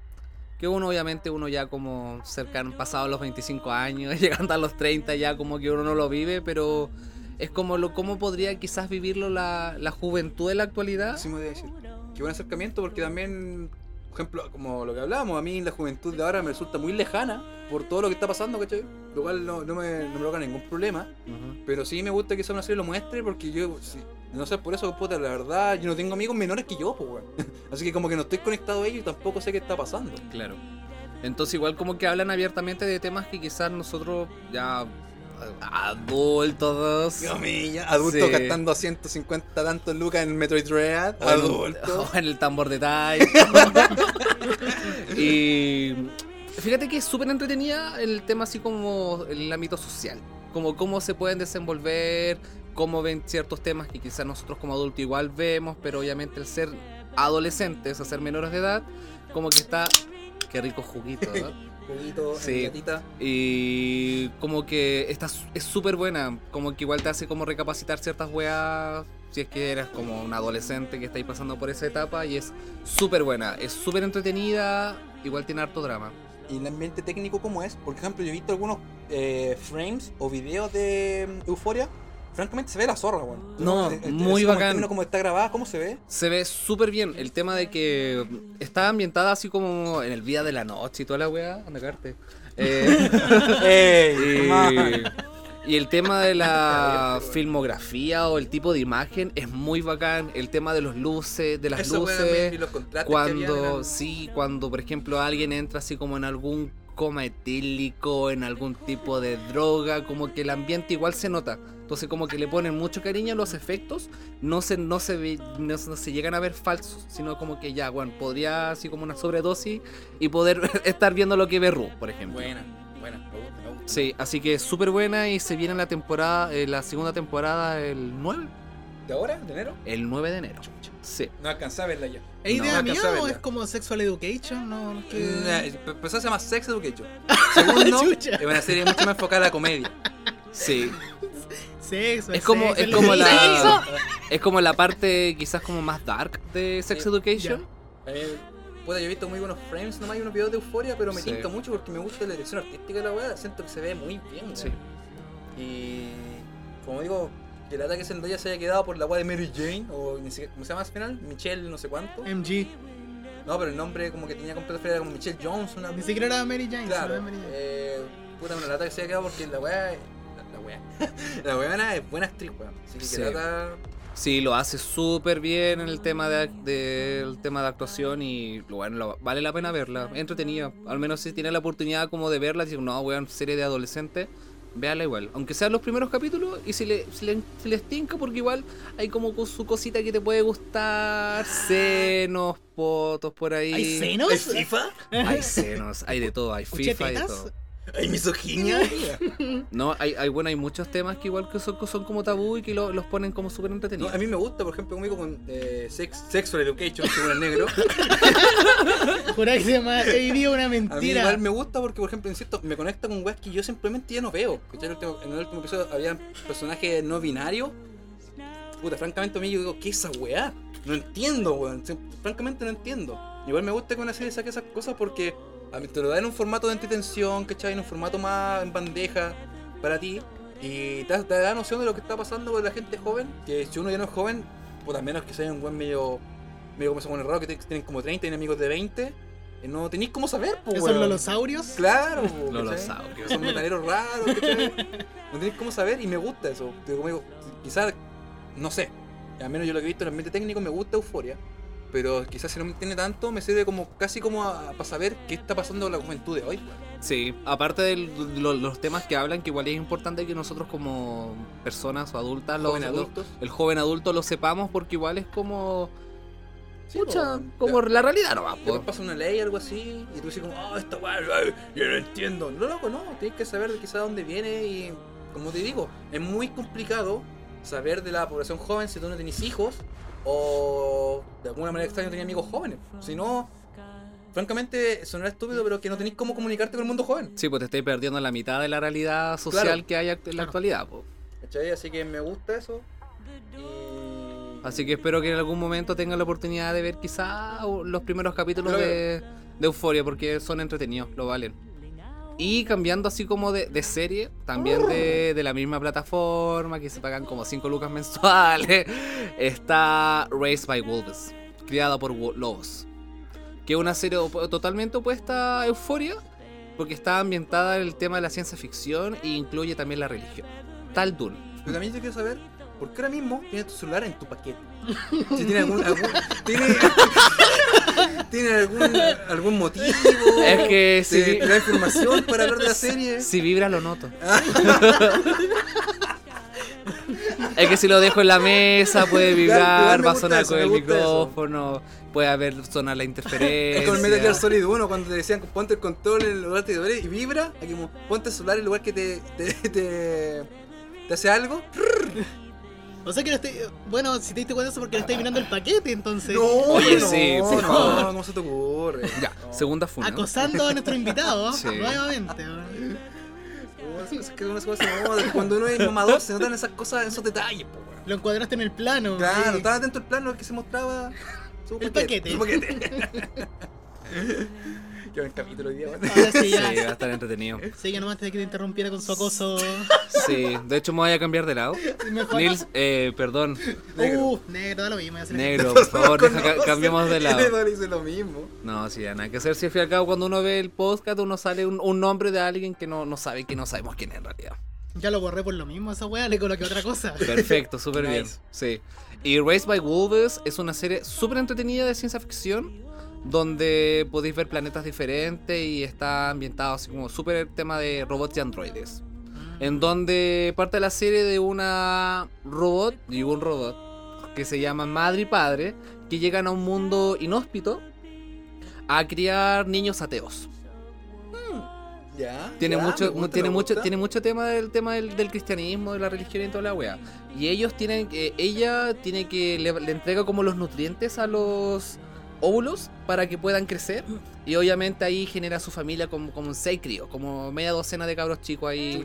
Speaker 3: Que uno, obviamente, uno ya como cercano, pasado los 25 años, llegando a los 30, ya como que uno no lo vive, pero es como lo cómo podría quizás vivirlo la, la juventud de la actualidad.
Speaker 1: Sí, me voy a decir. Qué buen acercamiento, porque también, por ejemplo, como lo que hablábamos, a mí la juventud de ahora me resulta muy lejana por todo lo que está pasando, ¿cachai? Lo cual no, no me, no me provoca ningún problema.
Speaker 3: Ujú.
Speaker 1: Pero sí me gusta que esa una serie lo muestre porque yo, sí, no sé, por eso, puta, la verdad, yo no tengo amigos menores que yo, pues, weón. Así que como que no estoy conectado a ellos y tampoco sé qué está pasando.
Speaker 3: Claro. Entonces igual como que hablan abiertamente de temas que quizás nosotros ya eh, adultos
Speaker 1: Dios mío, ya, adulto
Speaker 3: Sí.
Speaker 1: gastando 150 tantos lucas en Metroid Dread,
Speaker 3: o en un-
Speaker 1: adulto.
Speaker 3: o en el tambor de Tai. y fíjate que es súper entretenida el tema así como el ámbito social, como cómo se pueden desenvolver, cómo ven ciertos temas que quizás nosotros como adultos igual vemos, pero obviamente el ser adolescentes, o ser menores de edad, como que está qué rico juguito, ¿verdad?
Speaker 1: Juguito,
Speaker 3: Sí.
Speaker 1: gatita.
Speaker 3: Y como que está, su- es súper buena, como que igual te hace como recapacitar ciertas weas, si es que eras como un adolescente que estáis pasando por esa etapa y es súper buena, es súper entretenida, igual tiene harto drama.
Speaker 1: y el ambiente técnico como es. Por ejemplo, yo he visto algunos eh, frames o videos de Euforia. Francamente se ve la zorra, weón.
Speaker 3: No,
Speaker 1: Eh, eh, así
Speaker 3: muy
Speaker 1: como el
Speaker 3: bacán.
Speaker 1: término como está grabada, ¿cómo se ve?
Speaker 3: Se ve súper bien el tema de que está ambientada así como en el día de la noche y toda la wea, anda cagarte. Eh,
Speaker 1: ¡Ey!
Speaker 3: Y, y el tema de la filmografía o el tipo de imagen es muy bacán. El tema de los luces, de las luces.
Speaker 1: los contratos
Speaker 3: Cuando, sí, cuando por ejemplo alguien entra así como en algún coma etílico, en algún tipo de droga, como que el ambiente igual se nota. Entonces como que le ponen mucho cariño a los efectos, no se, no se, ve- no, se- no se llegan a ver falsos, sino como que ya, bueno, podría así como una sobredosis y poder estar viendo lo que ve Ru, por ejemplo.
Speaker 1: Buena, buena, me gusta, me gusta.
Speaker 3: Sí, así que es súper buena y se viene la temporada, eh, la segunda temporada el 9,
Speaker 1: ¿De ahora? ¿De enero?
Speaker 3: el 9 de enero. Sí.
Speaker 1: No alcanzaba a verla ya.
Speaker 2: ¿Es
Speaker 3: No,
Speaker 2: idea
Speaker 1: acá
Speaker 2: mía
Speaker 1: saben,
Speaker 2: o
Speaker 1: ya.
Speaker 2: es como Sexual Education? No, no,
Speaker 1: eh,
Speaker 2: que...
Speaker 1: Empezó a ser más sex education. Segundo,
Speaker 2: Chucha.
Speaker 1: es una serie mucho más enfocada a la comedia.
Speaker 3: eh, Sí.
Speaker 2: Sexo,
Speaker 3: Es como,
Speaker 2: sexo,
Speaker 3: es como
Speaker 2: sexo.
Speaker 3: la es como la parte quizás como más dark de Sex
Speaker 1: Sí,
Speaker 3: Education.
Speaker 1: A mí, Eh, puta, yo he visto muy buenos frames, nomás hay unos videos de euforia, pero me
Speaker 3: Sí.
Speaker 1: tinca mucho porque me gusta la dirección artística de la weá, siento que se ve muy bien. weón.
Speaker 3: Sí.
Speaker 1: Y como digo, que el ataque Zendaya se haya quedado por la weá de Mary Jane, o ni siquiera, ¿cómo se llama al final? Michelle, no sé cuánto.
Speaker 2: MG.
Speaker 1: No, pero el nombre como que tenía completo era como Michelle Jones, una.
Speaker 2: Ni siquiera era Mary Jane.
Speaker 1: Claro.
Speaker 2: no era Mary Jane.
Speaker 1: eh, puta, bueno, el ataque se haya quedado porque la weá. La, la weá. la weá es buena actriz, weón. Así que
Speaker 3: Sí.
Speaker 1: que lata-
Speaker 3: Sí, lo hace súper bien en el tema de, ac- de- el tema de actuación y bueno, lo- vale la pena verla, entretenida. Al menos si tienes la oportunidad como de verla, si no, weón, serie de adolescentes, véala igual. Aunque sean los primeros capítulos y si, le, si, le- si les tinca, porque igual hay como co- su cosita que te puede gustar, senos, potos por ahí.
Speaker 2: ¿Hay senos?
Speaker 1: Eh, ¿Es FIFA?
Speaker 3: Hay senos, hay de todo, hay
Speaker 2: ¿Escuché
Speaker 3: FIFA, hay de
Speaker 2: tetas?
Speaker 3: todo.
Speaker 1: Hay misoginia.
Speaker 3: No, hay, hay, bueno, hay muchos temas que igual que son, son como tabú y que lo- los ponen como súper
Speaker 1: No,
Speaker 3: entretenidos.
Speaker 1: a mí me gusta, por ejemplo, conmigo con eh, sex, Sexual Education, según el negro.
Speaker 2: Jurá que se llama Te diría una
Speaker 1: A mí
Speaker 2: mentira.
Speaker 1: igual me gusta porque, por ejemplo, insisto, me conecta con weas que yo simplemente ya no veo. ¿cachai? En el último, en el último episodio había personajes no binarios. Puta, francamente a mí yo digo, ¿qué es esa wea? No entiendo, weón. Sim- Francamente no entiendo. Igual me gusta que una serie saque esas cosas porque a mí te lo dan en un formato de entretención, ¿cachai? En un formato más en bandeja para ti. Y te, te da noción de lo que está pasando con la gente joven. Que si uno ya no es joven, pues al menos que sea un buen medio... Medio como se pone raro, que te- tienen como 30 y amigos de 20. eh, No tenéis cómo saber, pues.
Speaker 2: Esos
Speaker 1: weón.
Speaker 2: lolosaurios.
Speaker 1: Claro, po,
Speaker 3: No lo
Speaker 1: ¿cachai?
Speaker 3: saben.
Speaker 1: Son metaleros raros, ¿cachai? No tenés cómo saber y me gusta eso. Te digo, como digo, quizás, no sé, al menos yo lo que he visto en el ambiente técnico me gusta Euforia, pero quizás si no me entiende tanto me sirve como casi como a- para saber qué está pasando con la juventud de hoy. weón.
Speaker 3: Sí, aparte de lo- los temas que hablan, que igual es importante que nosotros como personas o adultas, los,
Speaker 1: Jóvenes
Speaker 3: los-
Speaker 1: adultos.
Speaker 3: el joven adulto lo sepamos porque igual es como...
Speaker 1: Sí,
Speaker 3: pucha,
Speaker 1: po,
Speaker 3: como
Speaker 1: te-
Speaker 3: la realidad nomás.
Speaker 1: te
Speaker 3: po.
Speaker 1: pasa una ley algo así y tú dices como, oh, esta weá, ay, yo no entiendo. No, loco, no, tienes que saber quizás dónde viene y, como te digo, es muy complicado saber de la población joven si tú no tenés hijos o de alguna manera extraña no tenés amigos jóvenes. Si no, francamente, sonará estúpido, pero que no tenés cómo comunicarte con el mundo joven.
Speaker 3: Sí, pues te estáis perdiendo la mitad de la realidad social
Speaker 1: Claro.
Speaker 3: que hay act- en la
Speaker 2: Claro.
Speaker 3: actualidad. po.
Speaker 1: ¿Cachai? Así que me gusta eso. Y...
Speaker 3: Así que espero que en algún momento tengan la oportunidad de ver quizá u- los primeros capítulos
Speaker 1: Claro.
Speaker 3: de, de Euforia porque son entretenidos, lo valen. Y cambiando así como de, de serie, también de, de la misma plataforma, que se pagan como 5 lucas mensuales, está Raised by Wolves, criada por wo- lobos. Que es una serie op- totalmente opuesta a Euforia, porque está ambientada en el tema de la ciencia ficción e incluye también la religión. Tal Dun.
Speaker 1: Pero también yo quiero saber por qué ahora mismo tienes tu celular en tu paquete. Si tiene algún. algún- tiene, tiene algún, algún motivo.
Speaker 3: Es que
Speaker 1: te-
Speaker 3: si-
Speaker 1: te da información para hablar de la serie.
Speaker 3: Si vibra lo noto. es que si lo dejo en la mesa puede
Speaker 1: Igual- igual
Speaker 3: vibrar,
Speaker 1: me
Speaker 3: va a
Speaker 1: gusta
Speaker 3: sonar
Speaker 1: eso,
Speaker 3: con
Speaker 1: me
Speaker 3: el
Speaker 1: gusta eso.
Speaker 3: micrófono, puede haber sonar la
Speaker 1: Es con Metal Gear
Speaker 3: interferencia.
Speaker 1: Solid 1 cuando te decían ponte el control en el lugar que te duele y vibra, aquí como ponte el celular en el lugar que te, te, te, te hace algo.
Speaker 2: O sea que no estoy. Bueno, si te diste cuenta, es porque le estoy mirando el paquete, entonces.
Speaker 3: Oye, sí,
Speaker 1: no,
Speaker 3: por favor.
Speaker 1: no, ¿cómo se te ocurre?
Speaker 3: Ya,
Speaker 1: No.
Speaker 3: segunda funa.
Speaker 2: Acosando a nuestro invitado,
Speaker 3: Sí.
Speaker 2: nuevamente. weón.
Speaker 1: Oh, esas cosas que unas cosas, no, cuando uno es mamador se notan esas cosas, esos detalles, po, weón.
Speaker 2: Lo encuadraste en el plano.
Speaker 1: Claro,
Speaker 2: sí.
Speaker 1: estaba dentro del plano que se mostraba su
Speaker 2: El
Speaker 1: Su
Speaker 2: paquete.
Speaker 1: paquete. Qué buen capítulo hoy día, weón.
Speaker 2: Ahora sí,
Speaker 3: Sí,
Speaker 2: ya.
Speaker 3: va a estar entretenido.
Speaker 2: Sí, ya nomás antes de que te interrumpiera con su acoso.
Speaker 3: Sí, de hecho me voy a cambiar de lado.
Speaker 2: Mejor.
Speaker 3: Nils, eh, perdón,
Speaker 1: Negro.
Speaker 2: Uh, negro, da lo mismo. voy a hacer
Speaker 3: negro, por favor,
Speaker 1: Nos
Speaker 3: deja, ca-
Speaker 1: conocen.
Speaker 3: cambiamos de lado.
Speaker 1: Eduardo dice lo mismo.
Speaker 3: No, sí, ya nada que hacer. Si al fin y al cabo cuando uno ve el podcast uno sale un, un nombre de alguien que no, no sabe, que no sabemos quién es en realidad.
Speaker 2: Ya lo borré por lo mismo a esa weá, le coloqué otra cosa.
Speaker 3: Perfecto, súper bien.
Speaker 1: Nice.
Speaker 3: Sí. Y Raised by Wolves es una serie súper entretenida de ciencia ficción donde podéis ver planetas diferentes y está ambientado así como súper el tema de robots y androides. En donde parte la serie de una robot y un robot que se llama madre y padre que llegan a un mundo inhóspito a criar niños ateos.
Speaker 1: Ya.
Speaker 3: Tiene
Speaker 1: ya, me
Speaker 3: mucho, mu-
Speaker 1: gusta,
Speaker 3: tiene
Speaker 1: me
Speaker 3: mucho,
Speaker 1: gusta.
Speaker 3: tiene mucho tema del tema del, del cristianismo, de la religión y toda la wea. Y ellos tienen que, ella tiene que le, le entrega como los nutrientes a los óvulos para que puedan crecer. Y obviamente ahí genera su familia como, como un seis críos, como media docena de cabros chicos ahí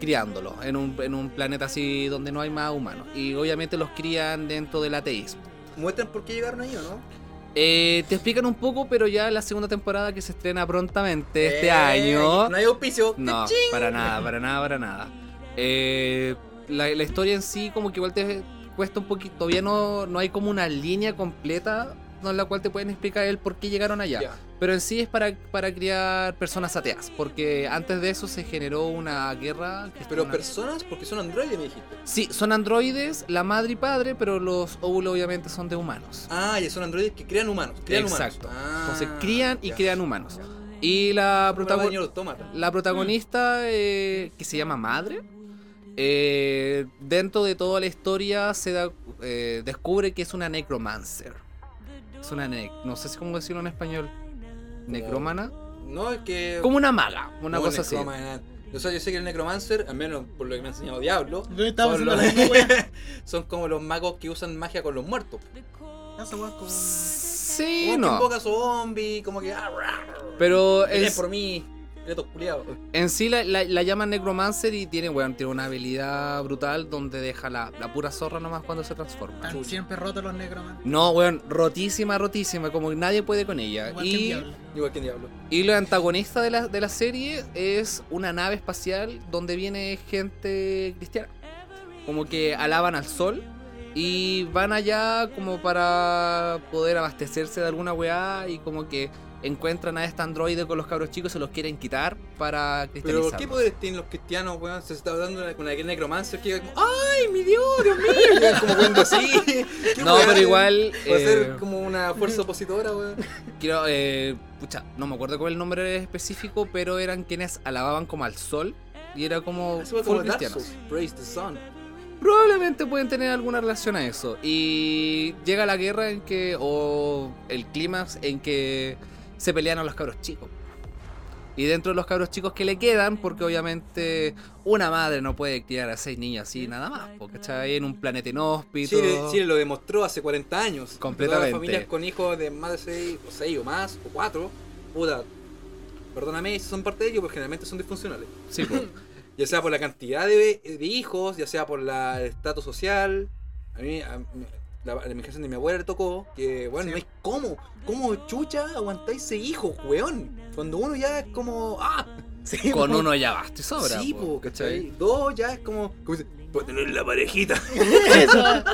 Speaker 3: criándolos en un, en un planeta así donde no hay más humanos. Y obviamente los crían dentro del ateísmo.
Speaker 1: Muestran por qué llegaron ahí, ¿o no?
Speaker 3: Eh, te explican un poco, pero ya la segunda temporada que se estrena prontamente este
Speaker 1: Eh,
Speaker 3: año.
Speaker 1: No hay auspicio.
Speaker 3: No, para nada, para nada, para nada. Eh, la, la historia en sí como que igual te cuesta un poquito, todavía no, no hay como una línea completa en la cual te pueden explicar el por qué llegaron allá.
Speaker 1: Ya.
Speaker 3: Pero en sí es para, para criar personas ateas, porque antes de eso se generó una guerra... que
Speaker 1: Pero
Speaker 3: una-
Speaker 1: personas, porque son androides, me dijiste.
Speaker 3: Sí, son androides, la madre y padre, pero los óvulos obviamente son de humanos.
Speaker 1: Ah, ya son androides que crean humanos. Crean
Speaker 3: Exacto.
Speaker 1: Humanos. Ah,
Speaker 3: Entonces crían y
Speaker 1: ya.
Speaker 3: crean humanos. Y
Speaker 1: Como
Speaker 3: la
Speaker 1: la
Speaker 3: protagonista...
Speaker 1: señora Autómata.
Speaker 3: La protagonista, eh, que se llama Madre, eh, dentro de toda la historia se da, eh, descubre que es una necromancer. Es una ne- no sé si cómo decirlo en español. Necrómana.
Speaker 1: No, es que.
Speaker 3: Como una maga, una
Speaker 1: No,
Speaker 3: cosa así.
Speaker 1: necromancer. O sea, yo sé que el Necromancer, al menos por lo que me ha enseñado Diablo,
Speaker 2: Yo estaba
Speaker 1: Son
Speaker 2: haciendo la
Speaker 1: los-
Speaker 2: misma wea.
Speaker 1: son como los magos que usan magia con los muertos.
Speaker 2: Esa wea es como-
Speaker 1: Como
Speaker 3: Sí,
Speaker 1: que
Speaker 3: no.
Speaker 1: invoca zombie, como que. "Ah, rah, rah,
Speaker 3: Pero
Speaker 1: Vienen
Speaker 3: es,
Speaker 1: por mí, estos culiados.
Speaker 3: en sí la, la- la llaman Necromancer y tiene, weón, tiene una habilidad brutal donde deja la, la pura zorra nomás cuando se transforma.
Speaker 2: Están siempre rotos los negros, man.
Speaker 3: No, weón, rotísima, rotísima, como que nadie puede con ella.
Speaker 2: Igual que el
Speaker 3: y,
Speaker 2: diablo.
Speaker 1: Igual que Diablo.
Speaker 3: y lo antagonista de la, de la serie es una nave espacial donde viene gente cristiana. Como que alaban al sol y van allá como para poder abastecerse de alguna weá y como que encuentran a este androide con los cabros chicos y se los quieren quitar para
Speaker 1: Pero
Speaker 3: cristalizar.
Speaker 1: ¿qué poderes tienen los cristianos, weón? Se está hablando con una necromancer que llega como, ¡ay, mi Dios, Dios mío! Y llegan como cuando así. ¿Qué
Speaker 3: No,
Speaker 1: weá?
Speaker 3: pero igual...
Speaker 1: Puede
Speaker 3: eh,
Speaker 1: ser como una fuerza opositora, weón.
Speaker 3: Quiero, eh, pucha, no me acuerdo cuál es el nombre específico, pero eran quienes alababan como al sol y era como
Speaker 1: Eso fue como
Speaker 3: full
Speaker 1: Dark
Speaker 3: cristianos.
Speaker 1: Souls, Praise the Sun.
Speaker 3: Probablemente pueden tener alguna relación a eso. Y llega la guerra en que, o el clímax en que se pelean a los cabros chicos. Y dentro de los cabros chicos que le quedan, porque obviamente una madre no puede criar a seis niños así nada más, porque está ahí en un planeta inhóspito.
Speaker 1: Chile, Chile lo demostró hace 40 años.
Speaker 3: Completamente.
Speaker 1: Todas las familias con hijos de más de 6 o, seis o más, o 4, puta, perdóname si son parte de ellos, pero generalmente son disfuncionales.
Speaker 3: Sí, po.
Speaker 1: Ya sea por la cantidad de, de hijos, ya sea por la, el estatus social. A mí, a mí- la, la emigración de mi abuela le tocó que, bueno,
Speaker 2: Sí.
Speaker 1: no hay cómo. ¿Cómo chucha aguantáis ese hijo, weón? Cuando uno ya es como, ah, sí,
Speaker 3: con
Speaker 1: po.
Speaker 3: uno ya basta y sobra.
Speaker 1: Sí,
Speaker 3: po,
Speaker 1: po, ¿cachai? Dos ya es como, como dice, "Puedo tener la parejita.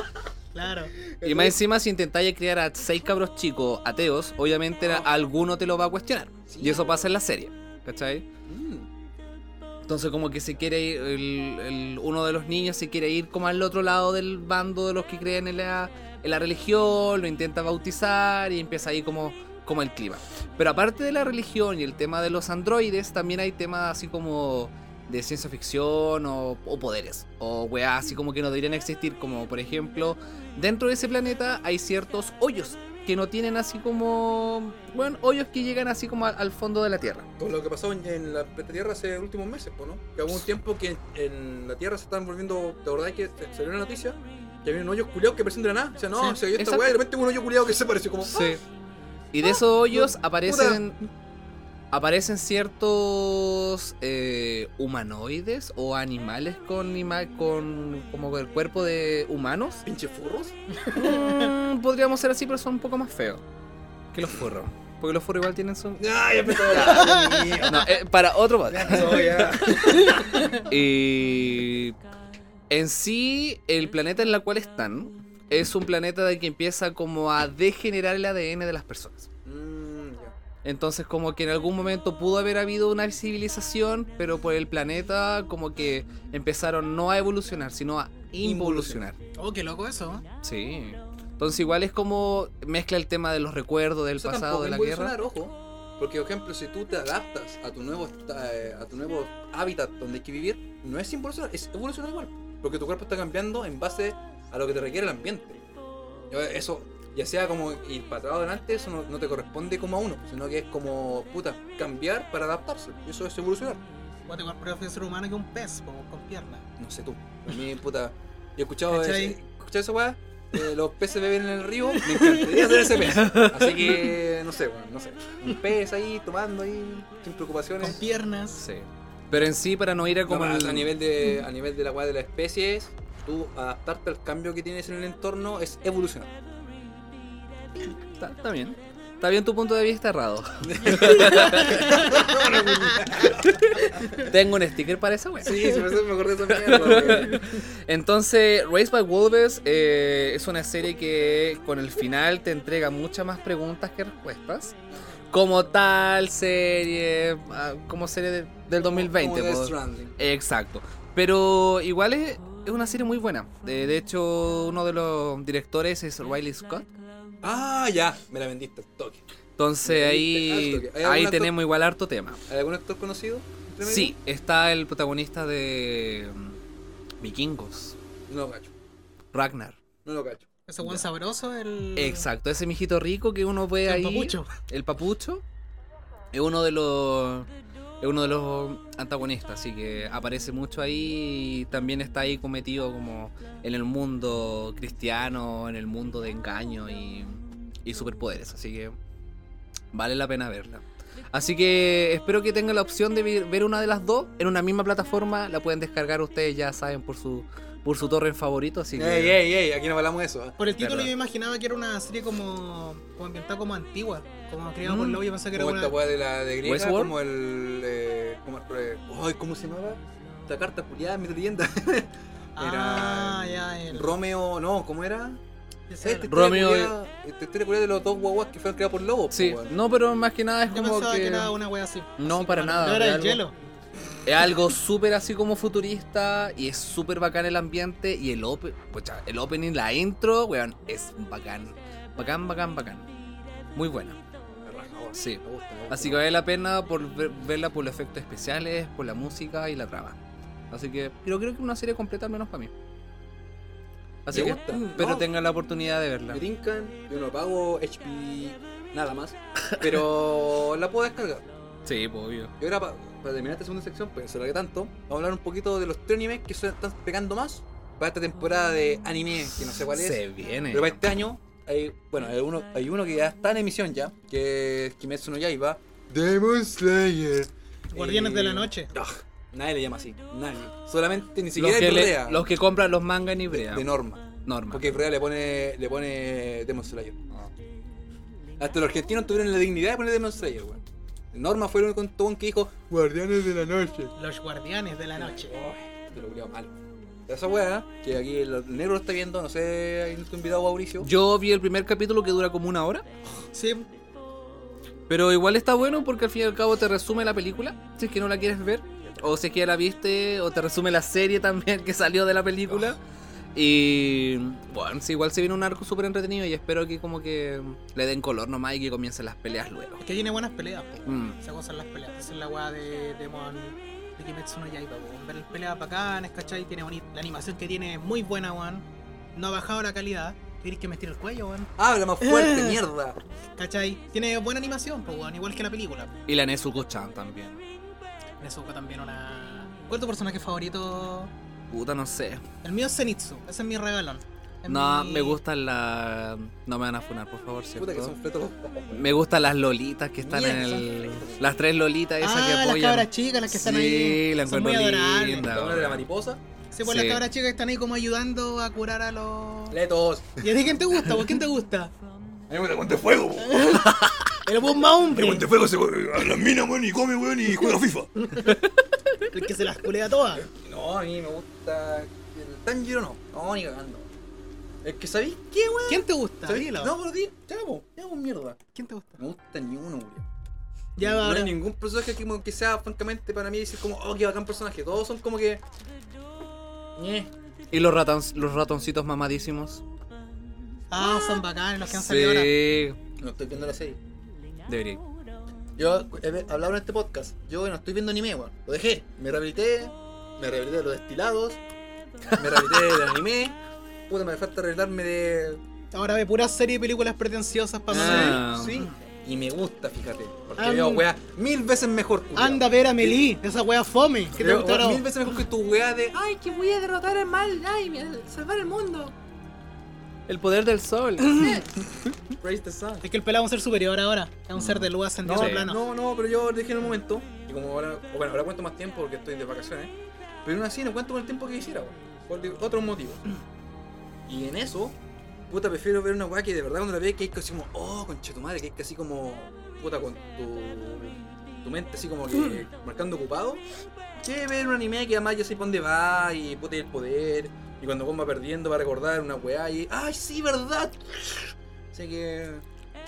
Speaker 2: Claro.
Speaker 3: Y más encima, si intentáis criar a seis cabros chicos ateos, obviamente
Speaker 1: Ah.
Speaker 3: alguno te lo va a cuestionar.
Speaker 1: Sí.
Speaker 3: Y eso pasa en la serie, ¿cachai?
Speaker 1: Mm,
Speaker 3: Entonces como que se quiere ir, el- el- uno de los niños se quiere ir como al otro lado del bando de los que creen en la, en la religión, lo intenta bautizar y empieza ahí como, como el clima. Pero aparte de la religión y el tema de los androides, también hay temas así como de ciencia ficción o, o poderes, o weá, así como que no deberían existir, como por ejemplo, dentro de ese planeta hay ciertos hoyos que no tienen así como, bueno, hoyos que llegan así como al- al fondo de la Tierra.
Speaker 1: Con lo que pasó en, en la planeta Tierra hace últimos meses, po, ¿no? Que hubo un tiempo que en, en la Tierra se estaban volviendo, ¿te acordás que se- salió una noticia? Que había un hoyo culiado que parecía de la nada. O sea, no,
Speaker 3: Sí,
Speaker 1: se vio esta
Speaker 3: exacto.
Speaker 1: weá y de repente hubo un hoyo culiado que se pareció como, "Ah,
Speaker 3: Sí. Y de esos hoyos aparecen. Aparecen ciertos eh, humanoides o animales con, ima- con como el cuerpo de humanos.
Speaker 1: pinche furros.
Speaker 3: Mm, podríamos ser así, pero son un poco más feos que los furros. Porque los furros igual tienen su.
Speaker 1: Ay, empezó a
Speaker 3: No, eh, para otro podcast.
Speaker 1: No, ya.
Speaker 3: Y en sí, el planeta en el cual están es un planeta de que empieza como a degenerar el ADN de las personas.
Speaker 1: Mm, ya.
Speaker 3: Entonces como que en algún momento pudo haber habido una civilización, pero por el planeta como que empezaron no a evolucionar, sino a involucionar.
Speaker 2: Oh, qué loco eso. ¿eh?
Speaker 3: Sí. Entonces igual es como mezcla el tema de los recuerdos del
Speaker 1: Eso
Speaker 3: pasado,
Speaker 1: tampoco
Speaker 3: de la
Speaker 1: es evolucionar,
Speaker 3: guerra.
Speaker 1: ojo. Porque, por ejemplo, si tú te adaptas a tu nuevo esta- eh, a tu nuevo hábitat donde hay que vivir, no es involucionar, es evolucionar igual. Porque tu cuerpo está cambiando en base a lo que te requiere el ambiente. Eh, Eso, ya sea como ir para atrás o adelante, eso no, no te corresponde como a uno, sino que es como, puta, cambiar para adaptarse. Y Eso es evolucionar.
Speaker 2: Guate, igual prefiero ser humano que un pez, po, con piernas.
Speaker 1: No sé tú. A mí, puta, yo he escuchado,
Speaker 2: ¿Cachai?
Speaker 1: ese- escuchado esa weá. eh, los peces beben en el río, me encantaría ser ese pez. Así que, no sé, weón, no sé. Un pez ahí, tomando ahí, sin
Speaker 2: Con
Speaker 1: preocupaciones.
Speaker 2: piernas.
Speaker 3: Sí. Pero en sí, para no ir a
Speaker 1: No,
Speaker 3: como...
Speaker 1: a,
Speaker 3: el-
Speaker 1: a nivel de, a nivel de la weá de las especies, tú adaptarte al cambio que tienes en el entorno es evolucionar.
Speaker 3: Está, está bien. Está bien tu punto de vista errado. Tengo un sticker para esa wea.
Speaker 1: Sí, por eso me acordé de esa mierda. weón.
Speaker 3: Entonces, Race by Wolves eh, es una serie que con el final te entrega muchas más preguntas que respuestas. Como tal serie, ah, como serie de- del 2020.
Speaker 1: Como Death
Speaker 3: po.
Speaker 1: Stranding.
Speaker 3: pues. Exacto. Pero igual es, es una serie muy buena. De, de hecho, uno de los directores es Riley Scott.
Speaker 1: Ah, ya, me la vendiste al toque.
Speaker 3: Entonces
Speaker 1: Al
Speaker 3: ahí,
Speaker 1: toque. ¿Hay algún
Speaker 3: ahí
Speaker 1: actor-
Speaker 3: tenemos igual harto tema.
Speaker 1: ¿Hay algún actor conocido? entre medio?
Speaker 3: Sí, está el protagonista de mm, Vikingos,
Speaker 1: No lo cacho,
Speaker 3: Ragnar.
Speaker 1: no lo cacho.
Speaker 2: Ese buen sabroso, el.
Speaker 3: Exacto, ese mijito rico que uno ve
Speaker 2: El
Speaker 3: ahí.
Speaker 2: papucho.
Speaker 3: El papucho. Es uno de los es uno de los antagonistas, así que aparece mucho ahí y también está ahí cometido como en el mundo cristiano, en el mundo de engaño y, y superpoderes, así que vale la pena verla. Así que espero que tengan la opción de vi- ver una de las dos en una misma plataforma, la pueden descargar ustedes ya saben por su por su torre favorito, así que
Speaker 1: Ey, ey, ey, aquí no hablamos de eso. ¿eh?
Speaker 2: Por el título
Speaker 3: Verdad.
Speaker 2: yo imaginaba que era una serie como, como ambientada como antigua, como creada por
Speaker 3: Mm.
Speaker 2: Lobo, yo pensaba que era
Speaker 1: Como esta
Speaker 2: una...
Speaker 1: weá de la de griega,
Speaker 3: Westworld.
Speaker 1: como el. Eh, como el eh, ay, ¿cómo se llamaba? Esta carta puliada, mi leyenda.
Speaker 2: Ah,
Speaker 1: Era-
Speaker 2: ya, el...
Speaker 1: Romeo, no, ¿cómo era?
Speaker 2: ese
Speaker 1: Esta
Speaker 2: era.
Speaker 1: historia
Speaker 3: Romeo y-
Speaker 1: culiada- Esta historia culiada de los dos guaguas que fueron creados por lobos. po,
Speaker 3: Sí,
Speaker 1: weón.
Speaker 3: no, pero más que nada es
Speaker 2: Yo
Speaker 3: como
Speaker 2: pensaba que...
Speaker 3: que
Speaker 2: era una wea así.
Speaker 3: No,
Speaker 2: así
Speaker 3: para
Speaker 2: como-
Speaker 3: nada,
Speaker 2: No era
Speaker 3: era
Speaker 2: el
Speaker 3: algo-
Speaker 2: hielo.
Speaker 3: Es algo súper así como futurista y es súper bacán el ambiente y el, ope- pucha, el opening, la intro, weón, es bacán. Bacán, bacán, bacán. Muy buena.
Speaker 1: Me raja, weón.
Speaker 3: Sí.
Speaker 1: Me gusta, me gusta.
Speaker 3: Así que vale la pena por ver- verla por los efectos especiales, por la música y la trama. Así que yo creo que una serie completa al menos para mí. Así
Speaker 1: Me
Speaker 3: que,
Speaker 1: gusta.
Speaker 3: mm, pero
Speaker 1: No.
Speaker 3: tengan la oportunidad de verla.
Speaker 1: Me tincan, yo no pago HP nada más, pero la puedo descargar.
Speaker 3: Sí, pues, obvio.
Speaker 1: Y ahora, pa- para terminar esta segunda sección, pues se que tanto, vamos a hablar un poquito de los tres animes que se están pegando más para esta temporada de anime, que no sé cuál es.
Speaker 3: Se viene.
Speaker 1: Pero para este año, hay, bueno, hay uno, hay uno que ya está en emisión ya, que es Kimetsu no Yaiba. Demon Slayer.
Speaker 2: Guardianes
Speaker 1: Eh,
Speaker 2: de la noche.
Speaker 1: ah, nadie le llama así, nadie. Solamente, ni
Speaker 3: los,
Speaker 1: siquiera
Speaker 3: que
Speaker 1: en
Speaker 3: le-
Speaker 1: Brea,
Speaker 3: los que compran los mangas en Ibrea.
Speaker 1: de Norma.
Speaker 3: Norma.
Speaker 1: Porque Brea le pone, le pone Demon Slayer. Hasta los argentinos tuvieron la dignidad de poner Demon Slayer, weón. Norma fue el único tonto que dijo Guardianes de la Noche.
Speaker 2: Los guardianes de la noche.
Speaker 1: Te este lo culiao mal. Esa weá, que aquí el negro lo está viendo, no sé, hay tu invitado Mauricio.
Speaker 3: Yo vi el primer capítulo que dura como una hora.
Speaker 2: Sí,
Speaker 3: Pero igual está bueno porque al fin y al cabo te resume la película, si es que no la quieres ver, o si es que ya la viste, o te resume la serie también que salió de la película. Y bueno, sí, igual se viene un arco súper entretenido y espero que como que le den color nomás y que comiencen las peleas luego.
Speaker 2: es que tiene buenas peleas. po.
Speaker 3: Mm.
Speaker 2: Esa cosa son las peleas. Esa es la weá de Demon de Kimetsu no Yaiba, weón. Ver las peleas bacanas, ¿cachai? Tiene bonita. La animación que tiene es muy buena, weón. No ha bajado la calidad. Queréis que me estire el cuello, weón.
Speaker 1: Habla más fuerte, mierda.
Speaker 2: ¿Cachai? Tiene buena animación, pues, weón. Igual que la película.
Speaker 3: Y la Nezuko-chan también.
Speaker 2: Nezuko también una... ¿Cuál es tu personaje favorito?
Speaker 3: Puta, no sé.
Speaker 2: El mío es Zenitsu. Ese es mi regalón. Es
Speaker 3: No,
Speaker 2: mi-
Speaker 3: me gustan las... No me van a funar, por favor,
Speaker 1: Puta que
Speaker 3: ¿cierto?
Speaker 1: son fletos.
Speaker 3: Me gustan las lolitas que están
Speaker 1: Mira
Speaker 3: en
Speaker 1: que son
Speaker 3: el...
Speaker 1: fletas.
Speaker 3: Las tres lolitas esas que
Speaker 2: Ah, las
Speaker 3: apoyan.
Speaker 2: cabras chicas, las que están ahí.
Speaker 3: Sí, la
Speaker 2: son
Speaker 3: encuentro
Speaker 2: muy adorables.
Speaker 3: linda.
Speaker 1: La de la mariposa.
Speaker 2: Sí, pues
Speaker 3: Sí.
Speaker 2: las cabras chicas que están ahí como ayudando a curar a los...
Speaker 1: Letos.
Speaker 2: ¿Y a ti quién te gusta? ¿Por quién te gusta?
Speaker 1: A mí me gusta el fuego. po.
Speaker 2: El buen más
Speaker 1: Me
Speaker 2: hombre.
Speaker 1: gusta el fuego. Se a las minas, weón, y come, weón, y juega FIFA.
Speaker 2: El que se las culea todas.
Speaker 1: No, a mí me gusta. El Tanjiro no. No, ni cagando. Es que sabéis qué, weón.
Speaker 2: ¿Quién te gusta?
Speaker 1: ¿Sabéis?
Speaker 2: Dilo.
Speaker 1: No, pero di, chavo, chavo, mierda.
Speaker 2: ¿Quién te gusta?
Speaker 1: No me gusta ni uno, weón.
Speaker 2: Ya
Speaker 1: no
Speaker 2: va ahora.
Speaker 1: hay ningún personaje que, como que sea francamente para mí decir como, oh, qué bacán personaje. Todos son como que. Ñe.
Speaker 3: Y los, raton- los ratoncitos mamadísimos.
Speaker 2: Ah, son bacanes los que han salido ahora.
Speaker 1: No estoy viendo la serie.
Speaker 3: debería.
Speaker 1: Yo he hablado en este podcast. Yo no estoy viendo anime, weón. Lo dejé. Me rehabilité. Me rehabilité de los destilados. Me rehabilité del anime. Puta, me falta arreglarme de.
Speaker 2: Ahora ve pura serie de películas pretenciosas para mamar.
Speaker 3: Ah.
Speaker 1: Sí. Y me gusta, fíjate. Porque
Speaker 2: Am-
Speaker 1: veo weá mil veces mejor. culiao.
Speaker 2: Anda a ver a Meli, esa wea fome. ¿Qué te
Speaker 1: Veo
Speaker 2: gusta
Speaker 1: weá
Speaker 2: ahora?
Speaker 1: mil veces mejor que tu weá de. ah, Ay, que voy a derrotar al mal. Ay, me- salvar el mundo.
Speaker 3: El poder del sol.
Speaker 1: Raise the sun.
Speaker 2: Es que el pelado es un ser superior ahora. Es un ser de luz ascendido
Speaker 1: No,
Speaker 2: al plano.
Speaker 1: no, no, pero yo dejé en un momento. Y como ahora, o bueno, ahora cuento más tiempo porque estoy de vacaciones. Pero aún así no cuento con el tiempo que quisiera, weón. Por di- otros motivos. Y en eso, puta, prefiero ver una weá que de verdad cuando la ve que es así como, oh, concha tu madre, que es casi como, puta, con tu, tu mente así como
Speaker 2: Mm.
Speaker 1: que marcando ocupado. Que ver un anime que además yo sé por dónde va y puta y el poder. Y cuando vos va perdiendo va a recordar una weá y, ay, sí, verdad. Así que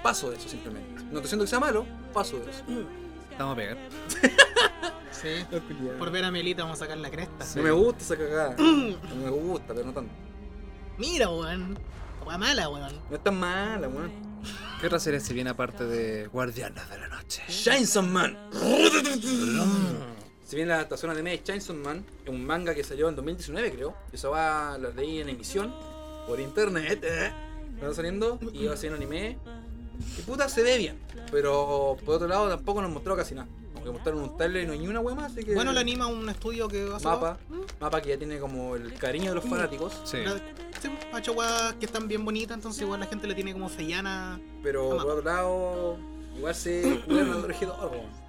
Speaker 1: paso de eso simplemente. No te siento que sea malo, paso de eso.
Speaker 3: Estamos a pegar.
Speaker 2: Sí. Por
Speaker 1: Por-
Speaker 2: ver a Melita vamos a sacar la cresta.
Speaker 3: Sí.
Speaker 1: No me gusta esa cagada. No me gusta, pero no tanto.
Speaker 2: Mira, weón. Wea mala, weón.
Speaker 1: No es tan mala, weón.
Speaker 3: ¿Qué otra serie se viene aparte de Guardianas de la Noche?
Speaker 1: Chainsaw Man. Si bien la adaptación anime de Chainsaw Man, es un manga que salió en 2019, creo. Eso va, la leí en emisión, por internet, eh, cuando saliendo, y va a ser un anime. Que puta se ve bien. Pero por otro lado tampoco nos mostró casi nada. Aunque mostraron un trailer y no hay ni una wea más, así que.
Speaker 2: Bueno, le anima un estudio que hace
Speaker 1: Mapa, mapa que ya tiene como el cariño de los fanáticos.
Speaker 3: Sí.
Speaker 2: Pero, sí, ha hecho weas que están bien bonitas, entonces igual la gente le tiene como fellana.
Speaker 1: Pero
Speaker 2: Mapa.
Speaker 1: por otro lado, igual se jugaron a Dorojedoro.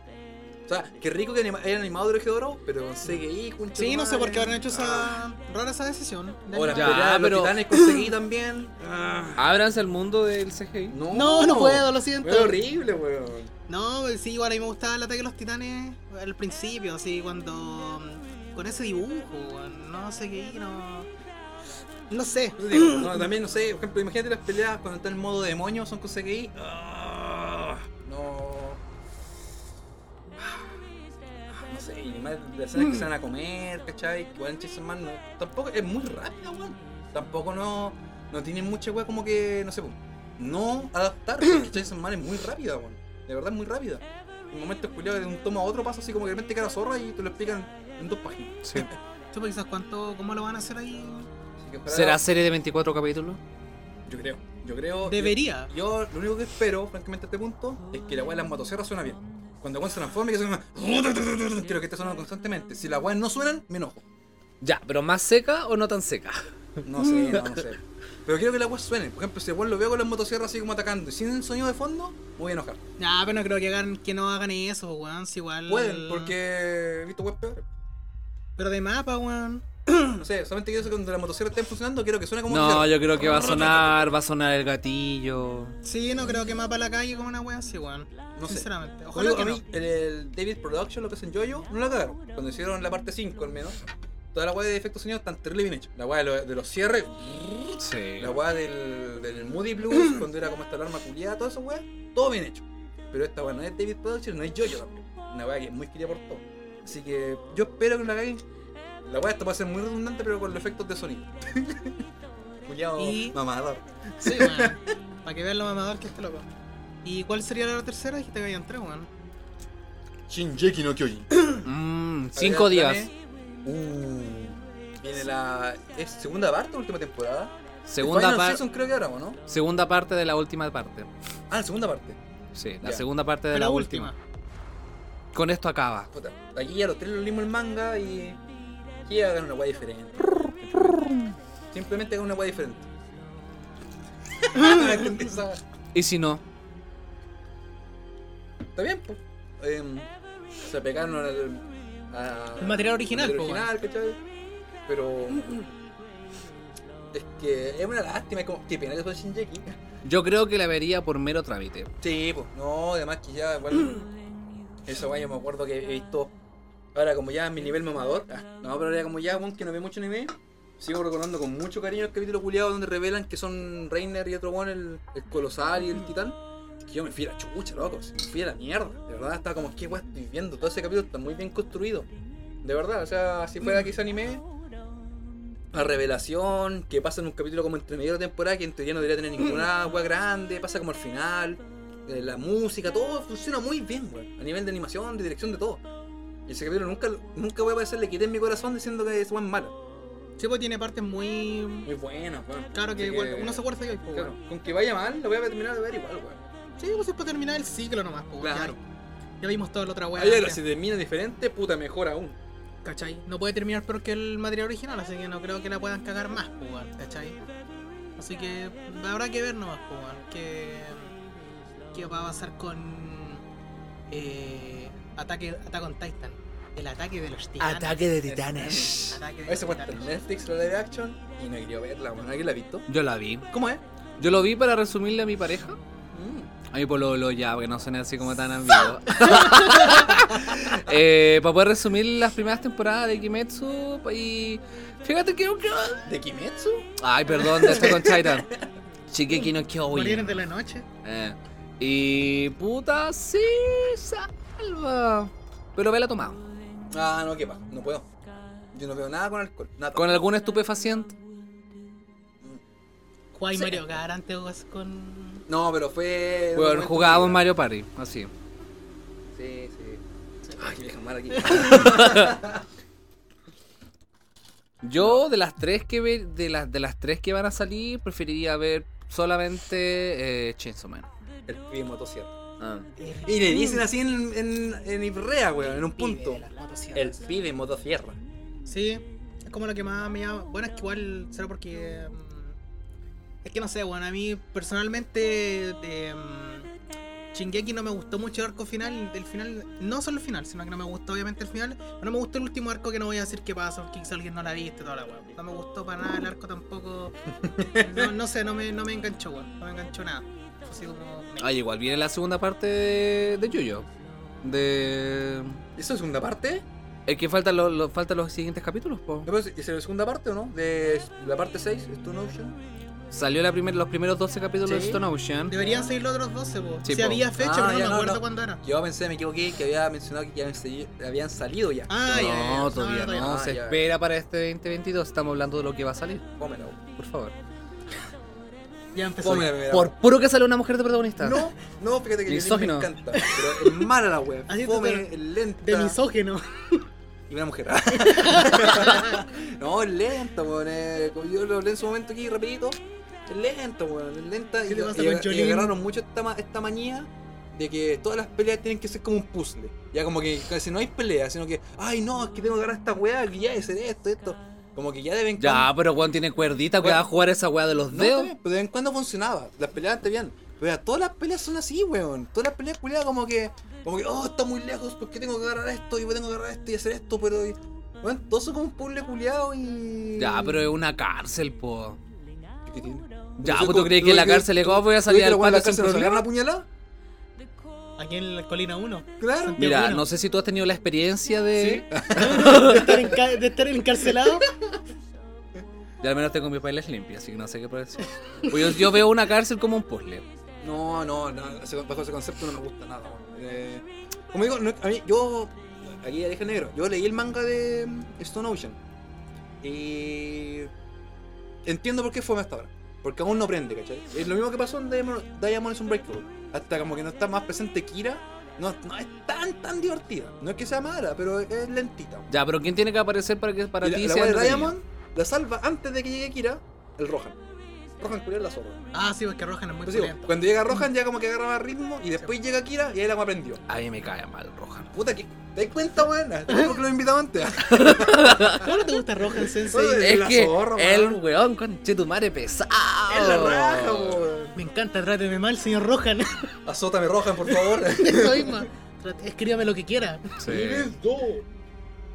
Speaker 1: O sea, qué rico que anima- hayan animado Dorojedoro, pero con CGI, con Ah.
Speaker 2: Sí, no sé por qué habrán hecho esa rara esa decisión. de
Speaker 1: Ahora,
Speaker 3: Ya,
Speaker 2: anime.
Speaker 1: ya, pero...
Speaker 3: pero-
Speaker 1: los titanes con CGI también. Ah,
Speaker 3: Ábranse al mundo del CGI.
Speaker 1: no,
Speaker 2: No, no puedo, lo siento.
Speaker 1: Fue horrible, weón.
Speaker 2: No, pues sí, igual a mí me gustaba el ataque de los titanes al principio, así cuando. mm, con ese dibujo, weón, no sé qué, no. No sé.
Speaker 1: Por eso te digo, no, también no sé, por ejemplo, imagínate las peleas cuando está en modo demonio, son cosas que ahí. ah, no. Ah, No sé, y además las escenas que se van a comer, ¿cachai? Que Weón, Chainsaw Man no, tampoco es muy rápida, weón. Tampoco no, no tiene mucha weá como que, no sé, po, no adaptar, porque Chainsaw Man es muy rápida, weón. De verdad es muy rápida. En momentos culiados de un tomo a otro pasa así como que de repente cara zorra y te lo explican en dos páginas.
Speaker 3: Sí.
Speaker 2: Yo quizás cuánto, cómo lo van a hacer ahí.
Speaker 1: Así que ojalá-
Speaker 3: ¿Será serie de 24 capítulos?
Speaker 1: Yo creo, yo creo.
Speaker 2: Debería.
Speaker 1: Yo lo único que espero, francamente, a este punto, es que la weá de las motosierras suena bien. Cuando la weá se transforme, que suena. Quiero que esté sonando constantemente. Si las weas no suenan, me enojo.
Speaker 3: Ya, pero más seca o no tan seca.
Speaker 1: No sé, no, no sé. Pero quiero que las weas suenen. Por ejemplo, si el weón lo veo con las motosierras así como atacando y sin el sonido de fondo, me voy a enojar.
Speaker 2: Ya, pero no creo que hagan, que no hagan eso, weón, si igual.
Speaker 1: Pueden, porque he visto weas peores.
Speaker 2: Pero de mapa, weón.
Speaker 1: No sé, solamente quiero que cuando las motosierras estén funcionando, quiero que suene como.
Speaker 3: No,
Speaker 1: motosierra.
Speaker 3: yo creo que va a sonar, va a sonar el gatillo.
Speaker 2: Sí, no creo que mapa la calle con una wea así, weón.
Speaker 1: No sé.
Speaker 2: Sinceramente. Ojalá
Speaker 1: Ojalá
Speaker 2: que
Speaker 1: a
Speaker 2: no.
Speaker 1: mí, el, el David Production, lo que hacen Jojo, no la cagaron. Cuando hicieron la parte 5, al menos, toda la weá de efectos sonidos tan terrible bien hecha. La weá de, lo- de los cierres,
Speaker 3: Sí.
Speaker 1: la weá del, del Moody Blues, cuando era como esta alarma culiada, toda esa weá, todo bien hecho. Pero esta weá no es David Production, no es Jojo también. Una weá que es muy querida por todo. Así que yo espero que no la caguen. La weá esta puede ser muy redundante, pero con los efectos de sonido. Culiado
Speaker 2: Y-
Speaker 1: mamador.
Speaker 2: Sí, weón. Para que vean lo mamador que este loco. ¿Y cuál sería la tercera? Dijiste que habían tres, weón.
Speaker 1: Eh, Shinjeki no Kyojin.
Speaker 3: Mm, cinco
Speaker 1: Había
Speaker 3: días.
Speaker 1: planes. Uh, viene la. ¿Es segunda parte o última temporada?
Speaker 3: Segunda,
Speaker 1: Final
Speaker 3: par-
Speaker 1: Season creo que ahora, ¿o ¿no?
Speaker 3: segunda parte de la última parte.
Speaker 1: Ah, la segunda parte.
Speaker 3: Sí, la
Speaker 1: Ya.
Speaker 3: segunda parte de la, última. Con esto acaba.
Speaker 1: Puta, aquí ya los tres lo leímos el manga y. Aquí hagan una guay diferente. Simplemente hagan una guay diferente. Me entendí esa weá.
Speaker 3: ¿Y si no?
Speaker 1: Está bien, pues. Em, se pegaron al. a-
Speaker 2: El material original,
Speaker 1: al
Speaker 2: po,
Speaker 1: original, ¿cachai? Pero. Es que es una lástima, es como. Qué pena que fue Shinjeki.
Speaker 3: Yo creo que la vería por mero trámite.
Speaker 1: Sí, pues, no, además que ya, igual. Esa weá yo me acuerdo que he visto. Ahora, como ya mi nivel mamador. ah, no, pero ahora como ya, weón, que no ve mucho anime. Sigo recordando con mucho cariño el capítulo culiado donde revelan que son Reiner y otro weón, el, el colosal y el titán. Que yo me fui a la chucha, loco. si Me fui a la mierda. De verdad, estaba como, ¿qué weá estoy viendo? Todo ese capítulo está muy bien construido. De verdad, o sea, si fuera que ese anime. La revelación, que pasa en un capítulo como entre medio de la temporada, que en teoría no debería tener ninguna weá grande, pasa como al final. Eh, la música, todo funciona muy bien, güey. A nivel de animación, de dirección, de todo. Y ese capítulo nunca, nunca voy a parecer le quité en mi corazón diciendo que es buen malo.
Speaker 2: Sí, pues tiene partes muy.
Speaker 1: Muy buena, güey.
Speaker 2: Claro que,
Speaker 1: Así
Speaker 2: igual uno se acuerda que hay, pues,
Speaker 1: claro,
Speaker 2: weón.
Speaker 1: con que vaya mal, lo voy a terminar de ver igual, güey.
Speaker 2: Sí, pues es para terminar el ciclo nomás, pues, weón.
Speaker 1: Claro.
Speaker 2: Ya, ya vimos toda la otra wea.
Speaker 1: Ahí ahora,
Speaker 2: ya,
Speaker 1: si termina diferente, puta, mejor aún.
Speaker 2: ¿Cachai? No puede terminar peor que el material original, así que no creo que la puedan cagar más, pues, weón, ¿cachai? Así que habrá que ver nomás, pues, weón, qué, qué va a pasar con eh, ataque, Attack on Titan. El ataque de los titanes.
Speaker 3: de
Speaker 2: El ataque de
Speaker 1: Ese
Speaker 2: los
Speaker 1: fue en
Speaker 2: titanes.
Speaker 1: Netflix, la live action, y no quería verla, güey. ¿Alguien la ha visto?
Speaker 3: Yo la vi.
Speaker 1: ¿Cómo es?
Speaker 3: Yo lo vi para resumirle a mi pareja.
Speaker 1: Mm.
Speaker 3: A mi pololo pues ya, que no suene así como tan ambiguo. Eh, para poder resumir las primeras temporadas de Kimetsu y... Fíjate que...
Speaker 1: ¿De Kimetsu?
Speaker 3: Ay, perdón, de esto con Titan. Shigeki no
Speaker 2: Volvieron
Speaker 3: Kyojin.
Speaker 2: de la noche.
Speaker 3: Eh, y... Puta, sí, salva. Pero vela tomada.
Speaker 1: Ah, no, qué pasa, no puedo. Yo no veo nada con alcohol, nada.
Speaker 3: Con algún estupefaciente.
Speaker 2: Juan y
Speaker 1: Sí.
Speaker 2: Mario Garante weón, con.
Speaker 1: No, pero fue. un
Speaker 3: Bueno,
Speaker 1: momento
Speaker 3: jugábamos
Speaker 1: que-
Speaker 3: Mario Party, así.
Speaker 1: Sí, sí. Ay, vieja mala aquí.
Speaker 3: Yo de las tres que ve- de las de las tres que van a salir preferiría ver solamente eh, Chainsaw Man.
Speaker 1: el pibe motosierra.
Speaker 3: Ah.
Speaker 1: Y le dicen así en, en, en Ibrea, weón, en un
Speaker 2: Pibe de
Speaker 1: punto.
Speaker 2: las motosierras.
Speaker 1: El pibe motosierra.
Speaker 2: Sí, es como lo que más me llama. Bueno, es que igual será porque. mm, es que no sé, bueno, a mí personalmente. De, mm, Shingeki no me gustó mucho el arco final. El final, no solo el final, sino que no me gustó obviamente el final. No me gustó el último arco que no voy a decir qué pasa, porque quizá alguien no la viste, toda la weá. No me gustó para nada el arco tampoco. No, no sé, no me, no me enganchó, weón. No me enganchó nada. Fue así como.
Speaker 3: Ah, y igual viene la segunda parte de, de Yuyo. De.
Speaker 1: ¿Eso es segunda parte?
Speaker 3: Es que faltan los, los- faltan los siguientes capítulos, po.
Speaker 1: No, pero ¿Es es la segunda parte o no? De la parte 6, Stone Ocean.
Speaker 3: Salió la primer, los primeros 12 capítulos de
Speaker 1: Sí.
Speaker 3: Stone Ocean.
Speaker 2: Deberían seguir los otros 12, po.
Speaker 3: Sí,
Speaker 2: si
Speaker 3: po.
Speaker 2: había fecha,
Speaker 1: Ah,
Speaker 2: pero no
Speaker 1: ya,
Speaker 2: me
Speaker 1: no,
Speaker 2: acuerdo
Speaker 1: no.
Speaker 2: cuándo era.
Speaker 1: Yo pensé, me equivoqué, que había mencionado que ya habían sali- habían salido ya.
Speaker 2: Ah, ya, ya, ya.
Speaker 3: No, todavía no.
Speaker 1: no.
Speaker 3: Se
Speaker 1: Ah, ya.
Speaker 3: espera para este 2022. Estamos hablando de lo que va a salir,
Speaker 1: Pómelo.
Speaker 3: por favor.
Speaker 2: Ya empezó.
Speaker 1: Pómelo, mira.
Speaker 3: Por puro que sale una mujer de protagonista.
Speaker 1: No, no, fíjate que yo
Speaker 3: Misógino.
Speaker 1: me encanta. Pero es mala la wea.
Speaker 2: Así tú
Speaker 1: Fome,
Speaker 2: te-
Speaker 1: es lenta.
Speaker 2: De misógeno.
Speaker 1: Y una mujer. no, es lenta, weón. eh, como Yo lo hablé en su momento aquí, rapidito. Es lenta, weón. Es lenta.
Speaker 2: ¿Qué
Speaker 1: Y,
Speaker 2: te pasa
Speaker 1: y-
Speaker 2: con
Speaker 1: y
Speaker 2: Jolín?
Speaker 1: agarraron mucho esta, ma- esta manía de que todas las peleas tienen que ser como un puzzle. Ya como que casi no hay pelea, sino que, ay no, es que tengo que agarrar esta weá, que ya es esto, esto. Como que ya deben
Speaker 3: Ya, pero Juan tiene cuerdita que
Speaker 1: Bueno.
Speaker 3: va a jugar esa weá de los
Speaker 1: No,
Speaker 3: dedos.
Speaker 1: también, pero de vez en cuando funcionaba. Las peleas te bien. Pero ya, todas las peleas son así, weón. Todas las peleas culiadas como que. Como que, oh, está muy lejos, porque tengo que agarrar esto, y tengo que agarrar esto y hacer esto, pero. y- Weón, todos son como un puzzle culiado y.
Speaker 3: Ya, pero es una cárcel, po.
Speaker 1: ¿Qué tiene?
Speaker 3: Ya,
Speaker 1: Entonces,
Speaker 3: pues, ¿tú crees que en la
Speaker 1: tú-
Speaker 3: cárcel es como voy a
Speaker 1: ¿tú crees
Speaker 3: salir
Speaker 1: que la
Speaker 3: al
Speaker 1: weón en la
Speaker 3: patio sin
Speaker 1: cárcel no se agarra
Speaker 3: problema?
Speaker 1: a puñalada?
Speaker 2: Aquí en la Colina 1.
Speaker 1: Claro.
Speaker 2: Ya,
Speaker 3: Mira,
Speaker 2: bueno.
Speaker 3: no sé si tú has tenido la experiencia de.
Speaker 2: de, estar enca- de estar encarcelado.
Speaker 3: Ya al menos tengo mis bailes limpias, así que no sé qué puede ser. Pues yo, yo veo una cárcel como un puzzle.
Speaker 1: No, no, no, ese- bajo ese concepto no me gusta nada, weón. Eh, como digo, no- a mí, yo. Aquí ya dije negro. Yo leí el manga de mm, Stone Ocean. Y. Entiendo por qué fue hasta ahora. Porque aún no aprende, ¿cachai? Es lo mismo que pasó en Diamond, Diamond is un Breakthrough. Hasta como que no está más presente Kira. No, no es tan, tan divertida. No es que sea mala, pero es, es lentita. weón.
Speaker 3: Ya, pero ¿quién tiene que aparecer para que para
Speaker 1: Y la,
Speaker 3: ti
Speaker 1: la
Speaker 3: sea
Speaker 1: weá de
Speaker 3: entretenida?
Speaker 1: Diamond la salva antes de que llegue Kira, el Rohan. Rohan culiao es la zorra.
Speaker 2: Ah, sí, porque Rohan es muy
Speaker 1: Pues digo,
Speaker 2: violento.
Speaker 1: cuando llega Rohan ya como que agarra más ritmo y después llega Kira y ahí la weá aprendió.
Speaker 3: A mí me cae mal, Rohan.
Speaker 1: Puta que. ¿Te das cuenta, weón? Creo que lo he invitado antes.
Speaker 2: ¿Cómo no te gusta Rohan,
Speaker 1: Bueno,
Speaker 2: Sensei?
Speaker 1: Es
Speaker 3: Es
Speaker 1: la
Speaker 3: que
Speaker 1: zorra,
Speaker 3: el
Speaker 1: weón.
Speaker 3: weón con chetumare pesado.
Speaker 1: Es la raja, weón.
Speaker 2: Me encanta, tráteme mal, señor Rohan.
Speaker 1: Azótame, Rohan, por favor.
Speaker 2: Eso mismo. Trate- Escríbame lo que quiera.
Speaker 3: Sí.
Speaker 1: dos.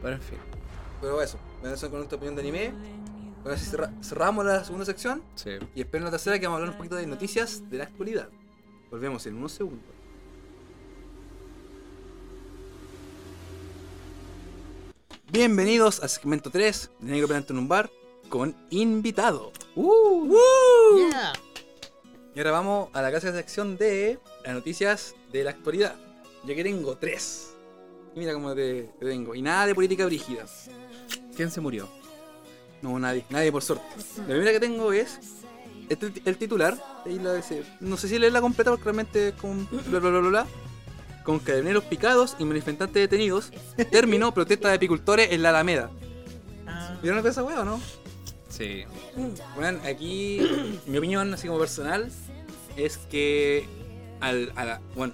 Speaker 3: Pero en fin,
Speaker 1: Pero eso, me eso con esta opinión de anime. Ahora sí cerra- cerramos la segunda sección
Speaker 3: sí.
Speaker 1: y espero en la tercera que vamos a hablar un poquito de noticias de la actualidad. Volvemos en unos segundos. Bienvenidos al segmento 3 de Negro Pelante en un bar con invitado. Uh.
Speaker 2: Yeah.
Speaker 1: Y ahora vamos a la clásica sección de las noticias de la actualidad. Yo que tengo tres. Y mira cómo te, te tengo. Y nada de política brígida.
Speaker 3: ¿Quién se murió?
Speaker 1: No, nadie, nadie por suerte. La primera que tengo es este- el titular. ahí la dice, no sé si leerla completa porque realmente es con bla bla bla bla. bla. Con carabineros picados y manifestantes detenidos, terminó protesta de apicultores en la Alameda.
Speaker 2: Ah,
Speaker 1: ¿Vieron esa wea o no?
Speaker 3: Sí.
Speaker 1: Bueno, aquí mi opinión, así como personal, es que al, a la- bueno,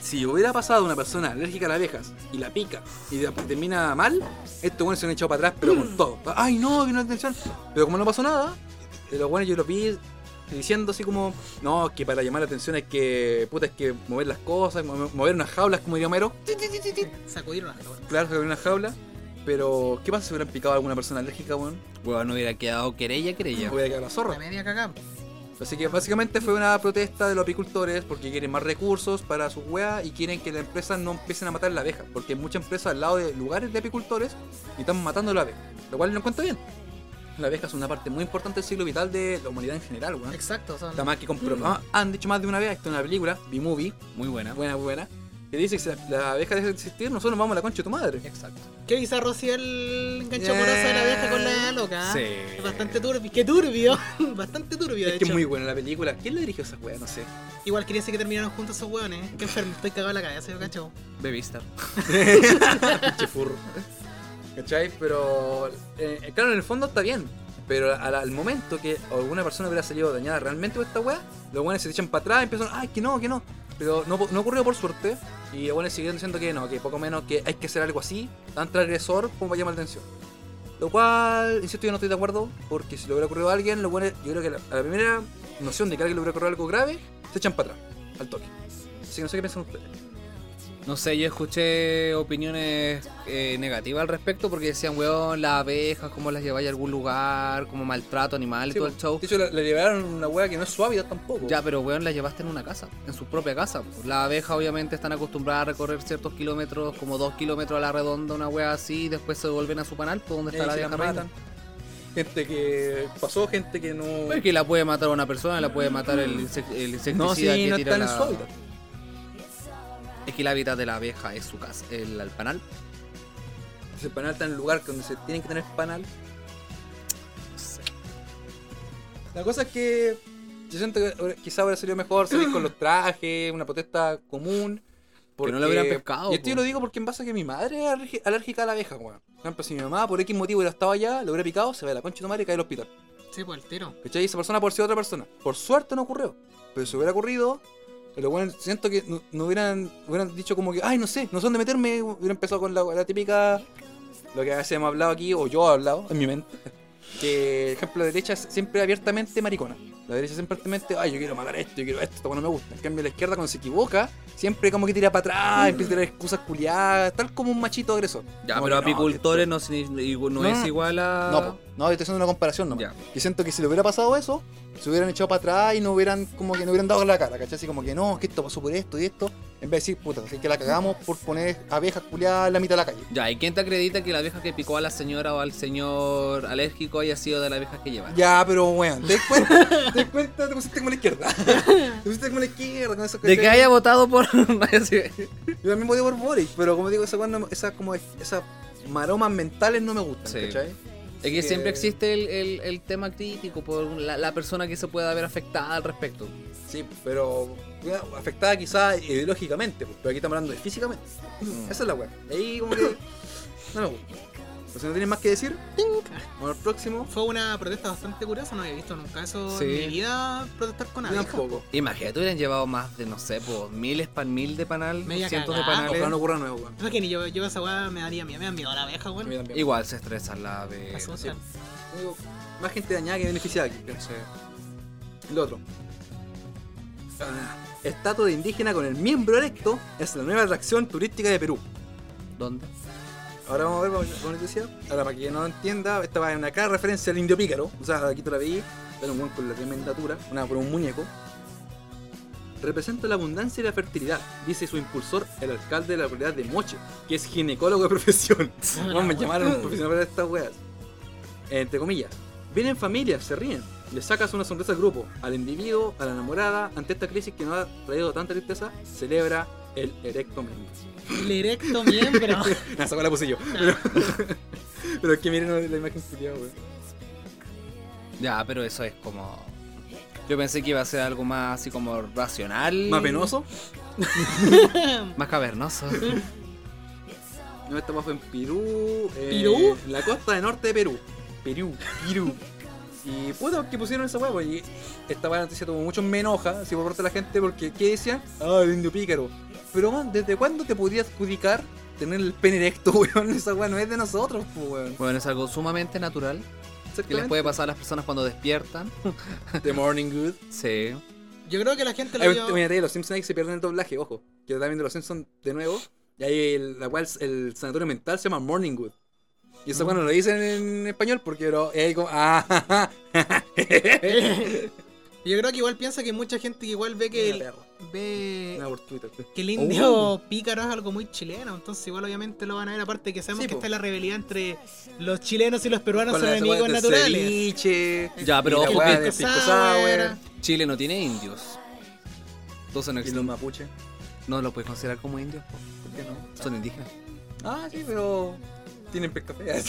Speaker 1: si hubiera pasado una persona alérgica a las abejas y la pica y la- termina mal, estos buenos se han echado para atrás, pero con todo. Ay, no, que no hay atención. Pero como no pasó nada, eh, los buenos yo los vi diciendo así como, no, que para llamar la atención hay que, puta, hay que mover las cosas, mo- mover unas jaulas, como diría Homero.
Speaker 2: sacudieron hasta ahora.
Speaker 1: Claro, mover unas jaulas. Pero, ¿qué pasa si hubieran picado a alguna persona alérgica, weón?
Speaker 3: Weón hubiera quedado querella, querella.
Speaker 1: Hubiera quedado la zorra.
Speaker 2: La media cagada.
Speaker 1: Así que básicamente fue una protesta de los apicultores porque quieren más recursos para sus weas y quieren que las empresas no empiecen a matar la abeja. Porque hay muchas empresas al lado de lugares de apicultores y están matando la abeja. Lo cual no encuentro bien. La abeja es una parte muy importante del ciclo vital de la humanidad en general, weón.
Speaker 2: Exacto, son.
Speaker 1: Está más que
Speaker 2: Mm.
Speaker 1: comprobado. Ah, Han dicho más de una vez, esto es una película, B-Movie,
Speaker 3: Muy buena.
Speaker 1: buena, buena, que dice que si la, la abeja deja de existir, nosotros nos vamos a la concha de tu madre.
Speaker 3: Exacto.
Speaker 2: Qué bizarro si el enganchó amoroso de la vieja con la loca.
Speaker 3: Sí.
Speaker 2: ¿eh? Bastante turbio. Qué turbio. Bastante turbio, de
Speaker 1: Es que es
Speaker 2: hecho.
Speaker 1: muy buena la película. ¿Quién le dirigió esa wea? No sé.
Speaker 2: Igual quería decir que terminaron juntos esos hueones. ¿eh? Qué enfermo. Estoy cagado en la cabeza, yo cacho.
Speaker 3: Bebistar.
Speaker 1: Pinche furro. ¿Cachai? Pero. eh, claro, en el fondo está bien. Pero al, al momento que alguna persona hubiera salido dañada realmente por esta weá, Los buenos se echan para atrás y empiezan, ay, que no, que no. Pero no, no ocurrió por suerte. Y los buenos siguieron diciendo que no, que poco menos que hay que hacer algo así, tan transgresor como para llamar la atención. Lo cual, insisto, yo no estoy de acuerdo, porque si le hubiera ocurrido a alguien, los buenos, yo creo que la, a la primera noción de que a alguien le hubiera ocurrido algo grave, se echan para atrás, al toque. Así que no sé qué piensan ustedes.
Speaker 3: No sé, yo escuché opiniones eh, negativas al respecto porque decían, weón, las abejas, cómo las lleváis a algún lugar, como maltrato animal y
Speaker 1: Sí,
Speaker 3: todo
Speaker 1: pues,
Speaker 3: el show.
Speaker 1: De hecho, le, le llevaron una hueá que no es su hábitat tampoco.
Speaker 3: Ya, pero weón, las llevaste en una casa, en su propia casa. pues. Las abejas obviamente están acostumbradas a recorrer ciertos kilómetros, como dos kilómetros a la redonda, una wea así, y después se vuelven a su panal, pues donde
Speaker 1: Eh,
Speaker 3: está la
Speaker 1: se
Speaker 3: abeja
Speaker 1: las
Speaker 3: reina.
Speaker 1: matan. Gente que pasó, gente que no.
Speaker 3: Pues que la puede matar una persona, la puede matar el, insec- el insecticida
Speaker 1: no, sí,
Speaker 3: que
Speaker 1: no
Speaker 3: tira
Speaker 1: están
Speaker 3: la...
Speaker 1: en su hábitat.
Speaker 3: Es que el hábitat de la abeja es su casa, el, el panal.
Speaker 1: Entonces, el panal está en el lugar donde se tienen que tener panal. La cosa es que yo siento que ahora- quizá hubiera sido mejor salir con los trajes, una protesta común.
Speaker 3: Que no lo hubieran pescado,
Speaker 1: Y esto yo
Speaker 3: po.
Speaker 1: lo digo porque en base a que mi madre es alergi- alérgica a la abeja, weón. Por ejemplo, si mi mamá por X motivo hubiera estado allá, lo hubiera picado, se va a la concha de tu madre y cae al hospital.
Speaker 2: Sí, pues el tiro.
Speaker 1: ¿Cachai? Esa persona por ser otra persona. Por suerte no ocurrió. Pero si hubiera ocurrido, pero bueno, siento que no, no hubieran, hubieran dicho como que, ay, no sé, no sé dónde meterme. Hubiera empezado con la, la típica, lo que a veces hemos hablado aquí, o yo he hablado en mi mente. Que, ejemplo, la derecha es siempre abiertamente maricona. La derecha siempre abiertamente, ay, yo quiero matar esto, yo quiero esto, esto no me gusta. En cambio, la izquierda cuando se equivoca, siempre como que tira para atrás, empieza a tirar excusas culiadas, tal como un machito agresor.
Speaker 3: Mm. Ya,
Speaker 1: Como
Speaker 3: pero
Speaker 1: que, no,
Speaker 3: apicultores no, signi- no,
Speaker 1: No.
Speaker 3: es igual a...
Speaker 1: no, po. no, estoy haciendo una comparación nomás.
Speaker 3: Ya.
Speaker 1: Que siento que si le hubiera pasado eso, se hubieran echado para atrás y no hubieran como que no hubieran dado la cara, ¿cachai? Así como que no, es que esto pasó por esto y esto. En vez de decir, puta, así que la cagamos por poner abejas culiadas en la mitad de la calle.
Speaker 3: Ya, ¿y quién te acredita que la abeja que picó a la señora o al señor alérgico haya sido de las abejas que llevaron?
Speaker 1: Ya, pero weón, ¿te das cuenta? ¿Te das cuenta? Te pusiste como a la izquierda. Te pusiste como a la izquierda con eso
Speaker 3: De que haya votado por... sí,
Speaker 1: Yo también voté por Boric, pero como digo, esas esa, como esas maromas mentales no me gustan,
Speaker 3: Sí.
Speaker 1: ¿cachai?
Speaker 3: Es que
Speaker 1: que-
Speaker 3: siempre existe el, el- el tema crítico por la, la persona que se pueda ver afectada al respecto.
Speaker 1: Sí, pero weá, afectada quizás ideológicamente, pues, pero aquí estamos hablando de físicamente. Esa es la weá. Ahí como que no me gusta. Pues si no tienes más que decir, vamos al próximo.
Speaker 2: Fue una protesta bastante curiosa, no había visto nunca eso
Speaker 3: Sí.
Speaker 2: en mi vida, protestar con
Speaker 1: Yo
Speaker 2: abejas.
Speaker 1: Tampoco.
Speaker 3: Imagínate, hubieran llevado más de, no sé, pues, miles, pan, mil de panal,
Speaker 2: Media
Speaker 3: cientos
Speaker 2: cagada,
Speaker 3: de panales.
Speaker 1: Ojalá no ocurra nuevo, weón.
Speaker 2: No, que ni yo, yo esa weá me daría miedo, me da miedo la abeja,
Speaker 1: A
Speaker 2: weón.
Speaker 1: mí también.
Speaker 3: Igual se estresa la
Speaker 2: Me
Speaker 3: abeja.
Speaker 2: asustan.
Speaker 1: Digo, más gente dañada que beneficiada aquí.
Speaker 3: Sí.
Speaker 1: El otro. Ah, Estatua de indígena con el miembro erecto es la nueva atracción turística de Perú.
Speaker 3: ¿Dónde?
Speaker 1: Ahora vamos a ver, vamos a ver decía. Ahora, para que no entienda, esta va en una clara referencia al indio pícaro. O sea, aquí te la veí, pero un buen con la tremenda altura, una por un muñeco. Representa la abundancia y la fertilidad, dice su impulsor, el alcalde de la localidad de Moche, que es ginecólogo de profesión. Vamos a llamar a un profesional para estas weas. Entre comillas. Vienen familias, se ríen. Le sacas una sonrisa al grupo, al individuo, a la enamorada. Ante esta crisis que nos ha traído tanta tristeza, celebra el erecto Mendes.
Speaker 2: El erecto miembro.
Speaker 1: Nah, esa weá la puse yo. Pero es que miren la imagen culiada, weón.
Speaker 3: Ya, pero eso es como... Yo pensé que iba a ser algo más así como racional.
Speaker 1: ¿Más penoso?
Speaker 3: Más cavernoso.
Speaker 1: No, esta weá fue en Perú. eh,
Speaker 2: ¿Pirú?
Speaker 1: en La costa de norte de Perú. Perú, Perú. Y puta, que pusieron esa weá, pues, y Esta weá noticia tuvo mucho me enoja, si por parte de la gente, porque ¿qué decían? Ah, el indio pícaro. Pero, weón, ¿desde cuándo te podrías adjudicar tener el pene erecto, weón? Esa weá no es de nosotros, pues, weón.
Speaker 3: bueno, es algo sumamente natural que les puede pasar a las personas cuando despiertan.
Speaker 1: The Morning Good.
Speaker 3: Sí.
Speaker 2: Yo creo que la gente
Speaker 1: Hay
Speaker 2: lo
Speaker 1: un
Speaker 2: vio.
Speaker 1: una teoría de los Simpsons ahí que se pierden el doblaje, ojo. Que también de los Simpsons de nuevo. Y ahí el, la cual el sanatorio mental se llama Morningwood. Y eso bueno lo dicen en español porque pero es ahí como. Ah, ja, ja, ja, ja, jejeje.
Speaker 2: Yo creo que igual piensa que mucha gente que igual ve que
Speaker 1: Una
Speaker 2: el,
Speaker 1: perra.
Speaker 2: ve
Speaker 1: Una por Twitter.
Speaker 2: que el indio
Speaker 1: Oh.
Speaker 2: pícaro es algo muy chileno, entonces igual obviamente lo van a ver aparte que sabemos
Speaker 1: Sí,
Speaker 2: que
Speaker 1: po.
Speaker 2: está la rivalidad entre los chilenos y los peruanos
Speaker 1: Con la
Speaker 2: son
Speaker 1: weá
Speaker 2: enemigos
Speaker 1: del
Speaker 2: naturales.
Speaker 1: ceviche,
Speaker 3: Ya, pero
Speaker 1: y la
Speaker 3: ojo
Speaker 1: weá
Speaker 3: que-
Speaker 1: del pisco
Speaker 2: Sour.
Speaker 1: sour.
Speaker 3: Chile no tiene indios. Entonces no
Speaker 1: Y
Speaker 3: existe.
Speaker 1: los mapuches.
Speaker 3: No lo puedes considerar como indios, po.
Speaker 1: ¿Por qué no?
Speaker 3: son indígenas.
Speaker 1: Ah, sí, pero. Tienen pescafé.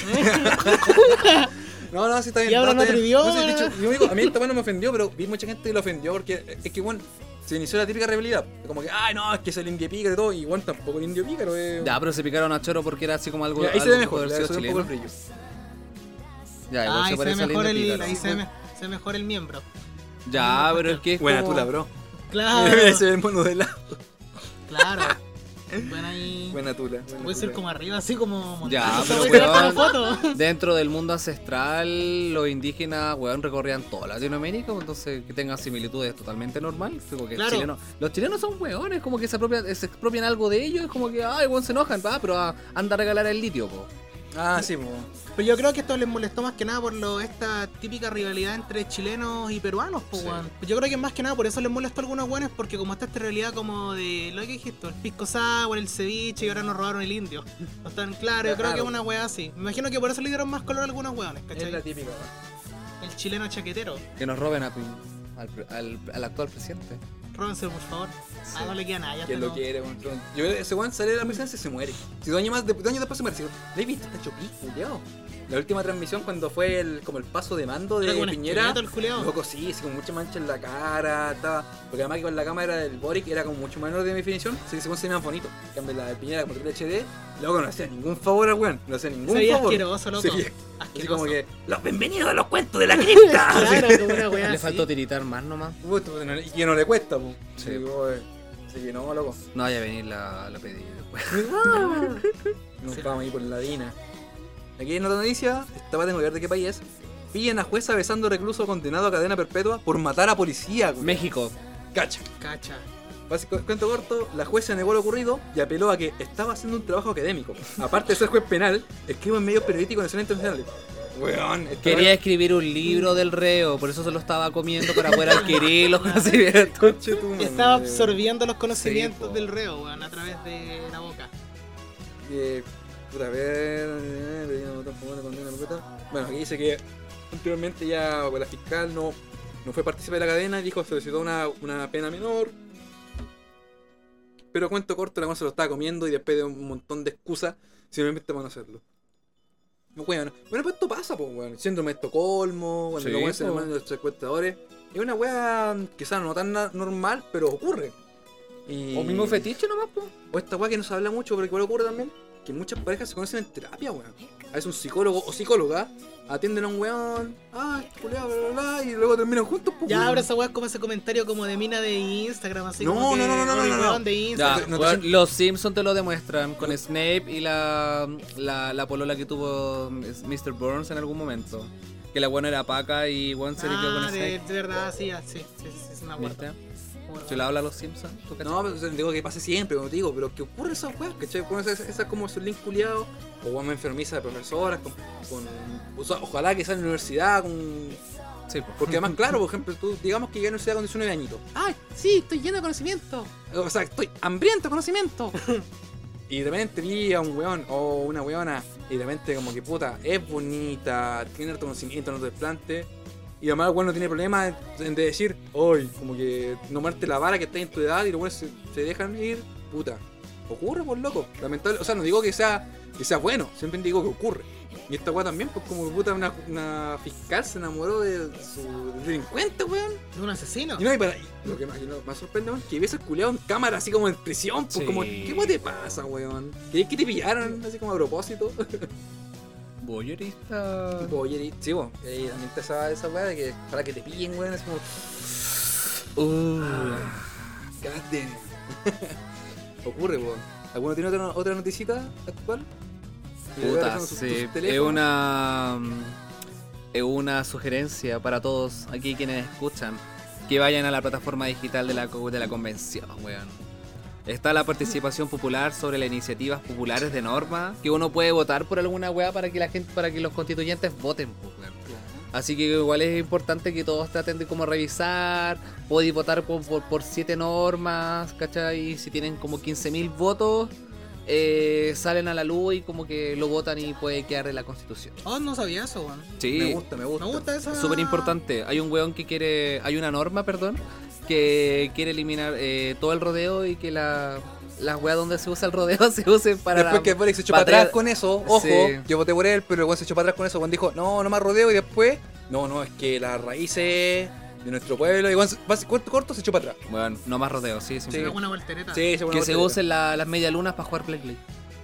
Speaker 1: no, no, sí está bien.
Speaker 2: Y hablan
Speaker 1: no, está
Speaker 2: otro
Speaker 1: bien.
Speaker 2: idioma.
Speaker 1: No, sí, de hecho, yo digo, a mí esta weá no me ofendió, pero vi mucha gente que lo ofendió porque es que, bueno, se inició la típica rivalidad. Como que, ay, no, es que es el indio pícaro y todo. Y, bueno, tampoco el indio pícaro es.
Speaker 3: Ya, pero se picaron a choro porque era así como algo.
Speaker 1: Mira, ahí se
Speaker 3: algo
Speaker 1: ve mejor,
Speaker 3: poder
Speaker 1: le
Speaker 3: ser
Speaker 1: sube un poco el
Speaker 3: chileno.
Speaker 1: brillo.
Speaker 3: Ya, igual
Speaker 2: Ah,
Speaker 3: se
Speaker 2: ahí se ve
Speaker 3: parece al
Speaker 2: mejor
Speaker 3: indio
Speaker 2: el,
Speaker 3: pícaro.
Speaker 2: ahí se ve, se ve mejor el miembro.
Speaker 3: Ya, pero es que. es
Speaker 1: Buena
Speaker 3: como-
Speaker 1: tú la bro.
Speaker 2: Claro,
Speaker 1: Mira, se ve el mono de lado.
Speaker 2: claro. Bueno, ahí.
Speaker 1: Buena tula. buena
Speaker 2: Puede ser
Speaker 1: tula.
Speaker 2: como arriba, así como.
Speaker 3: Ya,
Speaker 2: montado,
Speaker 3: pero
Speaker 2: voy a tirar
Speaker 3: weón.
Speaker 2: como foto.
Speaker 3: Dentro del mundo ancestral, los indígenas, weón, recorrían toda Latinoamérica, pues, entonces que tengan similitudes es totalmente normal. Como que el
Speaker 2: Claro.
Speaker 3: chileno- los chilenos son weones, como que se apropian, se expropian algo de ellos, es como que, ay, weón, se enojan, va, pero ah, anda a regalar el litio, po.
Speaker 1: Ah, sí, po.
Speaker 2: Pero yo creo que esto les molestó más que nada por lo, esta típica rivalidad entre chilenos y peruanos, po,
Speaker 3: Sí.
Speaker 2: weón. Yo creo que más que nada por eso les molestó a algunos weones, porque como está esta realidad como de lo que dijiste, el pisco sour, el ceviche y ahora nos robaron el indio. No están claro, yo creo que es
Speaker 1: Claro.
Speaker 2: una weá así. Me imagino que por eso le dieron más color a algunos weones,
Speaker 1: Es
Speaker 2: ¿cachai?
Speaker 1: la típica, weón.
Speaker 2: El chileno chaquetero.
Speaker 3: Que nos roben a tu- al, pre- al- al actual presidente.
Speaker 2: Róbenselo, por favor. Ah, no le queda nada, ya
Speaker 1: Que
Speaker 2: está,
Speaker 1: lo
Speaker 2: no.
Speaker 1: quiere, weón. Yo creo que ese weón sale de la presidencia y se muere. Si dos años más, de- dos años después se muere. Si, ¿Lo he visto? Está chopí, culiao. La última transmisión cuando fue el, como el paso de mando
Speaker 2: Era
Speaker 1: de
Speaker 2: como un
Speaker 1: Piñera.
Speaker 2: esqueleto el culiao.
Speaker 1: Loco, sí, así con mucha mancha en la cara, estaba. Porque además que con la cámara del Boric era como mucho menor de definición, así que se veía más bonito. En cambio, la de Piñera como triple HD, loco, no hacía ningún favor al weón, no hacía ningún
Speaker 2: Se veía
Speaker 1: favor.
Speaker 2: asqueroso, loco.
Speaker 1: Se veía- así
Speaker 2: Asqueroso.
Speaker 1: como que, los bienvenidos a los cuentos de la cripta.
Speaker 2: Claro,
Speaker 1: Así.
Speaker 2: como una weá
Speaker 3: Le
Speaker 2: así.
Speaker 3: faltó tiritar más nomás.
Speaker 1: Puto, no- Y que no le cuesta, po.
Speaker 3: Sí.
Speaker 1: Así, como, eh, así que no, loco.
Speaker 3: No vaya a venir la, la pedida después.
Speaker 1: Ah. Nos
Speaker 2: Sí.
Speaker 1: vamos a ir por la DINA. Aquí en otra noticia, esta va a ver de qué país es. Pillan a jueza besando recluso condenado a cadena perpetua por matar a policía, güey.
Speaker 3: México.
Speaker 1: Cacha.
Speaker 2: Cacha.
Speaker 1: Básico- Cuento corto, la jueza negó lo ocurrido y apeló a que estaba haciendo un trabajo académico. Aparte de ser juez penal, escribo en medios periodísticos nacionales e internacionales. Weón, esta
Speaker 3: Quería
Speaker 1: weá-
Speaker 3: escribir un libro del reo, por eso se lo estaba comiendo para poder adquirir los conocimientos.
Speaker 1: Conche tu madre.
Speaker 2: Estaba absorbiendo los conocimientos
Speaker 3: po.
Speaker 2: del reo, weón, a través de la boca.
Speaker 1: Eh, puta, a ver. eh, le dieron otro empujón de condena perpetua. Bueno, aquí dice que anteriormente ya la fiscal no, no fue partícipe de la cadena y dijo que solicitó una, una pena menor. Pero cuento corto, la cosa se lo estaba comiendo y después de un montón de excusas, simplemente van a hacerlo. Bueno, bueno, pues esto pasa, pues, weón. Síndrome de Estocolmo, cuando
Speaker 3: Sí, pues.
Speaker 1: los weones se
Speaker 3: po.
Speaker 1: enamoran de los secuestradores. Es una wea quizás no tan na- normal, pero ocurre. Y...
Speaker 3: O mismo fetiche nomás, pues. po.
Speaker 1: O esta weá que no se habla mucho, pero que igual ocurre también, que muchas parejas se conocen en terapia, weón. A veces un psicólogo o psicóloga atienden a un weón, ah, este culiao, bla, bla, bla, y luego terminan juntos, pues.
Speaker 2: Ya
Speaker 1: weón.
Speaker 2: ahora esa weá es como ese comentario como de mina de Instagram, así
Speaker 1: No,
Speaker 2: como.
Speaker 1: no,
Speaker 2: que,
Speaker 1: no, no, no,
Speaker 2: "Oye,
Speaker 1: no, no.
Speaker 2: weón, de
Speaker 3: Ya,
Speaker 2: Instagram.
Speaker 1: no te
Speaker 3: weón,
Speaker 1: sien-
Speaker 3: los Simpsons te lo demuestran con Snape y la, la, la polola que tuvo Mr. Burns en algún momento. Que la buena era paca y Juan se limpió con
Speaker 2: Ah, de,
Speaker 3: Snape.
Speaker 2: de verdad, sí, ah, sí, sí, sí, es una
Speaker 3: ¿Viste?
Speaker 2: huerta.
Speaker 3: Si la habla los Simpsons, ¿tú cachas?
Speaker 1: No, pero te digo que pase siempre, como te digo, pero que ocurre esa weá, ¿cachai? Como esa, esa como su link culiado, o weón me enfermiza de profesoras, con, con- o sea, ojalá que sea en la universidad, con,
Speaker 3: Sí, po.
Speaker 1: porque además, claro, por ejemplo, tú, digamos que ya en la universidad con 19 añitos,
Speaker 4: Ay, sí, estoy lleno de conocimiento.
Speaker 1: O sea, estoy hambriento de conocimiento. y de repente vi a un weón o una weona y de repente como que puta, es bonita, tiene harto conocimiento, no te desplante. Y además el weón no tiene problema en- de decir, hoy, como que nombrarte la vara que está en tu edad y los weones se, se dejan ir, puta. Ocurre, por loco. Lamentable. O sea, no digo que sea, que sea bueno, siempre digo que ocurre. Y esta weá también, pues como que puta, una, una fiscal se enamoró de su delincuente, weón.
Speaker 2: De un asesino.
Speaker 1: Y no, y para, y lo que más, y lo más sorprende, weón, que ves al culeado en cámara, así como en prisión, pues
Speaker 3: Sí.
Speaker 1: como, ¿qué weón te pasa, weón? ¿Qué, que te pillaron? Así como a propósito.
Speaker 3: Voyeurista.
Speaker 1: Oye, y- sí, eh, weón. Y también está esa, esa weá de que para que te pillen, weón, es como,
Speaker 3: Uh.
Speaker 1: cagaste. Ocurre, weón. ¿Alguno tiene otra, otra noticita actual?
Speaker 3: Puta,
Speaker 1: Sus- sus
Speaker 3: sí. Es
Speaker 1: teléfonos.
Speaker 3: una. mm, Es una sugerencia para todos aquí quienes escuchan que vayan a la plataforma digital de la, co- de la convención, weón. Está la participación popular sobre las iniciativas populares de norma, que uno puede votar por alguna weá para que la gente, para que los constituyentes voten, pues, weón. Así que igual es importante que todos traten de como revisar, podéis votar por, por, por siete normas, ¿cachai? Y si tienen como 15.000 votos, eh, salen a la luz y como que lo votan y puede quedar en la constitución.
Speaker 2: Oh, no sabía eso, weón.
Speaker 1: Me
Speaker 3: Sí,
Speaker 1: gusta, me gusta.
Speaker 2: Me gusta esa.
Speaker 3: súper importante. Hay un weón que quiere, hay una norma, perdón, que quiere eliminar eh, todo el rodeo y que la, las weas donde se usa el rodeo se usen para...
Speaker 1: Después
Speaker 3: la-
Speaker 1: que Boric se echó para
Speaker 3: batalla-
Speaker 1: atrás con eso, ojo,
Speaker 3: Sí.
Speaker 1: yo voté por él, pero el weón se echó para atrás con eso, Juan dijo, no, no más rodeo, y después, no, no, es que las raíces de nuestro pueblo, y el weón se- va- corto, corto, se echó para atrás.
Speaker 3: Bueno, no más rodeo, sí, sí.
Speaker 1: Sí.
Speaker 3: Ah.
Speaker 2: Una voltereta.
Speaker 1: Sí, se
Speaker 3: Que se usen la- las medialunas para jugar Play Play.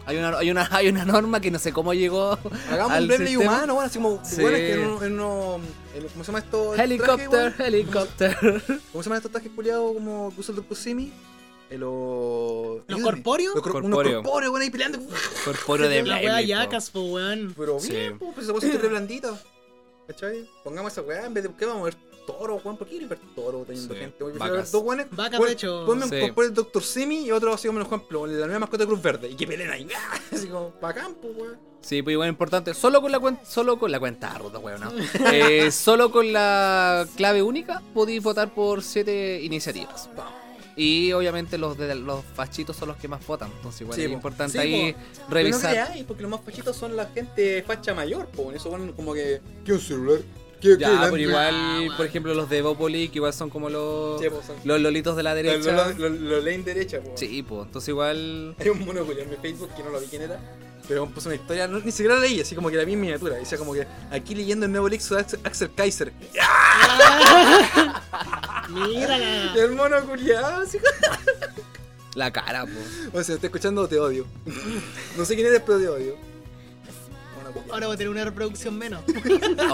Speaker 3: Hay una, hay, una, hay una norma que no sé cómo llegó.
Speaker 1: Hagamos
Speaker 3: al
Speaker 1: un Beyblade
Speaker 3: sistema.
Speaker 1: humano, bueno, así como
Speaker 3: Sí.
Speaker 1: weones que en uno- en uno- en- ¿Cómo se llama esto? El traje,
Speaker 3: Helicóptero,
Speaker 1: weón.
Speaker 3: helicóptero.
Speaker 1: ¿Cómo se llaman estos trajes culiados como que usa el Dr. Simi? Eh, Los.
Speaker 2: ¿Los
Speaker 1: ayúdenme.
Speaker 2: corpóreos?
Speaker 1: Los cor- unos
Speaker 3: Corpóreo.
Speaker 1: corpóreos, weón, ahí peleando.
Speaker 3: Corpóreo
Speaker 2: La
Speaker 3: de
Speaker 2: wea
Speaker 3: Beyblade, po.
Speaker 2: yacas, po, weón.
Speaker 1: Pero
Speaker 3: Sí.
Speaker 1: bien, po, pues esa cosa es re blandita. ¿Cachai? Pongamos esa weá, en vez de que vamos a ver toro, weón, ¿por qué quieren ver toro teniendo
Speaker 3: Sí,
Speaker 1: gente? Yo prefiero
Speaker 3: vacas.
Speaker 1: ver dos weones.
Speaker 2: Vacas,
Speaker 1: weón,
Speaker 2: de hecho.
Speaker 1: Ponme
Speaker 3: Sí.
Speaker 1: un corpóreo del Dr. Simi y otro así como, por ejemplo, la misma mascota de Cruz Verde. Y que peleen ahí. Así como, pa' campo, weón.
Speaker 3: Sí, pues igual importante. Solo con la cuenta, solo con la cuenta ah, ruta, weón, ¿no? Eh, solo con la clave única podéis votar por siete iniciativas. Y obviamente los de los fachitos son los que más votan. Entonces igual
Speaker 1: Sí,
Speaker 3: es
Speaker 1: po.
Speaker 3: importante
Speaker 1: Sí,
Speaker 3: ahí
Speaker 1: po. Pero no
Speaker 3: revisar.
Speaker 1: creáis, porque los más fachitos son la gente facha mayor, po. En eso ponen como que. ¿Qué un celular? ¿Qué, qué,
Speaker 3: ya,
Speaker 1: la-
Speaker 3: por igual,
Speaker 2: weón.
Speaker 3: por ejemplo, los de Evopoli, que igual son como los,
Speaker 1: Sí, po, son-
Speaker 3: los lolitos de la
Speaker 1: Lo,
Speaker 3: derecha.
Speaker 1: lo, lo- lo lane derecha, po.
Speaker 3: Sí, pues, entonces igual...
Speaker 1: Hay un mono Julio en mi Facebook que no lo vi quién era. Pero puso una historia, no- ni siquiera la leí, así como que la vi en miniatura. Decía como que aquí leyendo el nuevo Lexus de Axel, Axel Kaiser.
Speaker 2: Mírala.
Speaker 1: Y el mono culiado, así como-
Speaker 3: La cara, pues.
Speaker 1: O sea, estoy escuchando, te odio. No sé quién eres, pero te odio. Mono culiao.
Speaker 2: Ahora voy a tener una reproducción menos.
Speaker 1: Me importa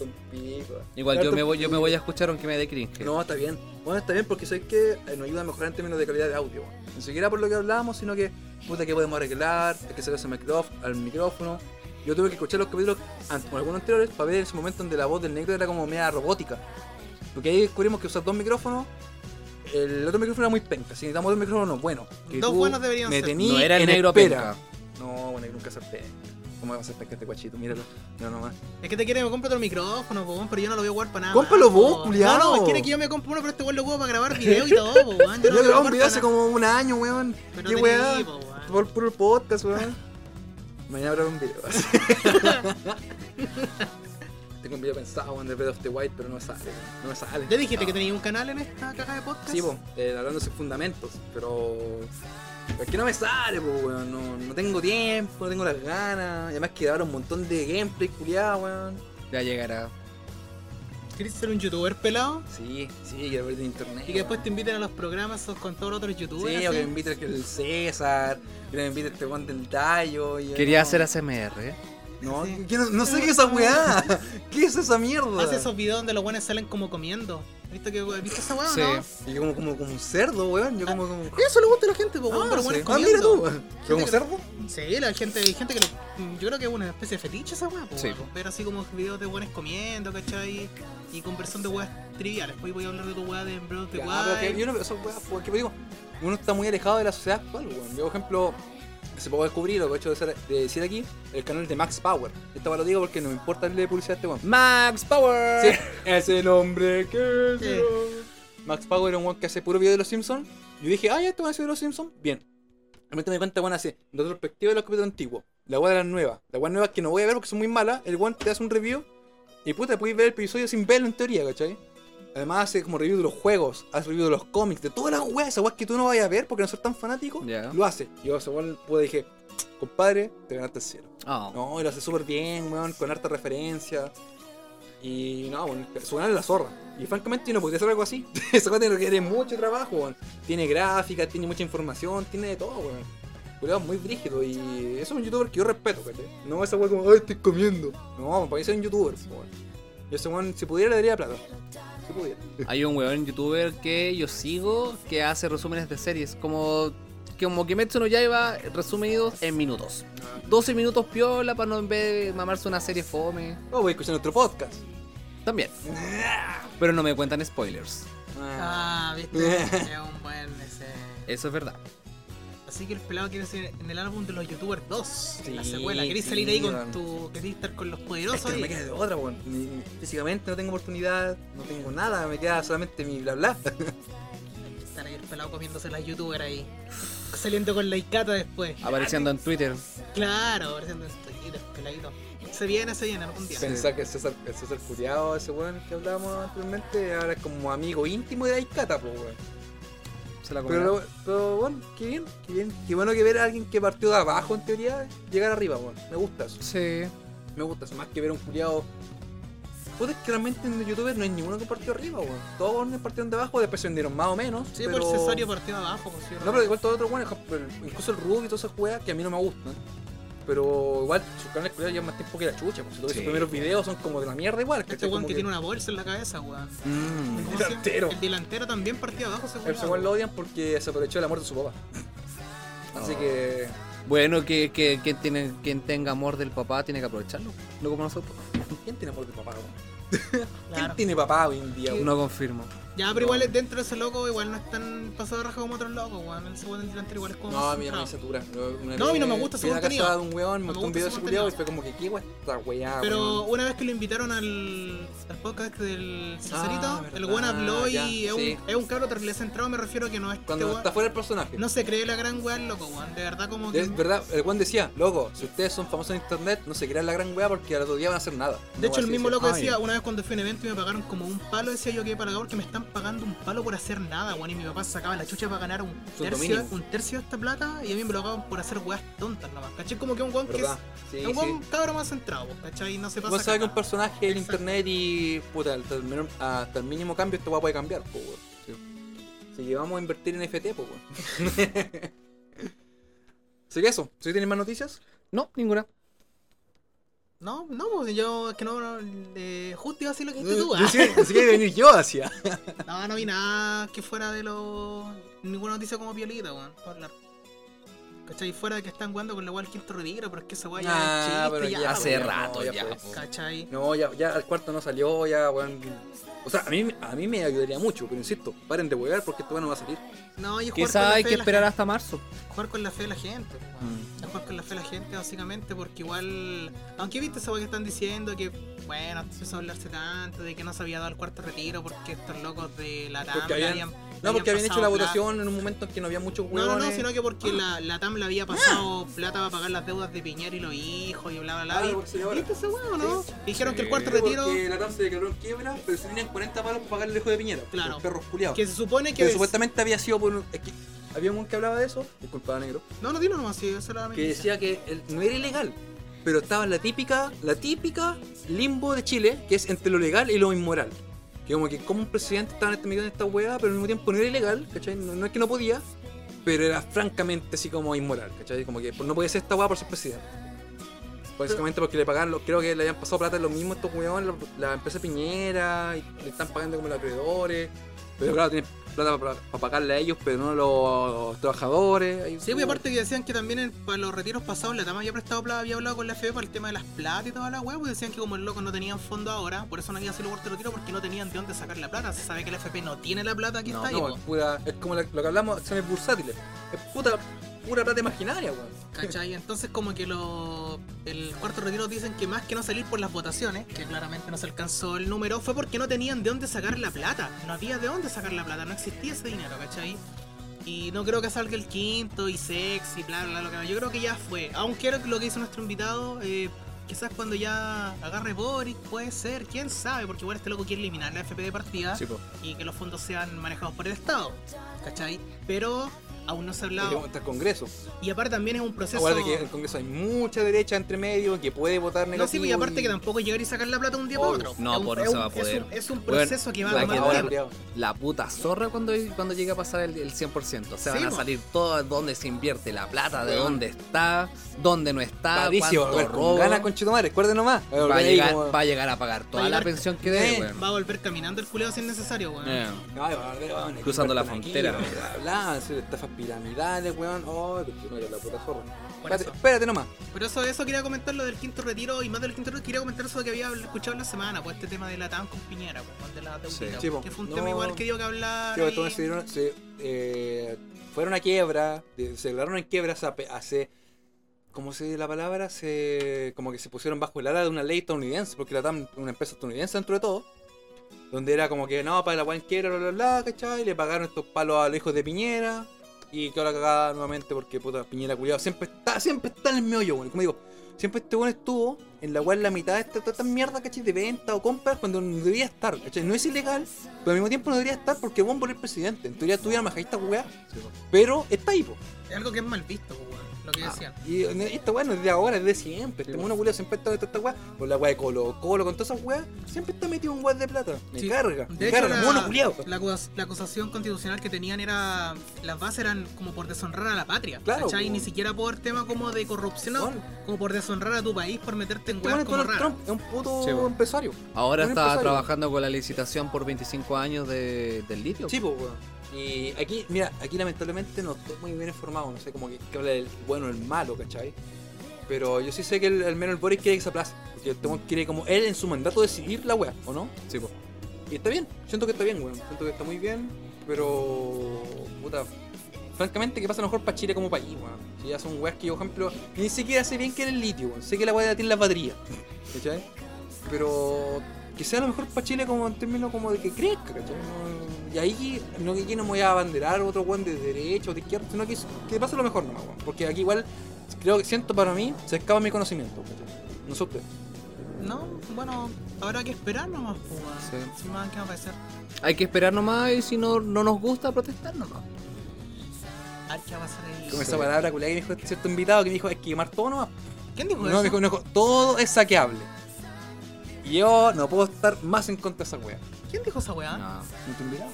Speaker 1: un pico.
Speaker 3: Oh. Igual yo
Speaker 1: Harto
Speaker 3: me voy, yo me
Speaker 1: pico.
Speaker 3: voy a escuchar aunque me dé cringe.
Speaker 1: No, está bien. Bueno, está bien porque sé que eh, nos ayuda a mejorar en términos de calidad de audio. bueno. Ni siquiera por lo que hablábamos, sino que puta que podemos arreglar, hay que sacarse el micróf- al micrófono. Yo tuve que escuchar los capítulos an- o algunos anteriores para ver ese momento donde la voz del negro era como media robótica. Porque ahí descubrimos que usar dos micrófonos, el otro micrófono era muy penca, así que necesitamos dos micrófonos buenos. que
Speaker 2: Dos
Speaker 1: tú
Speaker 2: buenos deberían
Speaker 1: me
Speaker 2: ser.
Speaker 1: tení
Speaker 3: No era el
Speaker 1: en
Speaker 3: negro
Speaker 1: espera.
Speaker 3: penca.
Speaker 1: No, bueno, nunca se penca. ¿Cómo va a ser penca este guachito? Míralo. No, nomás.
Speaker 2: Es que te quiere que me compre otro micrófono, po, weón, pero yo no lo voy a jugar para nada.
Speaker 1: Cómpalo
Speaker 2: más,
Speaker 1: vos,
Speaker 2: po.
Speaker 1: culiao.
Speaker 2: No, no, quiere que yo me compre uno, pero este weón lo juego para grabar video y todo, po, weón.
Speaker 1: Yo
Speaker 2: Yo no lo voy a
Speaker 1: grabé un
Speaker 2: jugar
Speaker 1: video
Speaker 2: para
Speaker 1: hace
Speaker 2: nada.
Speaker 1: como un año, weón.
Speaker 2: Pero
Speaker 1: ¿Qué
Speaker 2: no
Speaker 1: weá?
Speaker 2: tenía, po, weón.
Speaker 1: Por puro podcast, weón. Mañana habrá un video. así. Tengo un video pensado, weón, de Breath of the Wild, pero no me sale. weón. No me sale.
Speaker 2: ¿Ya dijiste que tenías un canal en esta caja de podcast?
Speaker 1: Sí, po, eh, hablando sin fundamentos, pero. Es que no me sale, po, weón. No, no tengo tiempo, no tengo las ganas. Y además que grabar un montón de gameplay culiado, weón.
Speaker 3: Ya llegará.
Speaker 2: ¿Quieres ser un youtuber pelado?
Speaker 1: Sí, sí, quiero ver de internet.
Speaker 2: Y que después
Speaker 1: weón.
Speaker 2: te inviten a los programas esos con todos los otros youtubers.
Speaker 1: Sí, o
Speaker 2: así.
Speaker 1: que me invite el César, que me invite este Juan del Tallo. y-
Speaker 3: Quería
Speaker 1: no.
Speaker 3: hacer ACMR.
Speaker 1: No,
Speaker 2: Sí.
Speaker 1: que no, no sé qué es esa weá. ¿Qué es esa mierda?
Speaker 2: Hace esos videos donde los buenos salen como comiendo. ¿Viste, que, ¿viste esa weá, o
Speaker 3: Sí.
Speaker 2: no?
Speaker 1: Y yo como, como, como un cerdo, weón. Yo como. como...
Speaker 2: Eso le gusta a la gente, po, weón, pero
Speaker 1: sí.
Speaker 2: buenos
Speaker 1: Ah, mira tú.
Speaker 2: Ah, comiendo.
Speaker 1: ¿Yo como
Speaker 2: que-
Speaker 1: cerdo?
Speaker 2: Sí, la gente, hay gente que lo- yo creo que es una especie de fetiche esa weá, po,
Speaker 3: Sí.
Speaker 2: weón. ver así como videos de buenos comiendo, ¿cachai? Y conversando de weas triviales. Después voy a hablar de tu weá de Breath of the
Speaker 1: Ya, pero que
Speaker 2: Wild.
Speaker 1: yo no veo esas weas, porque digo, uno está muy alejado de la sociedad actual, weón. Yo, por ejemplo, hace poco descubrí lo que he hecho de, ser- de decir aquí, el canal de Max Power. Esto lo digo porque no me importa darle publicidad a este weón.
Speaker 3: Max Power.
Speaker 1: Sí, ese nombre que es.
Speaker 2: Sí.
Speaker 1: Max Power era un weón que hace puro video de los Simpsons. Yo dije, ay, este weón hace de los Simpsons. Bien. Realmente me di cuenta, weón, hace retrospectiva de los capítulos antiguos. La weá de las nuevas. La weá nueva que no voy a ver porque son muy malas. El weón te hace un review. Y puta, puedes ver el episodio sin verlo en teoría, ¿cachai? Además hace como review de los juegos, hace review de los cómics, de todas las weas, esas weas que tú no vayas a ver porque no sos tan fanático,
Speaker 3: Ya.
Speaker 1: lo hace. Y yo a ese weón puta dije, compadre, te ganaste el cielo.
Speaker 3: Oh.
Speaker 1: No, y lo hace súper bien, weón, con harta referencia. Y no, bueno, su canal es la zorra. Y francamente yo no podría hacer algo así. Esa cosa requiere mucho trabajo, weón. Tiene gráfica, tiene mucha información, tiene de todo, weón. Culeado, muy brígido y eso es un youtuber que yo respeto, ¿cachai? No esa weón como, ay, estoy comiendo. No, para mí ser un youtuber, weón. Yo ese weón, si pudiera le daría plata. Si pudiera.
Speaker 3: Hay un weón youtuber que yo sigo que hace resúmenes de series. Como, como Kimetsu no Yaiba resumidos en minutos. 12 minutos piola para no en vez de mamarse una serie fome.
Speaker 1: No, voy a escuchar nuestro podcast.
Speaker 3: También. Pero no me cuentan spoilers.
Speaker 2: Ah, viste, es un buen ese.
Speaker 3: Eso es verdad.
Speaker 2: Así que el pelado quiere ser en el álbum de los youtubers 2, la
Speaker 1: Sí,
Speaker 2: secuela. Querís
Speaker 1: sí,
Speaker 2: salir ahí con
Speaker 1: weón.
Speaker 2: tu. Querís estar con los
Speaker 1: Es
Speaker 2: poderosos
Speaker 1: que no
Speaker 2: ahí.
Speaker 1: me queda de otra, weón. Ni- ni- Físicamente no tengo oportunidad, no tengo nada, me queda solamente mi bla bla.
Speaker 2: Estar ahí el pelado comiéndose las youtubers ahí. Saliendo con la Icata después.
Speaker 3: Apareciendo en Twitter.
Speaker 2: Claro, apareciendo en Twitter, peladito. Se viene, se viene algún día.
Speaker 1: Pensar que César, el César Curiado, ese weón que hablábamos anteriormente, ahora es como amigo íntimo de la Icata, po, weón.
Speaker 3: Se la comerá.
Speaker 1: Pero, pero bueno, qué bien, qué bien. Qué bueno que ver a alguien que partió de abajo, en teoría, llegar arriba, weón. Me gusta eso.
Speaker 3: Sí.
Speaker 1: Me gusta eso. Más que ver a un Curiado Puta, es que realmente en YouTube no hay ninguno que partió arriba, weón. Todos partieron de abajo, después se vendieron más o menos.
Speaker 2: Sí,
Speaker 1: pero...
Speaker 2: por cesario partido abajo, por cierto.
Speaker 1: No, pero igual todos otros weones, incluso el Ruby y todas esas weas que a mí no me gustan. Pero igual, sus canales culiados llevan más tiempo que la chucha, porque
Speaker 3: Sí.
Speaker 1: sus primeros videos son como de la mierda igual.
Speaker 2: Este
Speaker 1: ¿cachai?
Speaker 2: weón
Speaker 1: Como
Speaker 2: que tiene una bolsa en la cabeza, weón. ¿Cómo
Speaker 3: Mm.
Speaker 2: se llama?
Speaker 1: Delantero.
Speaker 2: El delantero también partido abajo,
Speaker 1: El segundo
Speaker 2: según
Speaker 1: lo odian porque se aprovechó de la muerte de su papá. Así
Speaker 3: Oh.
Speaker 1: que.
Speaker 3: Bueno, que, que, que tiene, quien tenga amor del papá tiene que aprovecharlo. No como nosotros.
Speaker 1: ¿Quién tiene amor de papá, weón?
Speaker 2: Claro.
Speaker 1: ¿Quién tiene papá hoy en día, weón?
Speaker 3: No confirmo.
Speaker 2: Ya, pero igual dentro de ese loco, igual no es tan pasado de raja como otros locos, weón. El segundo delantero igual es como.
Speaker 1: No,
Speaker 2: más
Speaker 1: a mí ya me satura.
Speaker 2: centrado.
Speaker 1: Yo una
Speaker 2: No, a mí no me
Speaker 1: vez
Speaker 2: gusta ese
Speaker 1: fui a la
Speaker 2: contenido.
Speaker 1: casa de un weón,
Speaker 2: No me
Speaker 1: mostró un
Speaker 2: gusta
Speaker 1: video de
Speaker 2: ese
Speaker 1: ese culiado y fue
Speaker 2: contenido.
Speaker 1: como que, ¿qué weón esta weá,
Speaker 2: Pero
Speaker 1: weón?
Speaker 2: una vez que lo invitaron al, al podcast del Cesarito,
Speaker 1: Ah,
Speaker 2: el
Speaker 1: verdad,
Speaker 2: weón habló y
Speaker 1: ya,
Speaker 2: es,
Speaker 1: sí.
Speaker 2: un, es un cabro centrado, me refiero que no es
Speaker 1: Cuando
Speaker 2: este
Speaker 1: está
Speaker 2: weón-
Speaker 1: fuera el personaje.
Speaker 2: No se cree la gran weón, loco, weón. De verdad, como que.
Speaker 1: Es verdad, el Juan decía, loco, si ustedes son famosos en internet, no se crean la gran weá porque al otro día van a hacer nada. Una
Speaker 2: De hecho,
Speaker 1: weá
Speaker 2: el
Speaker 1: así
Speaker 2: mismo
Speaker 1: decía.
Speaker 2: loco
Speaker 3: Ah,
Speaker 2: decía,
Speaker 3: ya.
Speaker 2: una vez cuando fui a un evento y me pagaron como un palo, decía yo que para acá porque me están pagando un palo por hacer nada, weón. Y mi papá sacaba la chucha para ganar un
Speaker 1: Sueldo
Speaker 2: tercio,
Speaker 1: mínimo.
Speaker 2: un tercio de esta plata y a mí me lo pagaban por hacer weas tontas nomás. ¿Cachai? Como que un weón que es.
Speaker 1: ¿Verdad? Sí,
Speaker 2: es un
Speaker 1: sí.
Speaker 2: weón cabro más centrado, po, ¿cachai? No se pasa.
Speaker 1: Vos sabés que un
Speaker 2: caca.
Speaker 1: personaje en
Speaker 2: Exacto.
Speaker 1: internet y puta, hasta el, menor- hasta el mínimo cambio esta weá puede cambiar, po, weón. Así que vamos a invertir en FT, po, weón. Así que eso, si tienen más noticias,
Speaker 3: No, ninguna.
Speaker 2: No, no, pues yo es que no, no, eh, justo iba a decir lo que dijiste tú. ah.
Speaker 1: así que así que venir yo hacia.
Speaker 2: No, no vi nada que fuera de los. Ninguna noticia como piolita, weón. para hablar. ¿Cachai? Fuera que están jugando con la weá del quinto retiro, pero es que esa weá ya es
Speaker 1: Ah,
Speaker 2: chiste,
Speaker 1: pero
Speaker 2: ya.
Speaker 1: ya,
Speaker 3: Hace
Speaker 1: po,
Speaker 2: weón.
Speaker 3: rato
Speaker 1: no,
Speaker 3: ya.
Speaker 1: ya pues.
Speaker 3: po.
Speaker 2: ¿Cachai?
Speaker 1: No, ya, ya al cuarto no salió, ya, weón. O sea, a mí, a mí me ayudaría mucho, pero insisto, paren de huevear porque esto no va a salir.
Speaker 2: No, y jugar con la
Speaker 3: Quizá hay
Speaker 2: fe
Speaker 3: que
Speaker 2: de la
Speaker 3: esperar hasta marzo.
Speaker 2: gente- Jugar con la fe de la gente, weón. Es jugar con la fe de la gente, básicamente, porque igual. Aunque viste esa weá que están diciendo que. Bueno, empezó a hablarse tanto de que no se había dado el cuarto retiro porque estos locos de la TAM
Speaker 1: Porque
Speaker 2: le
Speaker 1: habían- No, porque habían hecho la
Speaker 2: pasado plata.
Speaker 1: votación en un momento en que no había muchos
Speaker 2: No,
Speaker 1: huevones.
Speaker 2: no, no, sino que porque la, la TAM le había pasado plata para pagar las deudas de Piñera y los hijos y bla, bla,
Speaker 1: Ah,
Speaker 2: bla.
Speaker 1: porque se
Speaker 2: y-
Speaker 1: ahora.
Speaker 2: ¿Viste ese huevo, no?
Speaker 1: Sí.
Speaker 2: Dijeron que el
Speaker 3: Sí.
Speaker 2: cuarto
Speaker 1: Porque
Speaker 2: retiro,
Speaker 1: la TAM se declaró en quiebra, pero se tenían 40 palos para pagarle el hijo de Piñera.
Speaker 2: Claro.
Speaker 1: Los perros culiados.
Speaker 2: que se supone que...
Speaker 1: Que supuestamente había sido por un. es que había un que hablaba de eso, disculpa negro,
Speaker 2: No, no, dilo nomás, sí, esa era la
Speaker 1: que
Speaker 2: noticia.
Speaker 1: decía que el- no era ilegal, pero estaba en la típica, la típica limbo de Chile, que es entre lo legal y lo inmoral. Que como que como un presidente estaba en este medio de esta weá, pero al mismo tiempo no era ilegal, ¿cachai? No, no es que no podía, pero era francamente así como inmoral, ¿cachai? Como que no podía ser esta weá por ser presidente. Básicamente porque le pagaron, lo- creo que le habían pasado plata lo mismo a estos weones, lo- la empresa Piñera, y le están pagando como los acreedores, pero claro, tienen plata para, para pagarle a ellos, pero no a los trabajadores. Hay-
Speaker 2: Sí, pues aparte que decían que también en- para los retiros pasados la TAM había prestado plata, había hablado con la FB para el tema de las plata y toda la hueá, pues decían que como el loco no tenían fondo ahora, por eso no había sido el cuarto retiro porque no tenían de dónde sacar la plata. Se sabe que la FP no tiene la plata, aquí
Speaker 1: No,
Speaker 2: está pues,
Speaker 1: no,
Speaker 2: ahí, po.
Speaker 1: es, pura- es como la- lo que hablamos, acciones bursátiles. Es puta, pura plata imaginaria, weón.
Speaker 2: ¿Cachai? Entonces como que lo, el cuarto retiro dicen que más que no salir por las votaciones, que claramente no se alcanzó el número, fue porque no tenían de dónde sacar la plata. No había de dónde sacar la plata, no existía ese dinero, ¿cachai? Y no creo que salga el quinto y sex y bla, bla, lo que Yo creo que ya fue. Aunque era lo que hizo nuestro invitado, eh, quizás cuando ya agarre Boris, puede ser, quién sabe, porque igual este loco quiere eliminar la FP de partida
Speaker 1: Sí, po.
Speaker 2: y que los fondos sean manejados por el Estado, ¿cachai? Pero aún no se ha
Speaker 1: Llegamos
Speaker 2: hablado.
Speaker 1: hasta el Congreso.
Speaker 2: Y aparte también es un proceso...
Speaker 1: Acuérdate que en el Congreso hay mucha derecha entre medio que puede votar negativo.
Speaker 2: No, sí, pues, y aparte que tampoco llegar y sacar la plata de un día para
Speaker 1: Obvio.
Speaker 2: otro.
Speaker 3: No,
Speaker 2: Es un-
Speaker 3: por no
Speaker 2: es
Speaker 3: se
Speaker 2: un-
Speaker 3: va a poder.
Speaker 2: Es un, es un
Speaker 3: Bueno,
Speaker 2: proceso que va
Speaker 3: va
Speaker 2: a
Speaker 3: a
Speaker 2: tomar
Speaker 3: quedar
Speaker 2: tiempo.
Speaker 1: culiao.
Speaker 3: La puta zorra cuando, cuando llegue a pasar el, el 100%. O sea,
Speaker 2: Sí,
Speaker 3: van a
Speaker 2: po.
Speaker 3: salir todo dónde se invierte la plata, de
Speaker 1: Weón.
Speaker 3: dónde está, dónde no está,
Speaker 1: Padrísimo, a
Speaker 3: cuánto
Speaker 1: ver, con
Speaker 3: roba.
Speaker 1: ganas con Chetumare, recuerden nomás. A ver,
Speaker 3: Va a,
Speaker 1: ahí
Speaker 3: llegar,
Speaker 1: como- eh,
Speaker 3: va a llegar a pagar toda
Speaker 2: Va a
Speaker 3: la
Speaker 2: llegar-
Speaker 3: pensión que debe,
Speaker 1: Sí.
Speaker 3: weón.
Speaker 2: Va a volver caminando el culeo si es necesario, weón.
Speaker 3: Eh.
Speaker 1: Ay, va a ver, weón, hay
Speaker 3: Cruzando
Speaker 1: que
Speaker 3: la
Speaker 1: invertir
Speaker 3: frontera.
Speaker 1: aquí, bla, bla, bla, hacer estafas piramidales, weón. Oh, no, la puta zorra.
Speaker 2: Por
Speaker 1: Espérate,
Speaker 2: eso.
Speaker 1: espérate nomás.
Speaker 2: Pero eso, eso quería comentar lo del quinto retiro y más del quinto retiro quería comentar eso que había escuchado en la semana, pues este tema de la TAM con Piñera, pues, de la deudita,
Speaker 3: Sí.
Speaker 2: pues,
Speaker 1: Sí, po.
Speaker 2: que fue un
Speaker 1: No.
Speaker 2: tema igual que dio que hablar.
Speaker 1: Sí, pues,
Speaker 2: ahí.
Speaker 1: entonces se dieron- se, eh, fueron a quiebra, de- se declararon en quiebra hace, ape- hace- ¿cómo se dice la palabra? Se, como que se pusieron bajo el ala de una ley estadounidense, porque la TAM es una empresa estadounidense dentro de todo, donde era como que no, para la guan quiebra, bla, bla, bla, ¿cachai? Le pagaron estos palos a los hijos de Piñera, y que ahora cagada nuevamente porque puta Piñera culiado siempre está, siempre está en el meollo, bueno, como digo, siempre este bueno estuvo en la cual la mitad de esta- toda esta mierda, ¿cachai? De venta o compras cuando no debería estar, ¿cachai? No es ilegal, pero al mismo tiempo no debería estar porque Bombo era el presidente. En teoría tú ya majáis esta weá, pero está ahí, po.
Speaker 2: Es algo que es mal visto, pues, weón, lo que
Speaker 1: Ah.
Speaker 2: decían.
Speaker 1: Y en- esta weá no es de ahora, es de siempre. Este mono culiao siempre está con esta weá. Con la weá de Colo Colo, con todas esas weas, siempre está metido un weá de plata. Me
Speaker 2: Sí.
Speaker 1: carga, me
Speaker 2: De hecho,
Speaker 1: carga,
Speaker 2: la,
Speaker 1: mono culiao.
Speaker 2: la acus- la acusación constitucional que tenían era. Las bases eran como por deshonrar a la patria.
Speaker 1: Claro,
Speaker 2: ¿cachai?
Speaker 1: po.
Speaker 2: Ni siquiera por tema como de corrupción, no,
Speaker 1: Bueno.
Speaker 2: como por deshonrar a tu país, por meterte en
Speaker 1: Este mono
Speaker 2: weas
Speaker 1: es
Speaker 2: como
Speaker 1: Donald
Speaker 2: raras.
Speaker 1: Trump, es un puto
Speaker 3: Sí, po.
Speaker 1: empresario.
Speaker 3: Ahora
Speaker 1: Un
Speaker 3: está
Speaker 1: empresario.
Speaker 3: trabajando con la licitación por 25 años de, del litio.
Speaker 1: Sí, po, weón. Y aquí, mira, aquí lamentablemente no estoy muy bien informado, no sé como que, que habla del bueno, el malo, ¿cachai? Pero yo sí sé que el- al menos el Boris quiere que se aplace, porque el Tomás quiere como él en su mandato decidir la weá, ¿o no?
Speaker 3: Sí, po.
Speaker 1: Y está bien, siento que está bien, weón, siento que está muy bien, pero... puta... Francamente, ¿qué pasa mejor para Chile como país, weón? Si ya son weas que yo, por ejemplo, ni siquiera sé bien que era el litio, weón, sé que la weá tiene las baterías, ¿cachai? pero que sea lo mejor para Chile como en términos como de que crezca, ¿cachai? No- y ahí no que aquí no me voy a abanderar otro weón de derecha o de izquierda, sino que, que pase lo mejor nomás, weón. Porque aquí igual creo que siento para mí, se escapa mi conocimiento, ¿cachai? No sé usted.
Speaker 2: No, bueno, habrá que esperar nomás, pues, weón.
Speaker 3: Sí.
Speaker 2: Sin más, ¿qué va a pasar?
Speaker 3: Hay que esperar nomás y si no, no nos gusta protestar nomás.
Speaker 2: A ver qué va a pasar ahí.
Speaker 1: Con esa palabra culiá que me dijo este cierto invitado que me dijo, es que quemar todo nomás.
Speaker 2: ¿Quién dijo
Speaker 1: No,
Speaker 2: eso?
Speaker 1: me dijo, no, dijo, todo es saqueable. Y yo no puedo estar más en contra de esa weá.
Speaker 2: ¿Quién dijo esa weá?
Speaker 3: No.
Speaker 1: ¿No te invitado?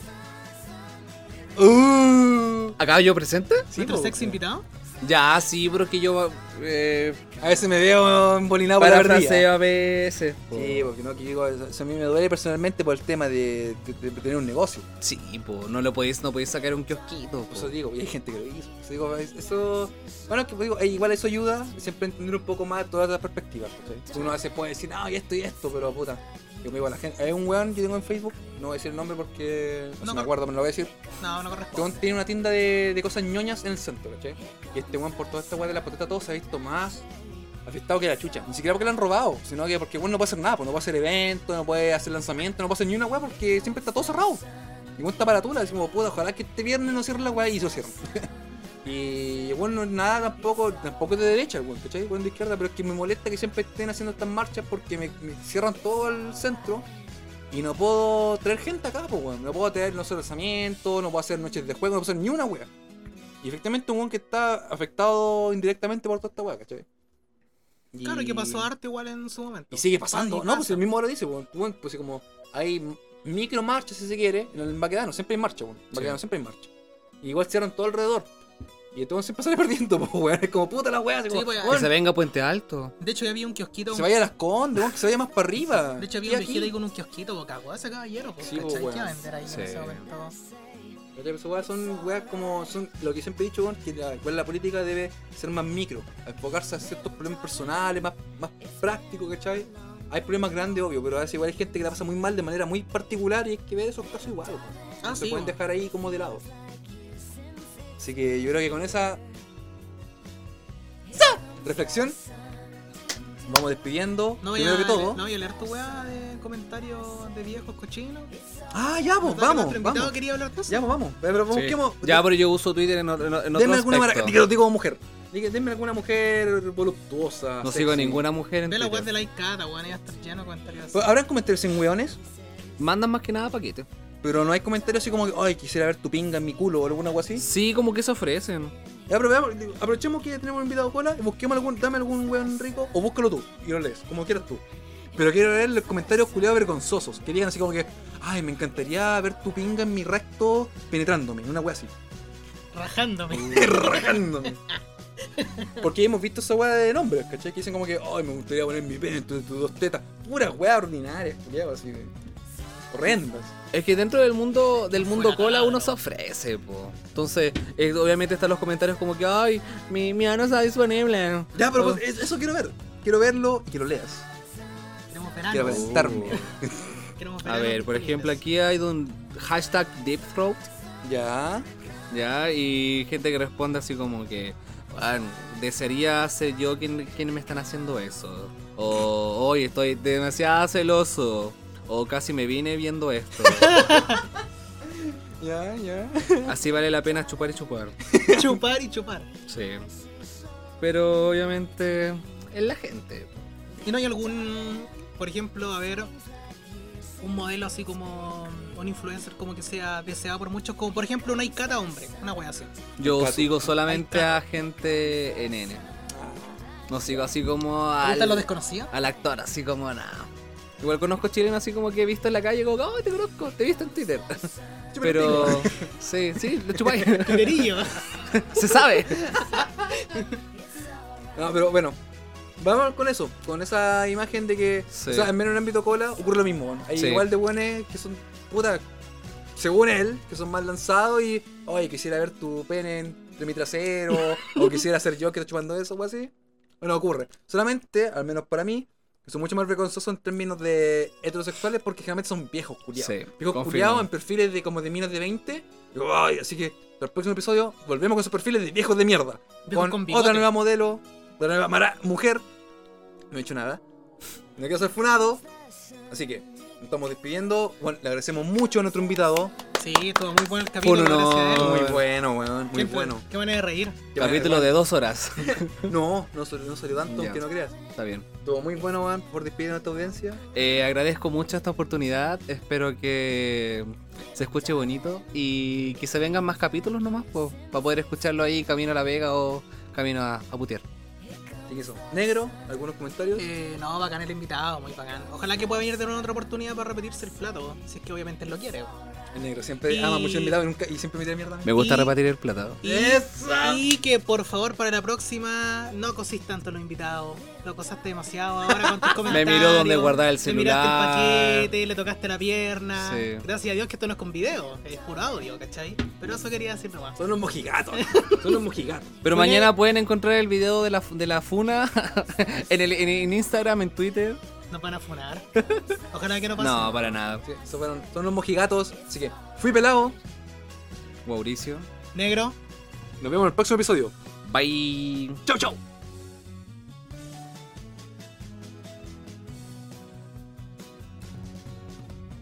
Speaker 1: Uh,
Speaker 3: ¿Acá yo presente?
Speaker 1: sí,
Speaker 2: ¿Nuestro
Speaker 1: po,
Speaker 2: sexo
Speaker 1: weón.
Speaker 2: invitado?
Speaker 3: Ya, sí, pero es que yo... Eh,
Speaker 1: A veces me veo embolinado por la ardilla.
Speaker 3: parafraseo a veces. po.
Speaker 1: Sí, porque no, que digo, eso a mí me duele personalmente por el tema de, de- de tener un negocio.
Speaker 3: Sí, po, no lo podéis, no podéis sacar un kiosquito. po.
Speaker 1: Por eso digo, y hay gente que lo hizo. Entonces digo, es- eso, bueno, que, digo, eh, igual eso ayuda siempre a entender un poco más todas las perspectivas. ¿cachai? Uno a veces puede decir, no, y esto y esto, pero puta. Yo me digo a la gente, hay un weón que tengo en Facebook, no voy a decir el nombre porque no,
Speaker 2: No,
Speaker 1: me
Speaker 2: pero-
Speaker 1: acuerdo, pero lo voy a decir.
Speaker 2: No,
Speaker 1: Este weón
Speaker 2: no corresponde.
Speaker 1: tiene una tienda de, de cosas ñoñas en el centro, ¿cachai? Y este weón por toda esta weá de la patata todo se ha visto más afectado que la chucha. Ni siquiera porque le han robado, sino que porque weón no puede hacer nada, pues no puede hacer eventos, no puede hacer lanzamientos, no puede hacer ni una weá porque siempre está todo cerrado. Y weón está para tú, decimos, puta, ojalá que este viernes no cierren la weá y se cierran. y bueno, no es nada tampoco, tampoco es de derecha, el weón, ¿cachai? El Weón de izquierda, pero es que me molesta que siempre estén haciendo estas marchas porque me, me cierran todo el centro. Y no puedo traer gente acá, pues, weón. No puedo traer, no sé, lanzamiento, no puedo hacer noches de juego, no puedo hacer ni una wea. Y efectivamente un weón que está afectado indirectamente por toda esta wea, ¿cachai? Y-
Speaker 2: Claro que pasó arte igual en su momento.
Speaker 1: Y sigue pasando.
Speaker 2: Y
Speaker 1: no, pues
Speaker 2: pasa.
Speaker 1: el mismo ahora dice, weón. Weón, Pues como hay micro marchas, si se quiere, en el Baquedano. Siempre hay marcha, weón. En Baquedano siempre hay marcha. Y igual cierran todo alrededor. Y entonces siempre sale perdiendo, pues, weón. Es como puta la wea. así
Speaker 2: Sí,
Speaker 1: como,
Speaker 2: pues,
Speaker 1: weón,
Speaker 3: Que se venga a Puente Alto.
Speaker 2: De hecho, ya había un kiosquito.
Speaker 1: se vaya a las condes, weón, que se vaya más para arriba.
Speaker 2: De hecho,
Speaker 1: ¿Qué
Speaker 2: había un
Speaker 1: aquí?
Speaker 2: viejito ahí con un kiosquito, boca weá, ese caballero, pues,
Speaker 1: Sí, pues,
Speaker 2: ¿cachai? ¿Qué
Speaker 1: weón.
Speaker 2: iba a vender ahí
Speaker 3: Sí.
Speaker 2: en ese momento?
Speaker 1: ¿Cachai? Pero esas weas son weas como. son lo que siempre he dicho, weón, que la, cual la política debe ser más micro, enfocarse a ciertos problemas personales, más, más prácticos, ¿cachai? Hay problemas grandes, obvio, pero a veces igual hay gente que la pasa muy mal de manera muy particular y hay que ver esos casos igual, weón.
Speaker 2: Ah,
Speaker 1: no se
Speaker 2: sí,
Speaker 1: pueden
Speaker 2: weón.
Speaker 1: dejar ahí como de lado. Así que yo creo que con esa. ¡Sa! reflexión, nos vamos despidiendo.
Speaker 2: No voy,
Speaker 1: primero
Speaker 2: a,
Speaker 1: que todo.
Speaker 2: no voy a leer tu weá de comentarios de viejos cochinos. ¿Verdad
Speaker 1: Ah, ya,
Speaker 2: que
Speaker 1: pues,
Speaker 2: nuestro
Speaker 1: vamos,
Speaker 2: invitado
Speaker 1: vamos.
Speaker 2: quería hablar de eso?
Speaker 1: Ya, pues, vamos. Pero
Speaker 3: Sí.
Speaker 1: busquemos.
Speaker 3: Ya, pero yo uso Twitter en, o- en o- en otro
Speaker 1: Denme alguna
Speaker 3: aspecto.
Speaker 1: maraca- digo, digo como mujer. Diga, denme alguna mujer voluptuosa.
Speaker 3: No
Speaker 1: sexy.
Speaker 3: sigo a ninguna mujer en
Speaker 2: Ve la web de
Speaker 3: Twitter.
Speaker 2: la Icata, weón, iba a estar lleno de comentarios así.
Speaker 1: Pues, Habrán comentarios sin hueones,
Speaker 3: Mandan más que nada paquetes.
Speaker 1: pero no hay comentarios así como que, ay, quisiera ver tu pinga en mi culo o alguna algo así.
Speaker 3: Sí, como que se ofrecen.
Speaker 1: Ya, pero veamos, digo, aprovechemos que tenemos un invitado cola y busquemos algún, dame algún hueón rico o búscalo tú y lo lees, como quieras tú. Pero quiero leer los comentarios culiados vergonzosos que digan así como que, ay, me encantaría ver tu pinga en mi recto penetrándome, una wea así.
Speaker 3: Uh,
Speaker 2: Rajándome.
Speaker 1: Rajándome. Porque hemos visto esa weá de nombres, ¿cachai? Que dicen como que, ay, me gustaría poner mi pene en tus tus dos tetas. Puras weá ordinarias, culiao, así. de- Horrendas.
Speaker 3: Es que dentro del mundo del mundo
Speaker 2: Fuera
Speaker 3: cola
Speaker 2: nada,
Speaker 3: uno
Speaker 2: ¿no?
Speaker 3: se ofrece, po. Entonces, eh, obviamente están los comentarios como que, ay, mi, mi ano está disponible.
Speaker 1: Ya, pero
Speaker 3: Oh.
Speaker 1: pues, es- eso quiero ver. Quiero verlo y que lo leas. Quiero
Speaker 2: Queremos verano.
Speaker 1: ver. presentarme.
Speaker 2: Queremos
Speaker 3: A
Speaker 2: verano
Speaker 3: ver, por
Speaker 2: disponibles.
Speaker 3: ejemplo, aquí hay un hashtag deep throat,
Speaker 1: Ya.
Speaker 3: ¿ya? Y gente que responde así como que, "Bueno, desearía ser yo quien, quien me están haciendo eso. O, hoy estoy demasiado celoso. O casi me vine viendo esto.
Speaker 1: Ya, ya.
Speaker 3: Así vale la pena chupar y chupar.
Speaker 2: Chupar y chupar.
Speaker 3: Sí. Pero obviamente es la gente.
Speaker 2: ¿Y no hay algún, por ejemplo, a ver, un modelo así como un influencer como que sea deseado por muchos? Como por ejemplo una Icata hombre, una wea así.
Speaker 3: Yo
Speaker 1: Pato.
Speaker 3: sigo solamente
Speaker 2: Ahí
Speaker 3: a gente NN. No sigo así como al,
Speaker 2: ¿Te lo desconocía?
Speaker 3: al actor, así como nada. Igual conozco chilenos así como que he visto en la calle, como, ¡ay, te conozco! Te he visto en Twitter. Pero, sí, sí, lo chupáis.
Speaker 2: Tiberillo.
Speaker 3: Se sabe.
Speaker 1: No, pero bueno. Vamos con eso, con esa imagen de que,
Speaker 3: Sí.
Speaker 1: o sea, al menos en el ámbito cola ocurre lo mismo. ¿no? Hay
Speaker 3: Sí.
Speaker 1: igual de buenos que son, puta, según él, que son más lanzados y, oye, quisiera ver tu pene entre mi trasero, o quisiera ser yo que estoy chupando eso, o así. Bueno, ocurre. Solamente, al menos para mí, que son mucho más vergonzosos en términos de heterosexuales porque generalmente son viejos culiados.
Speaker 3: Sí,
Speaker 1: viejos
Speaker 3: confirmo.
Speaker 1: culiados en perfiles de como de minas de 20. Y, ay, así que, para el próximo episodio, volvemos con esos perfiles de viejos de mierda
Speaker 2: Viejos
Speaker 1: con,
Speaker 2: con bigote.
Speaker 1: otra nueva modelo, otra nueva mara- mujer. No he hecho nada. No quiero ser funado. Así que nos estamos despidiendo. Bueno, le agradecemos mucho a nuestro invitado.
Speaker 2: Sí, estuvo muy bueno el capítulo.
Speaker 3: Uno no.
Speaker 2: gracias a él.
Speaker 3: Muy
Speaker 1: Muy
Speaker 3: bueno.
Speaker 1: bueno, weón. Muy
Speaker 2: Qué-
Speaker 1: bueno.
Speaker 2: Qué manera de reír.
Speaker 1: Qué
Speaker 3: Capítulo de dos horas.
Speaker 1: No, no salió, no salió tanto,
Speaker 3: Ya.
Speaker 1: que no creas.
Speaker 3: Está bien.
Speaker 1: Estuvo muy bueno, weón, por despedir a nuestra audiencia.
Speaker 3: Eh, agradezco mucho esta oportunidad. Espero que se escuche bonito y que se vengan más capítulos nomás pues, para poder escucharlo ahí camino a la Vega o camino a, a putear.
Speaker 1: Así que eso. Negro, algunos comentarios.
Speaker 2: Eh, no, bacán el invitado, muy bacán. Ojalá que pueda venir de nuevo en otra oportunidad para repetirse el plato, si es que obviamente él lo quiere.
Speaker 1: El negro siempre
Speaker 2: y-
Speaker 1: ama mucho el invitado y, nunca, y siempre me tira mierda. a mí.
Speaker 3: Me gusta
Speaker 2: Y-
Speaker 3: repartir el platado.
Speaker 2: Y,
Speaker 1: ¡Esa!
Speaker 2: y que por favor para la próxima no cosís tanto a los invitados. Lo cosaste demasiado ahora con tus comentarios.
Speaker 3: miró dónde guardaba el
Speaker 2: Le miraste
Speaker 3: celular.
Speaker 2: el paquete, le tocaste la pierna.
Speaker 3: Sí.
Speaker 2: Gracias a Dios que esto no es con video, es puro audio, ¿cachai? Pero eso quería decir nomás.
Speaker 1: Son los mojigatos. Son los mojigatos.
Speaker 3: Pero
Speaker 2: Oye.
Speaker 3: mañana pueden encontrar el video de la, de la funa en, el- en- en Instagram, en Twitter.
Speaker 2: Nos van a funar. Ojalá que no pase.
Speaker 3: No, para nada.
Speaker 1: Sí, esos fueron- son los mojigatos. Así que fui pelado.
Speaker 3: Mauricio.
Speaker 2: Negro.
Speaker 1: Nos vemos en el próximo episodio.
Speaker 3: Bye.
Speaker 1: Chau, chau.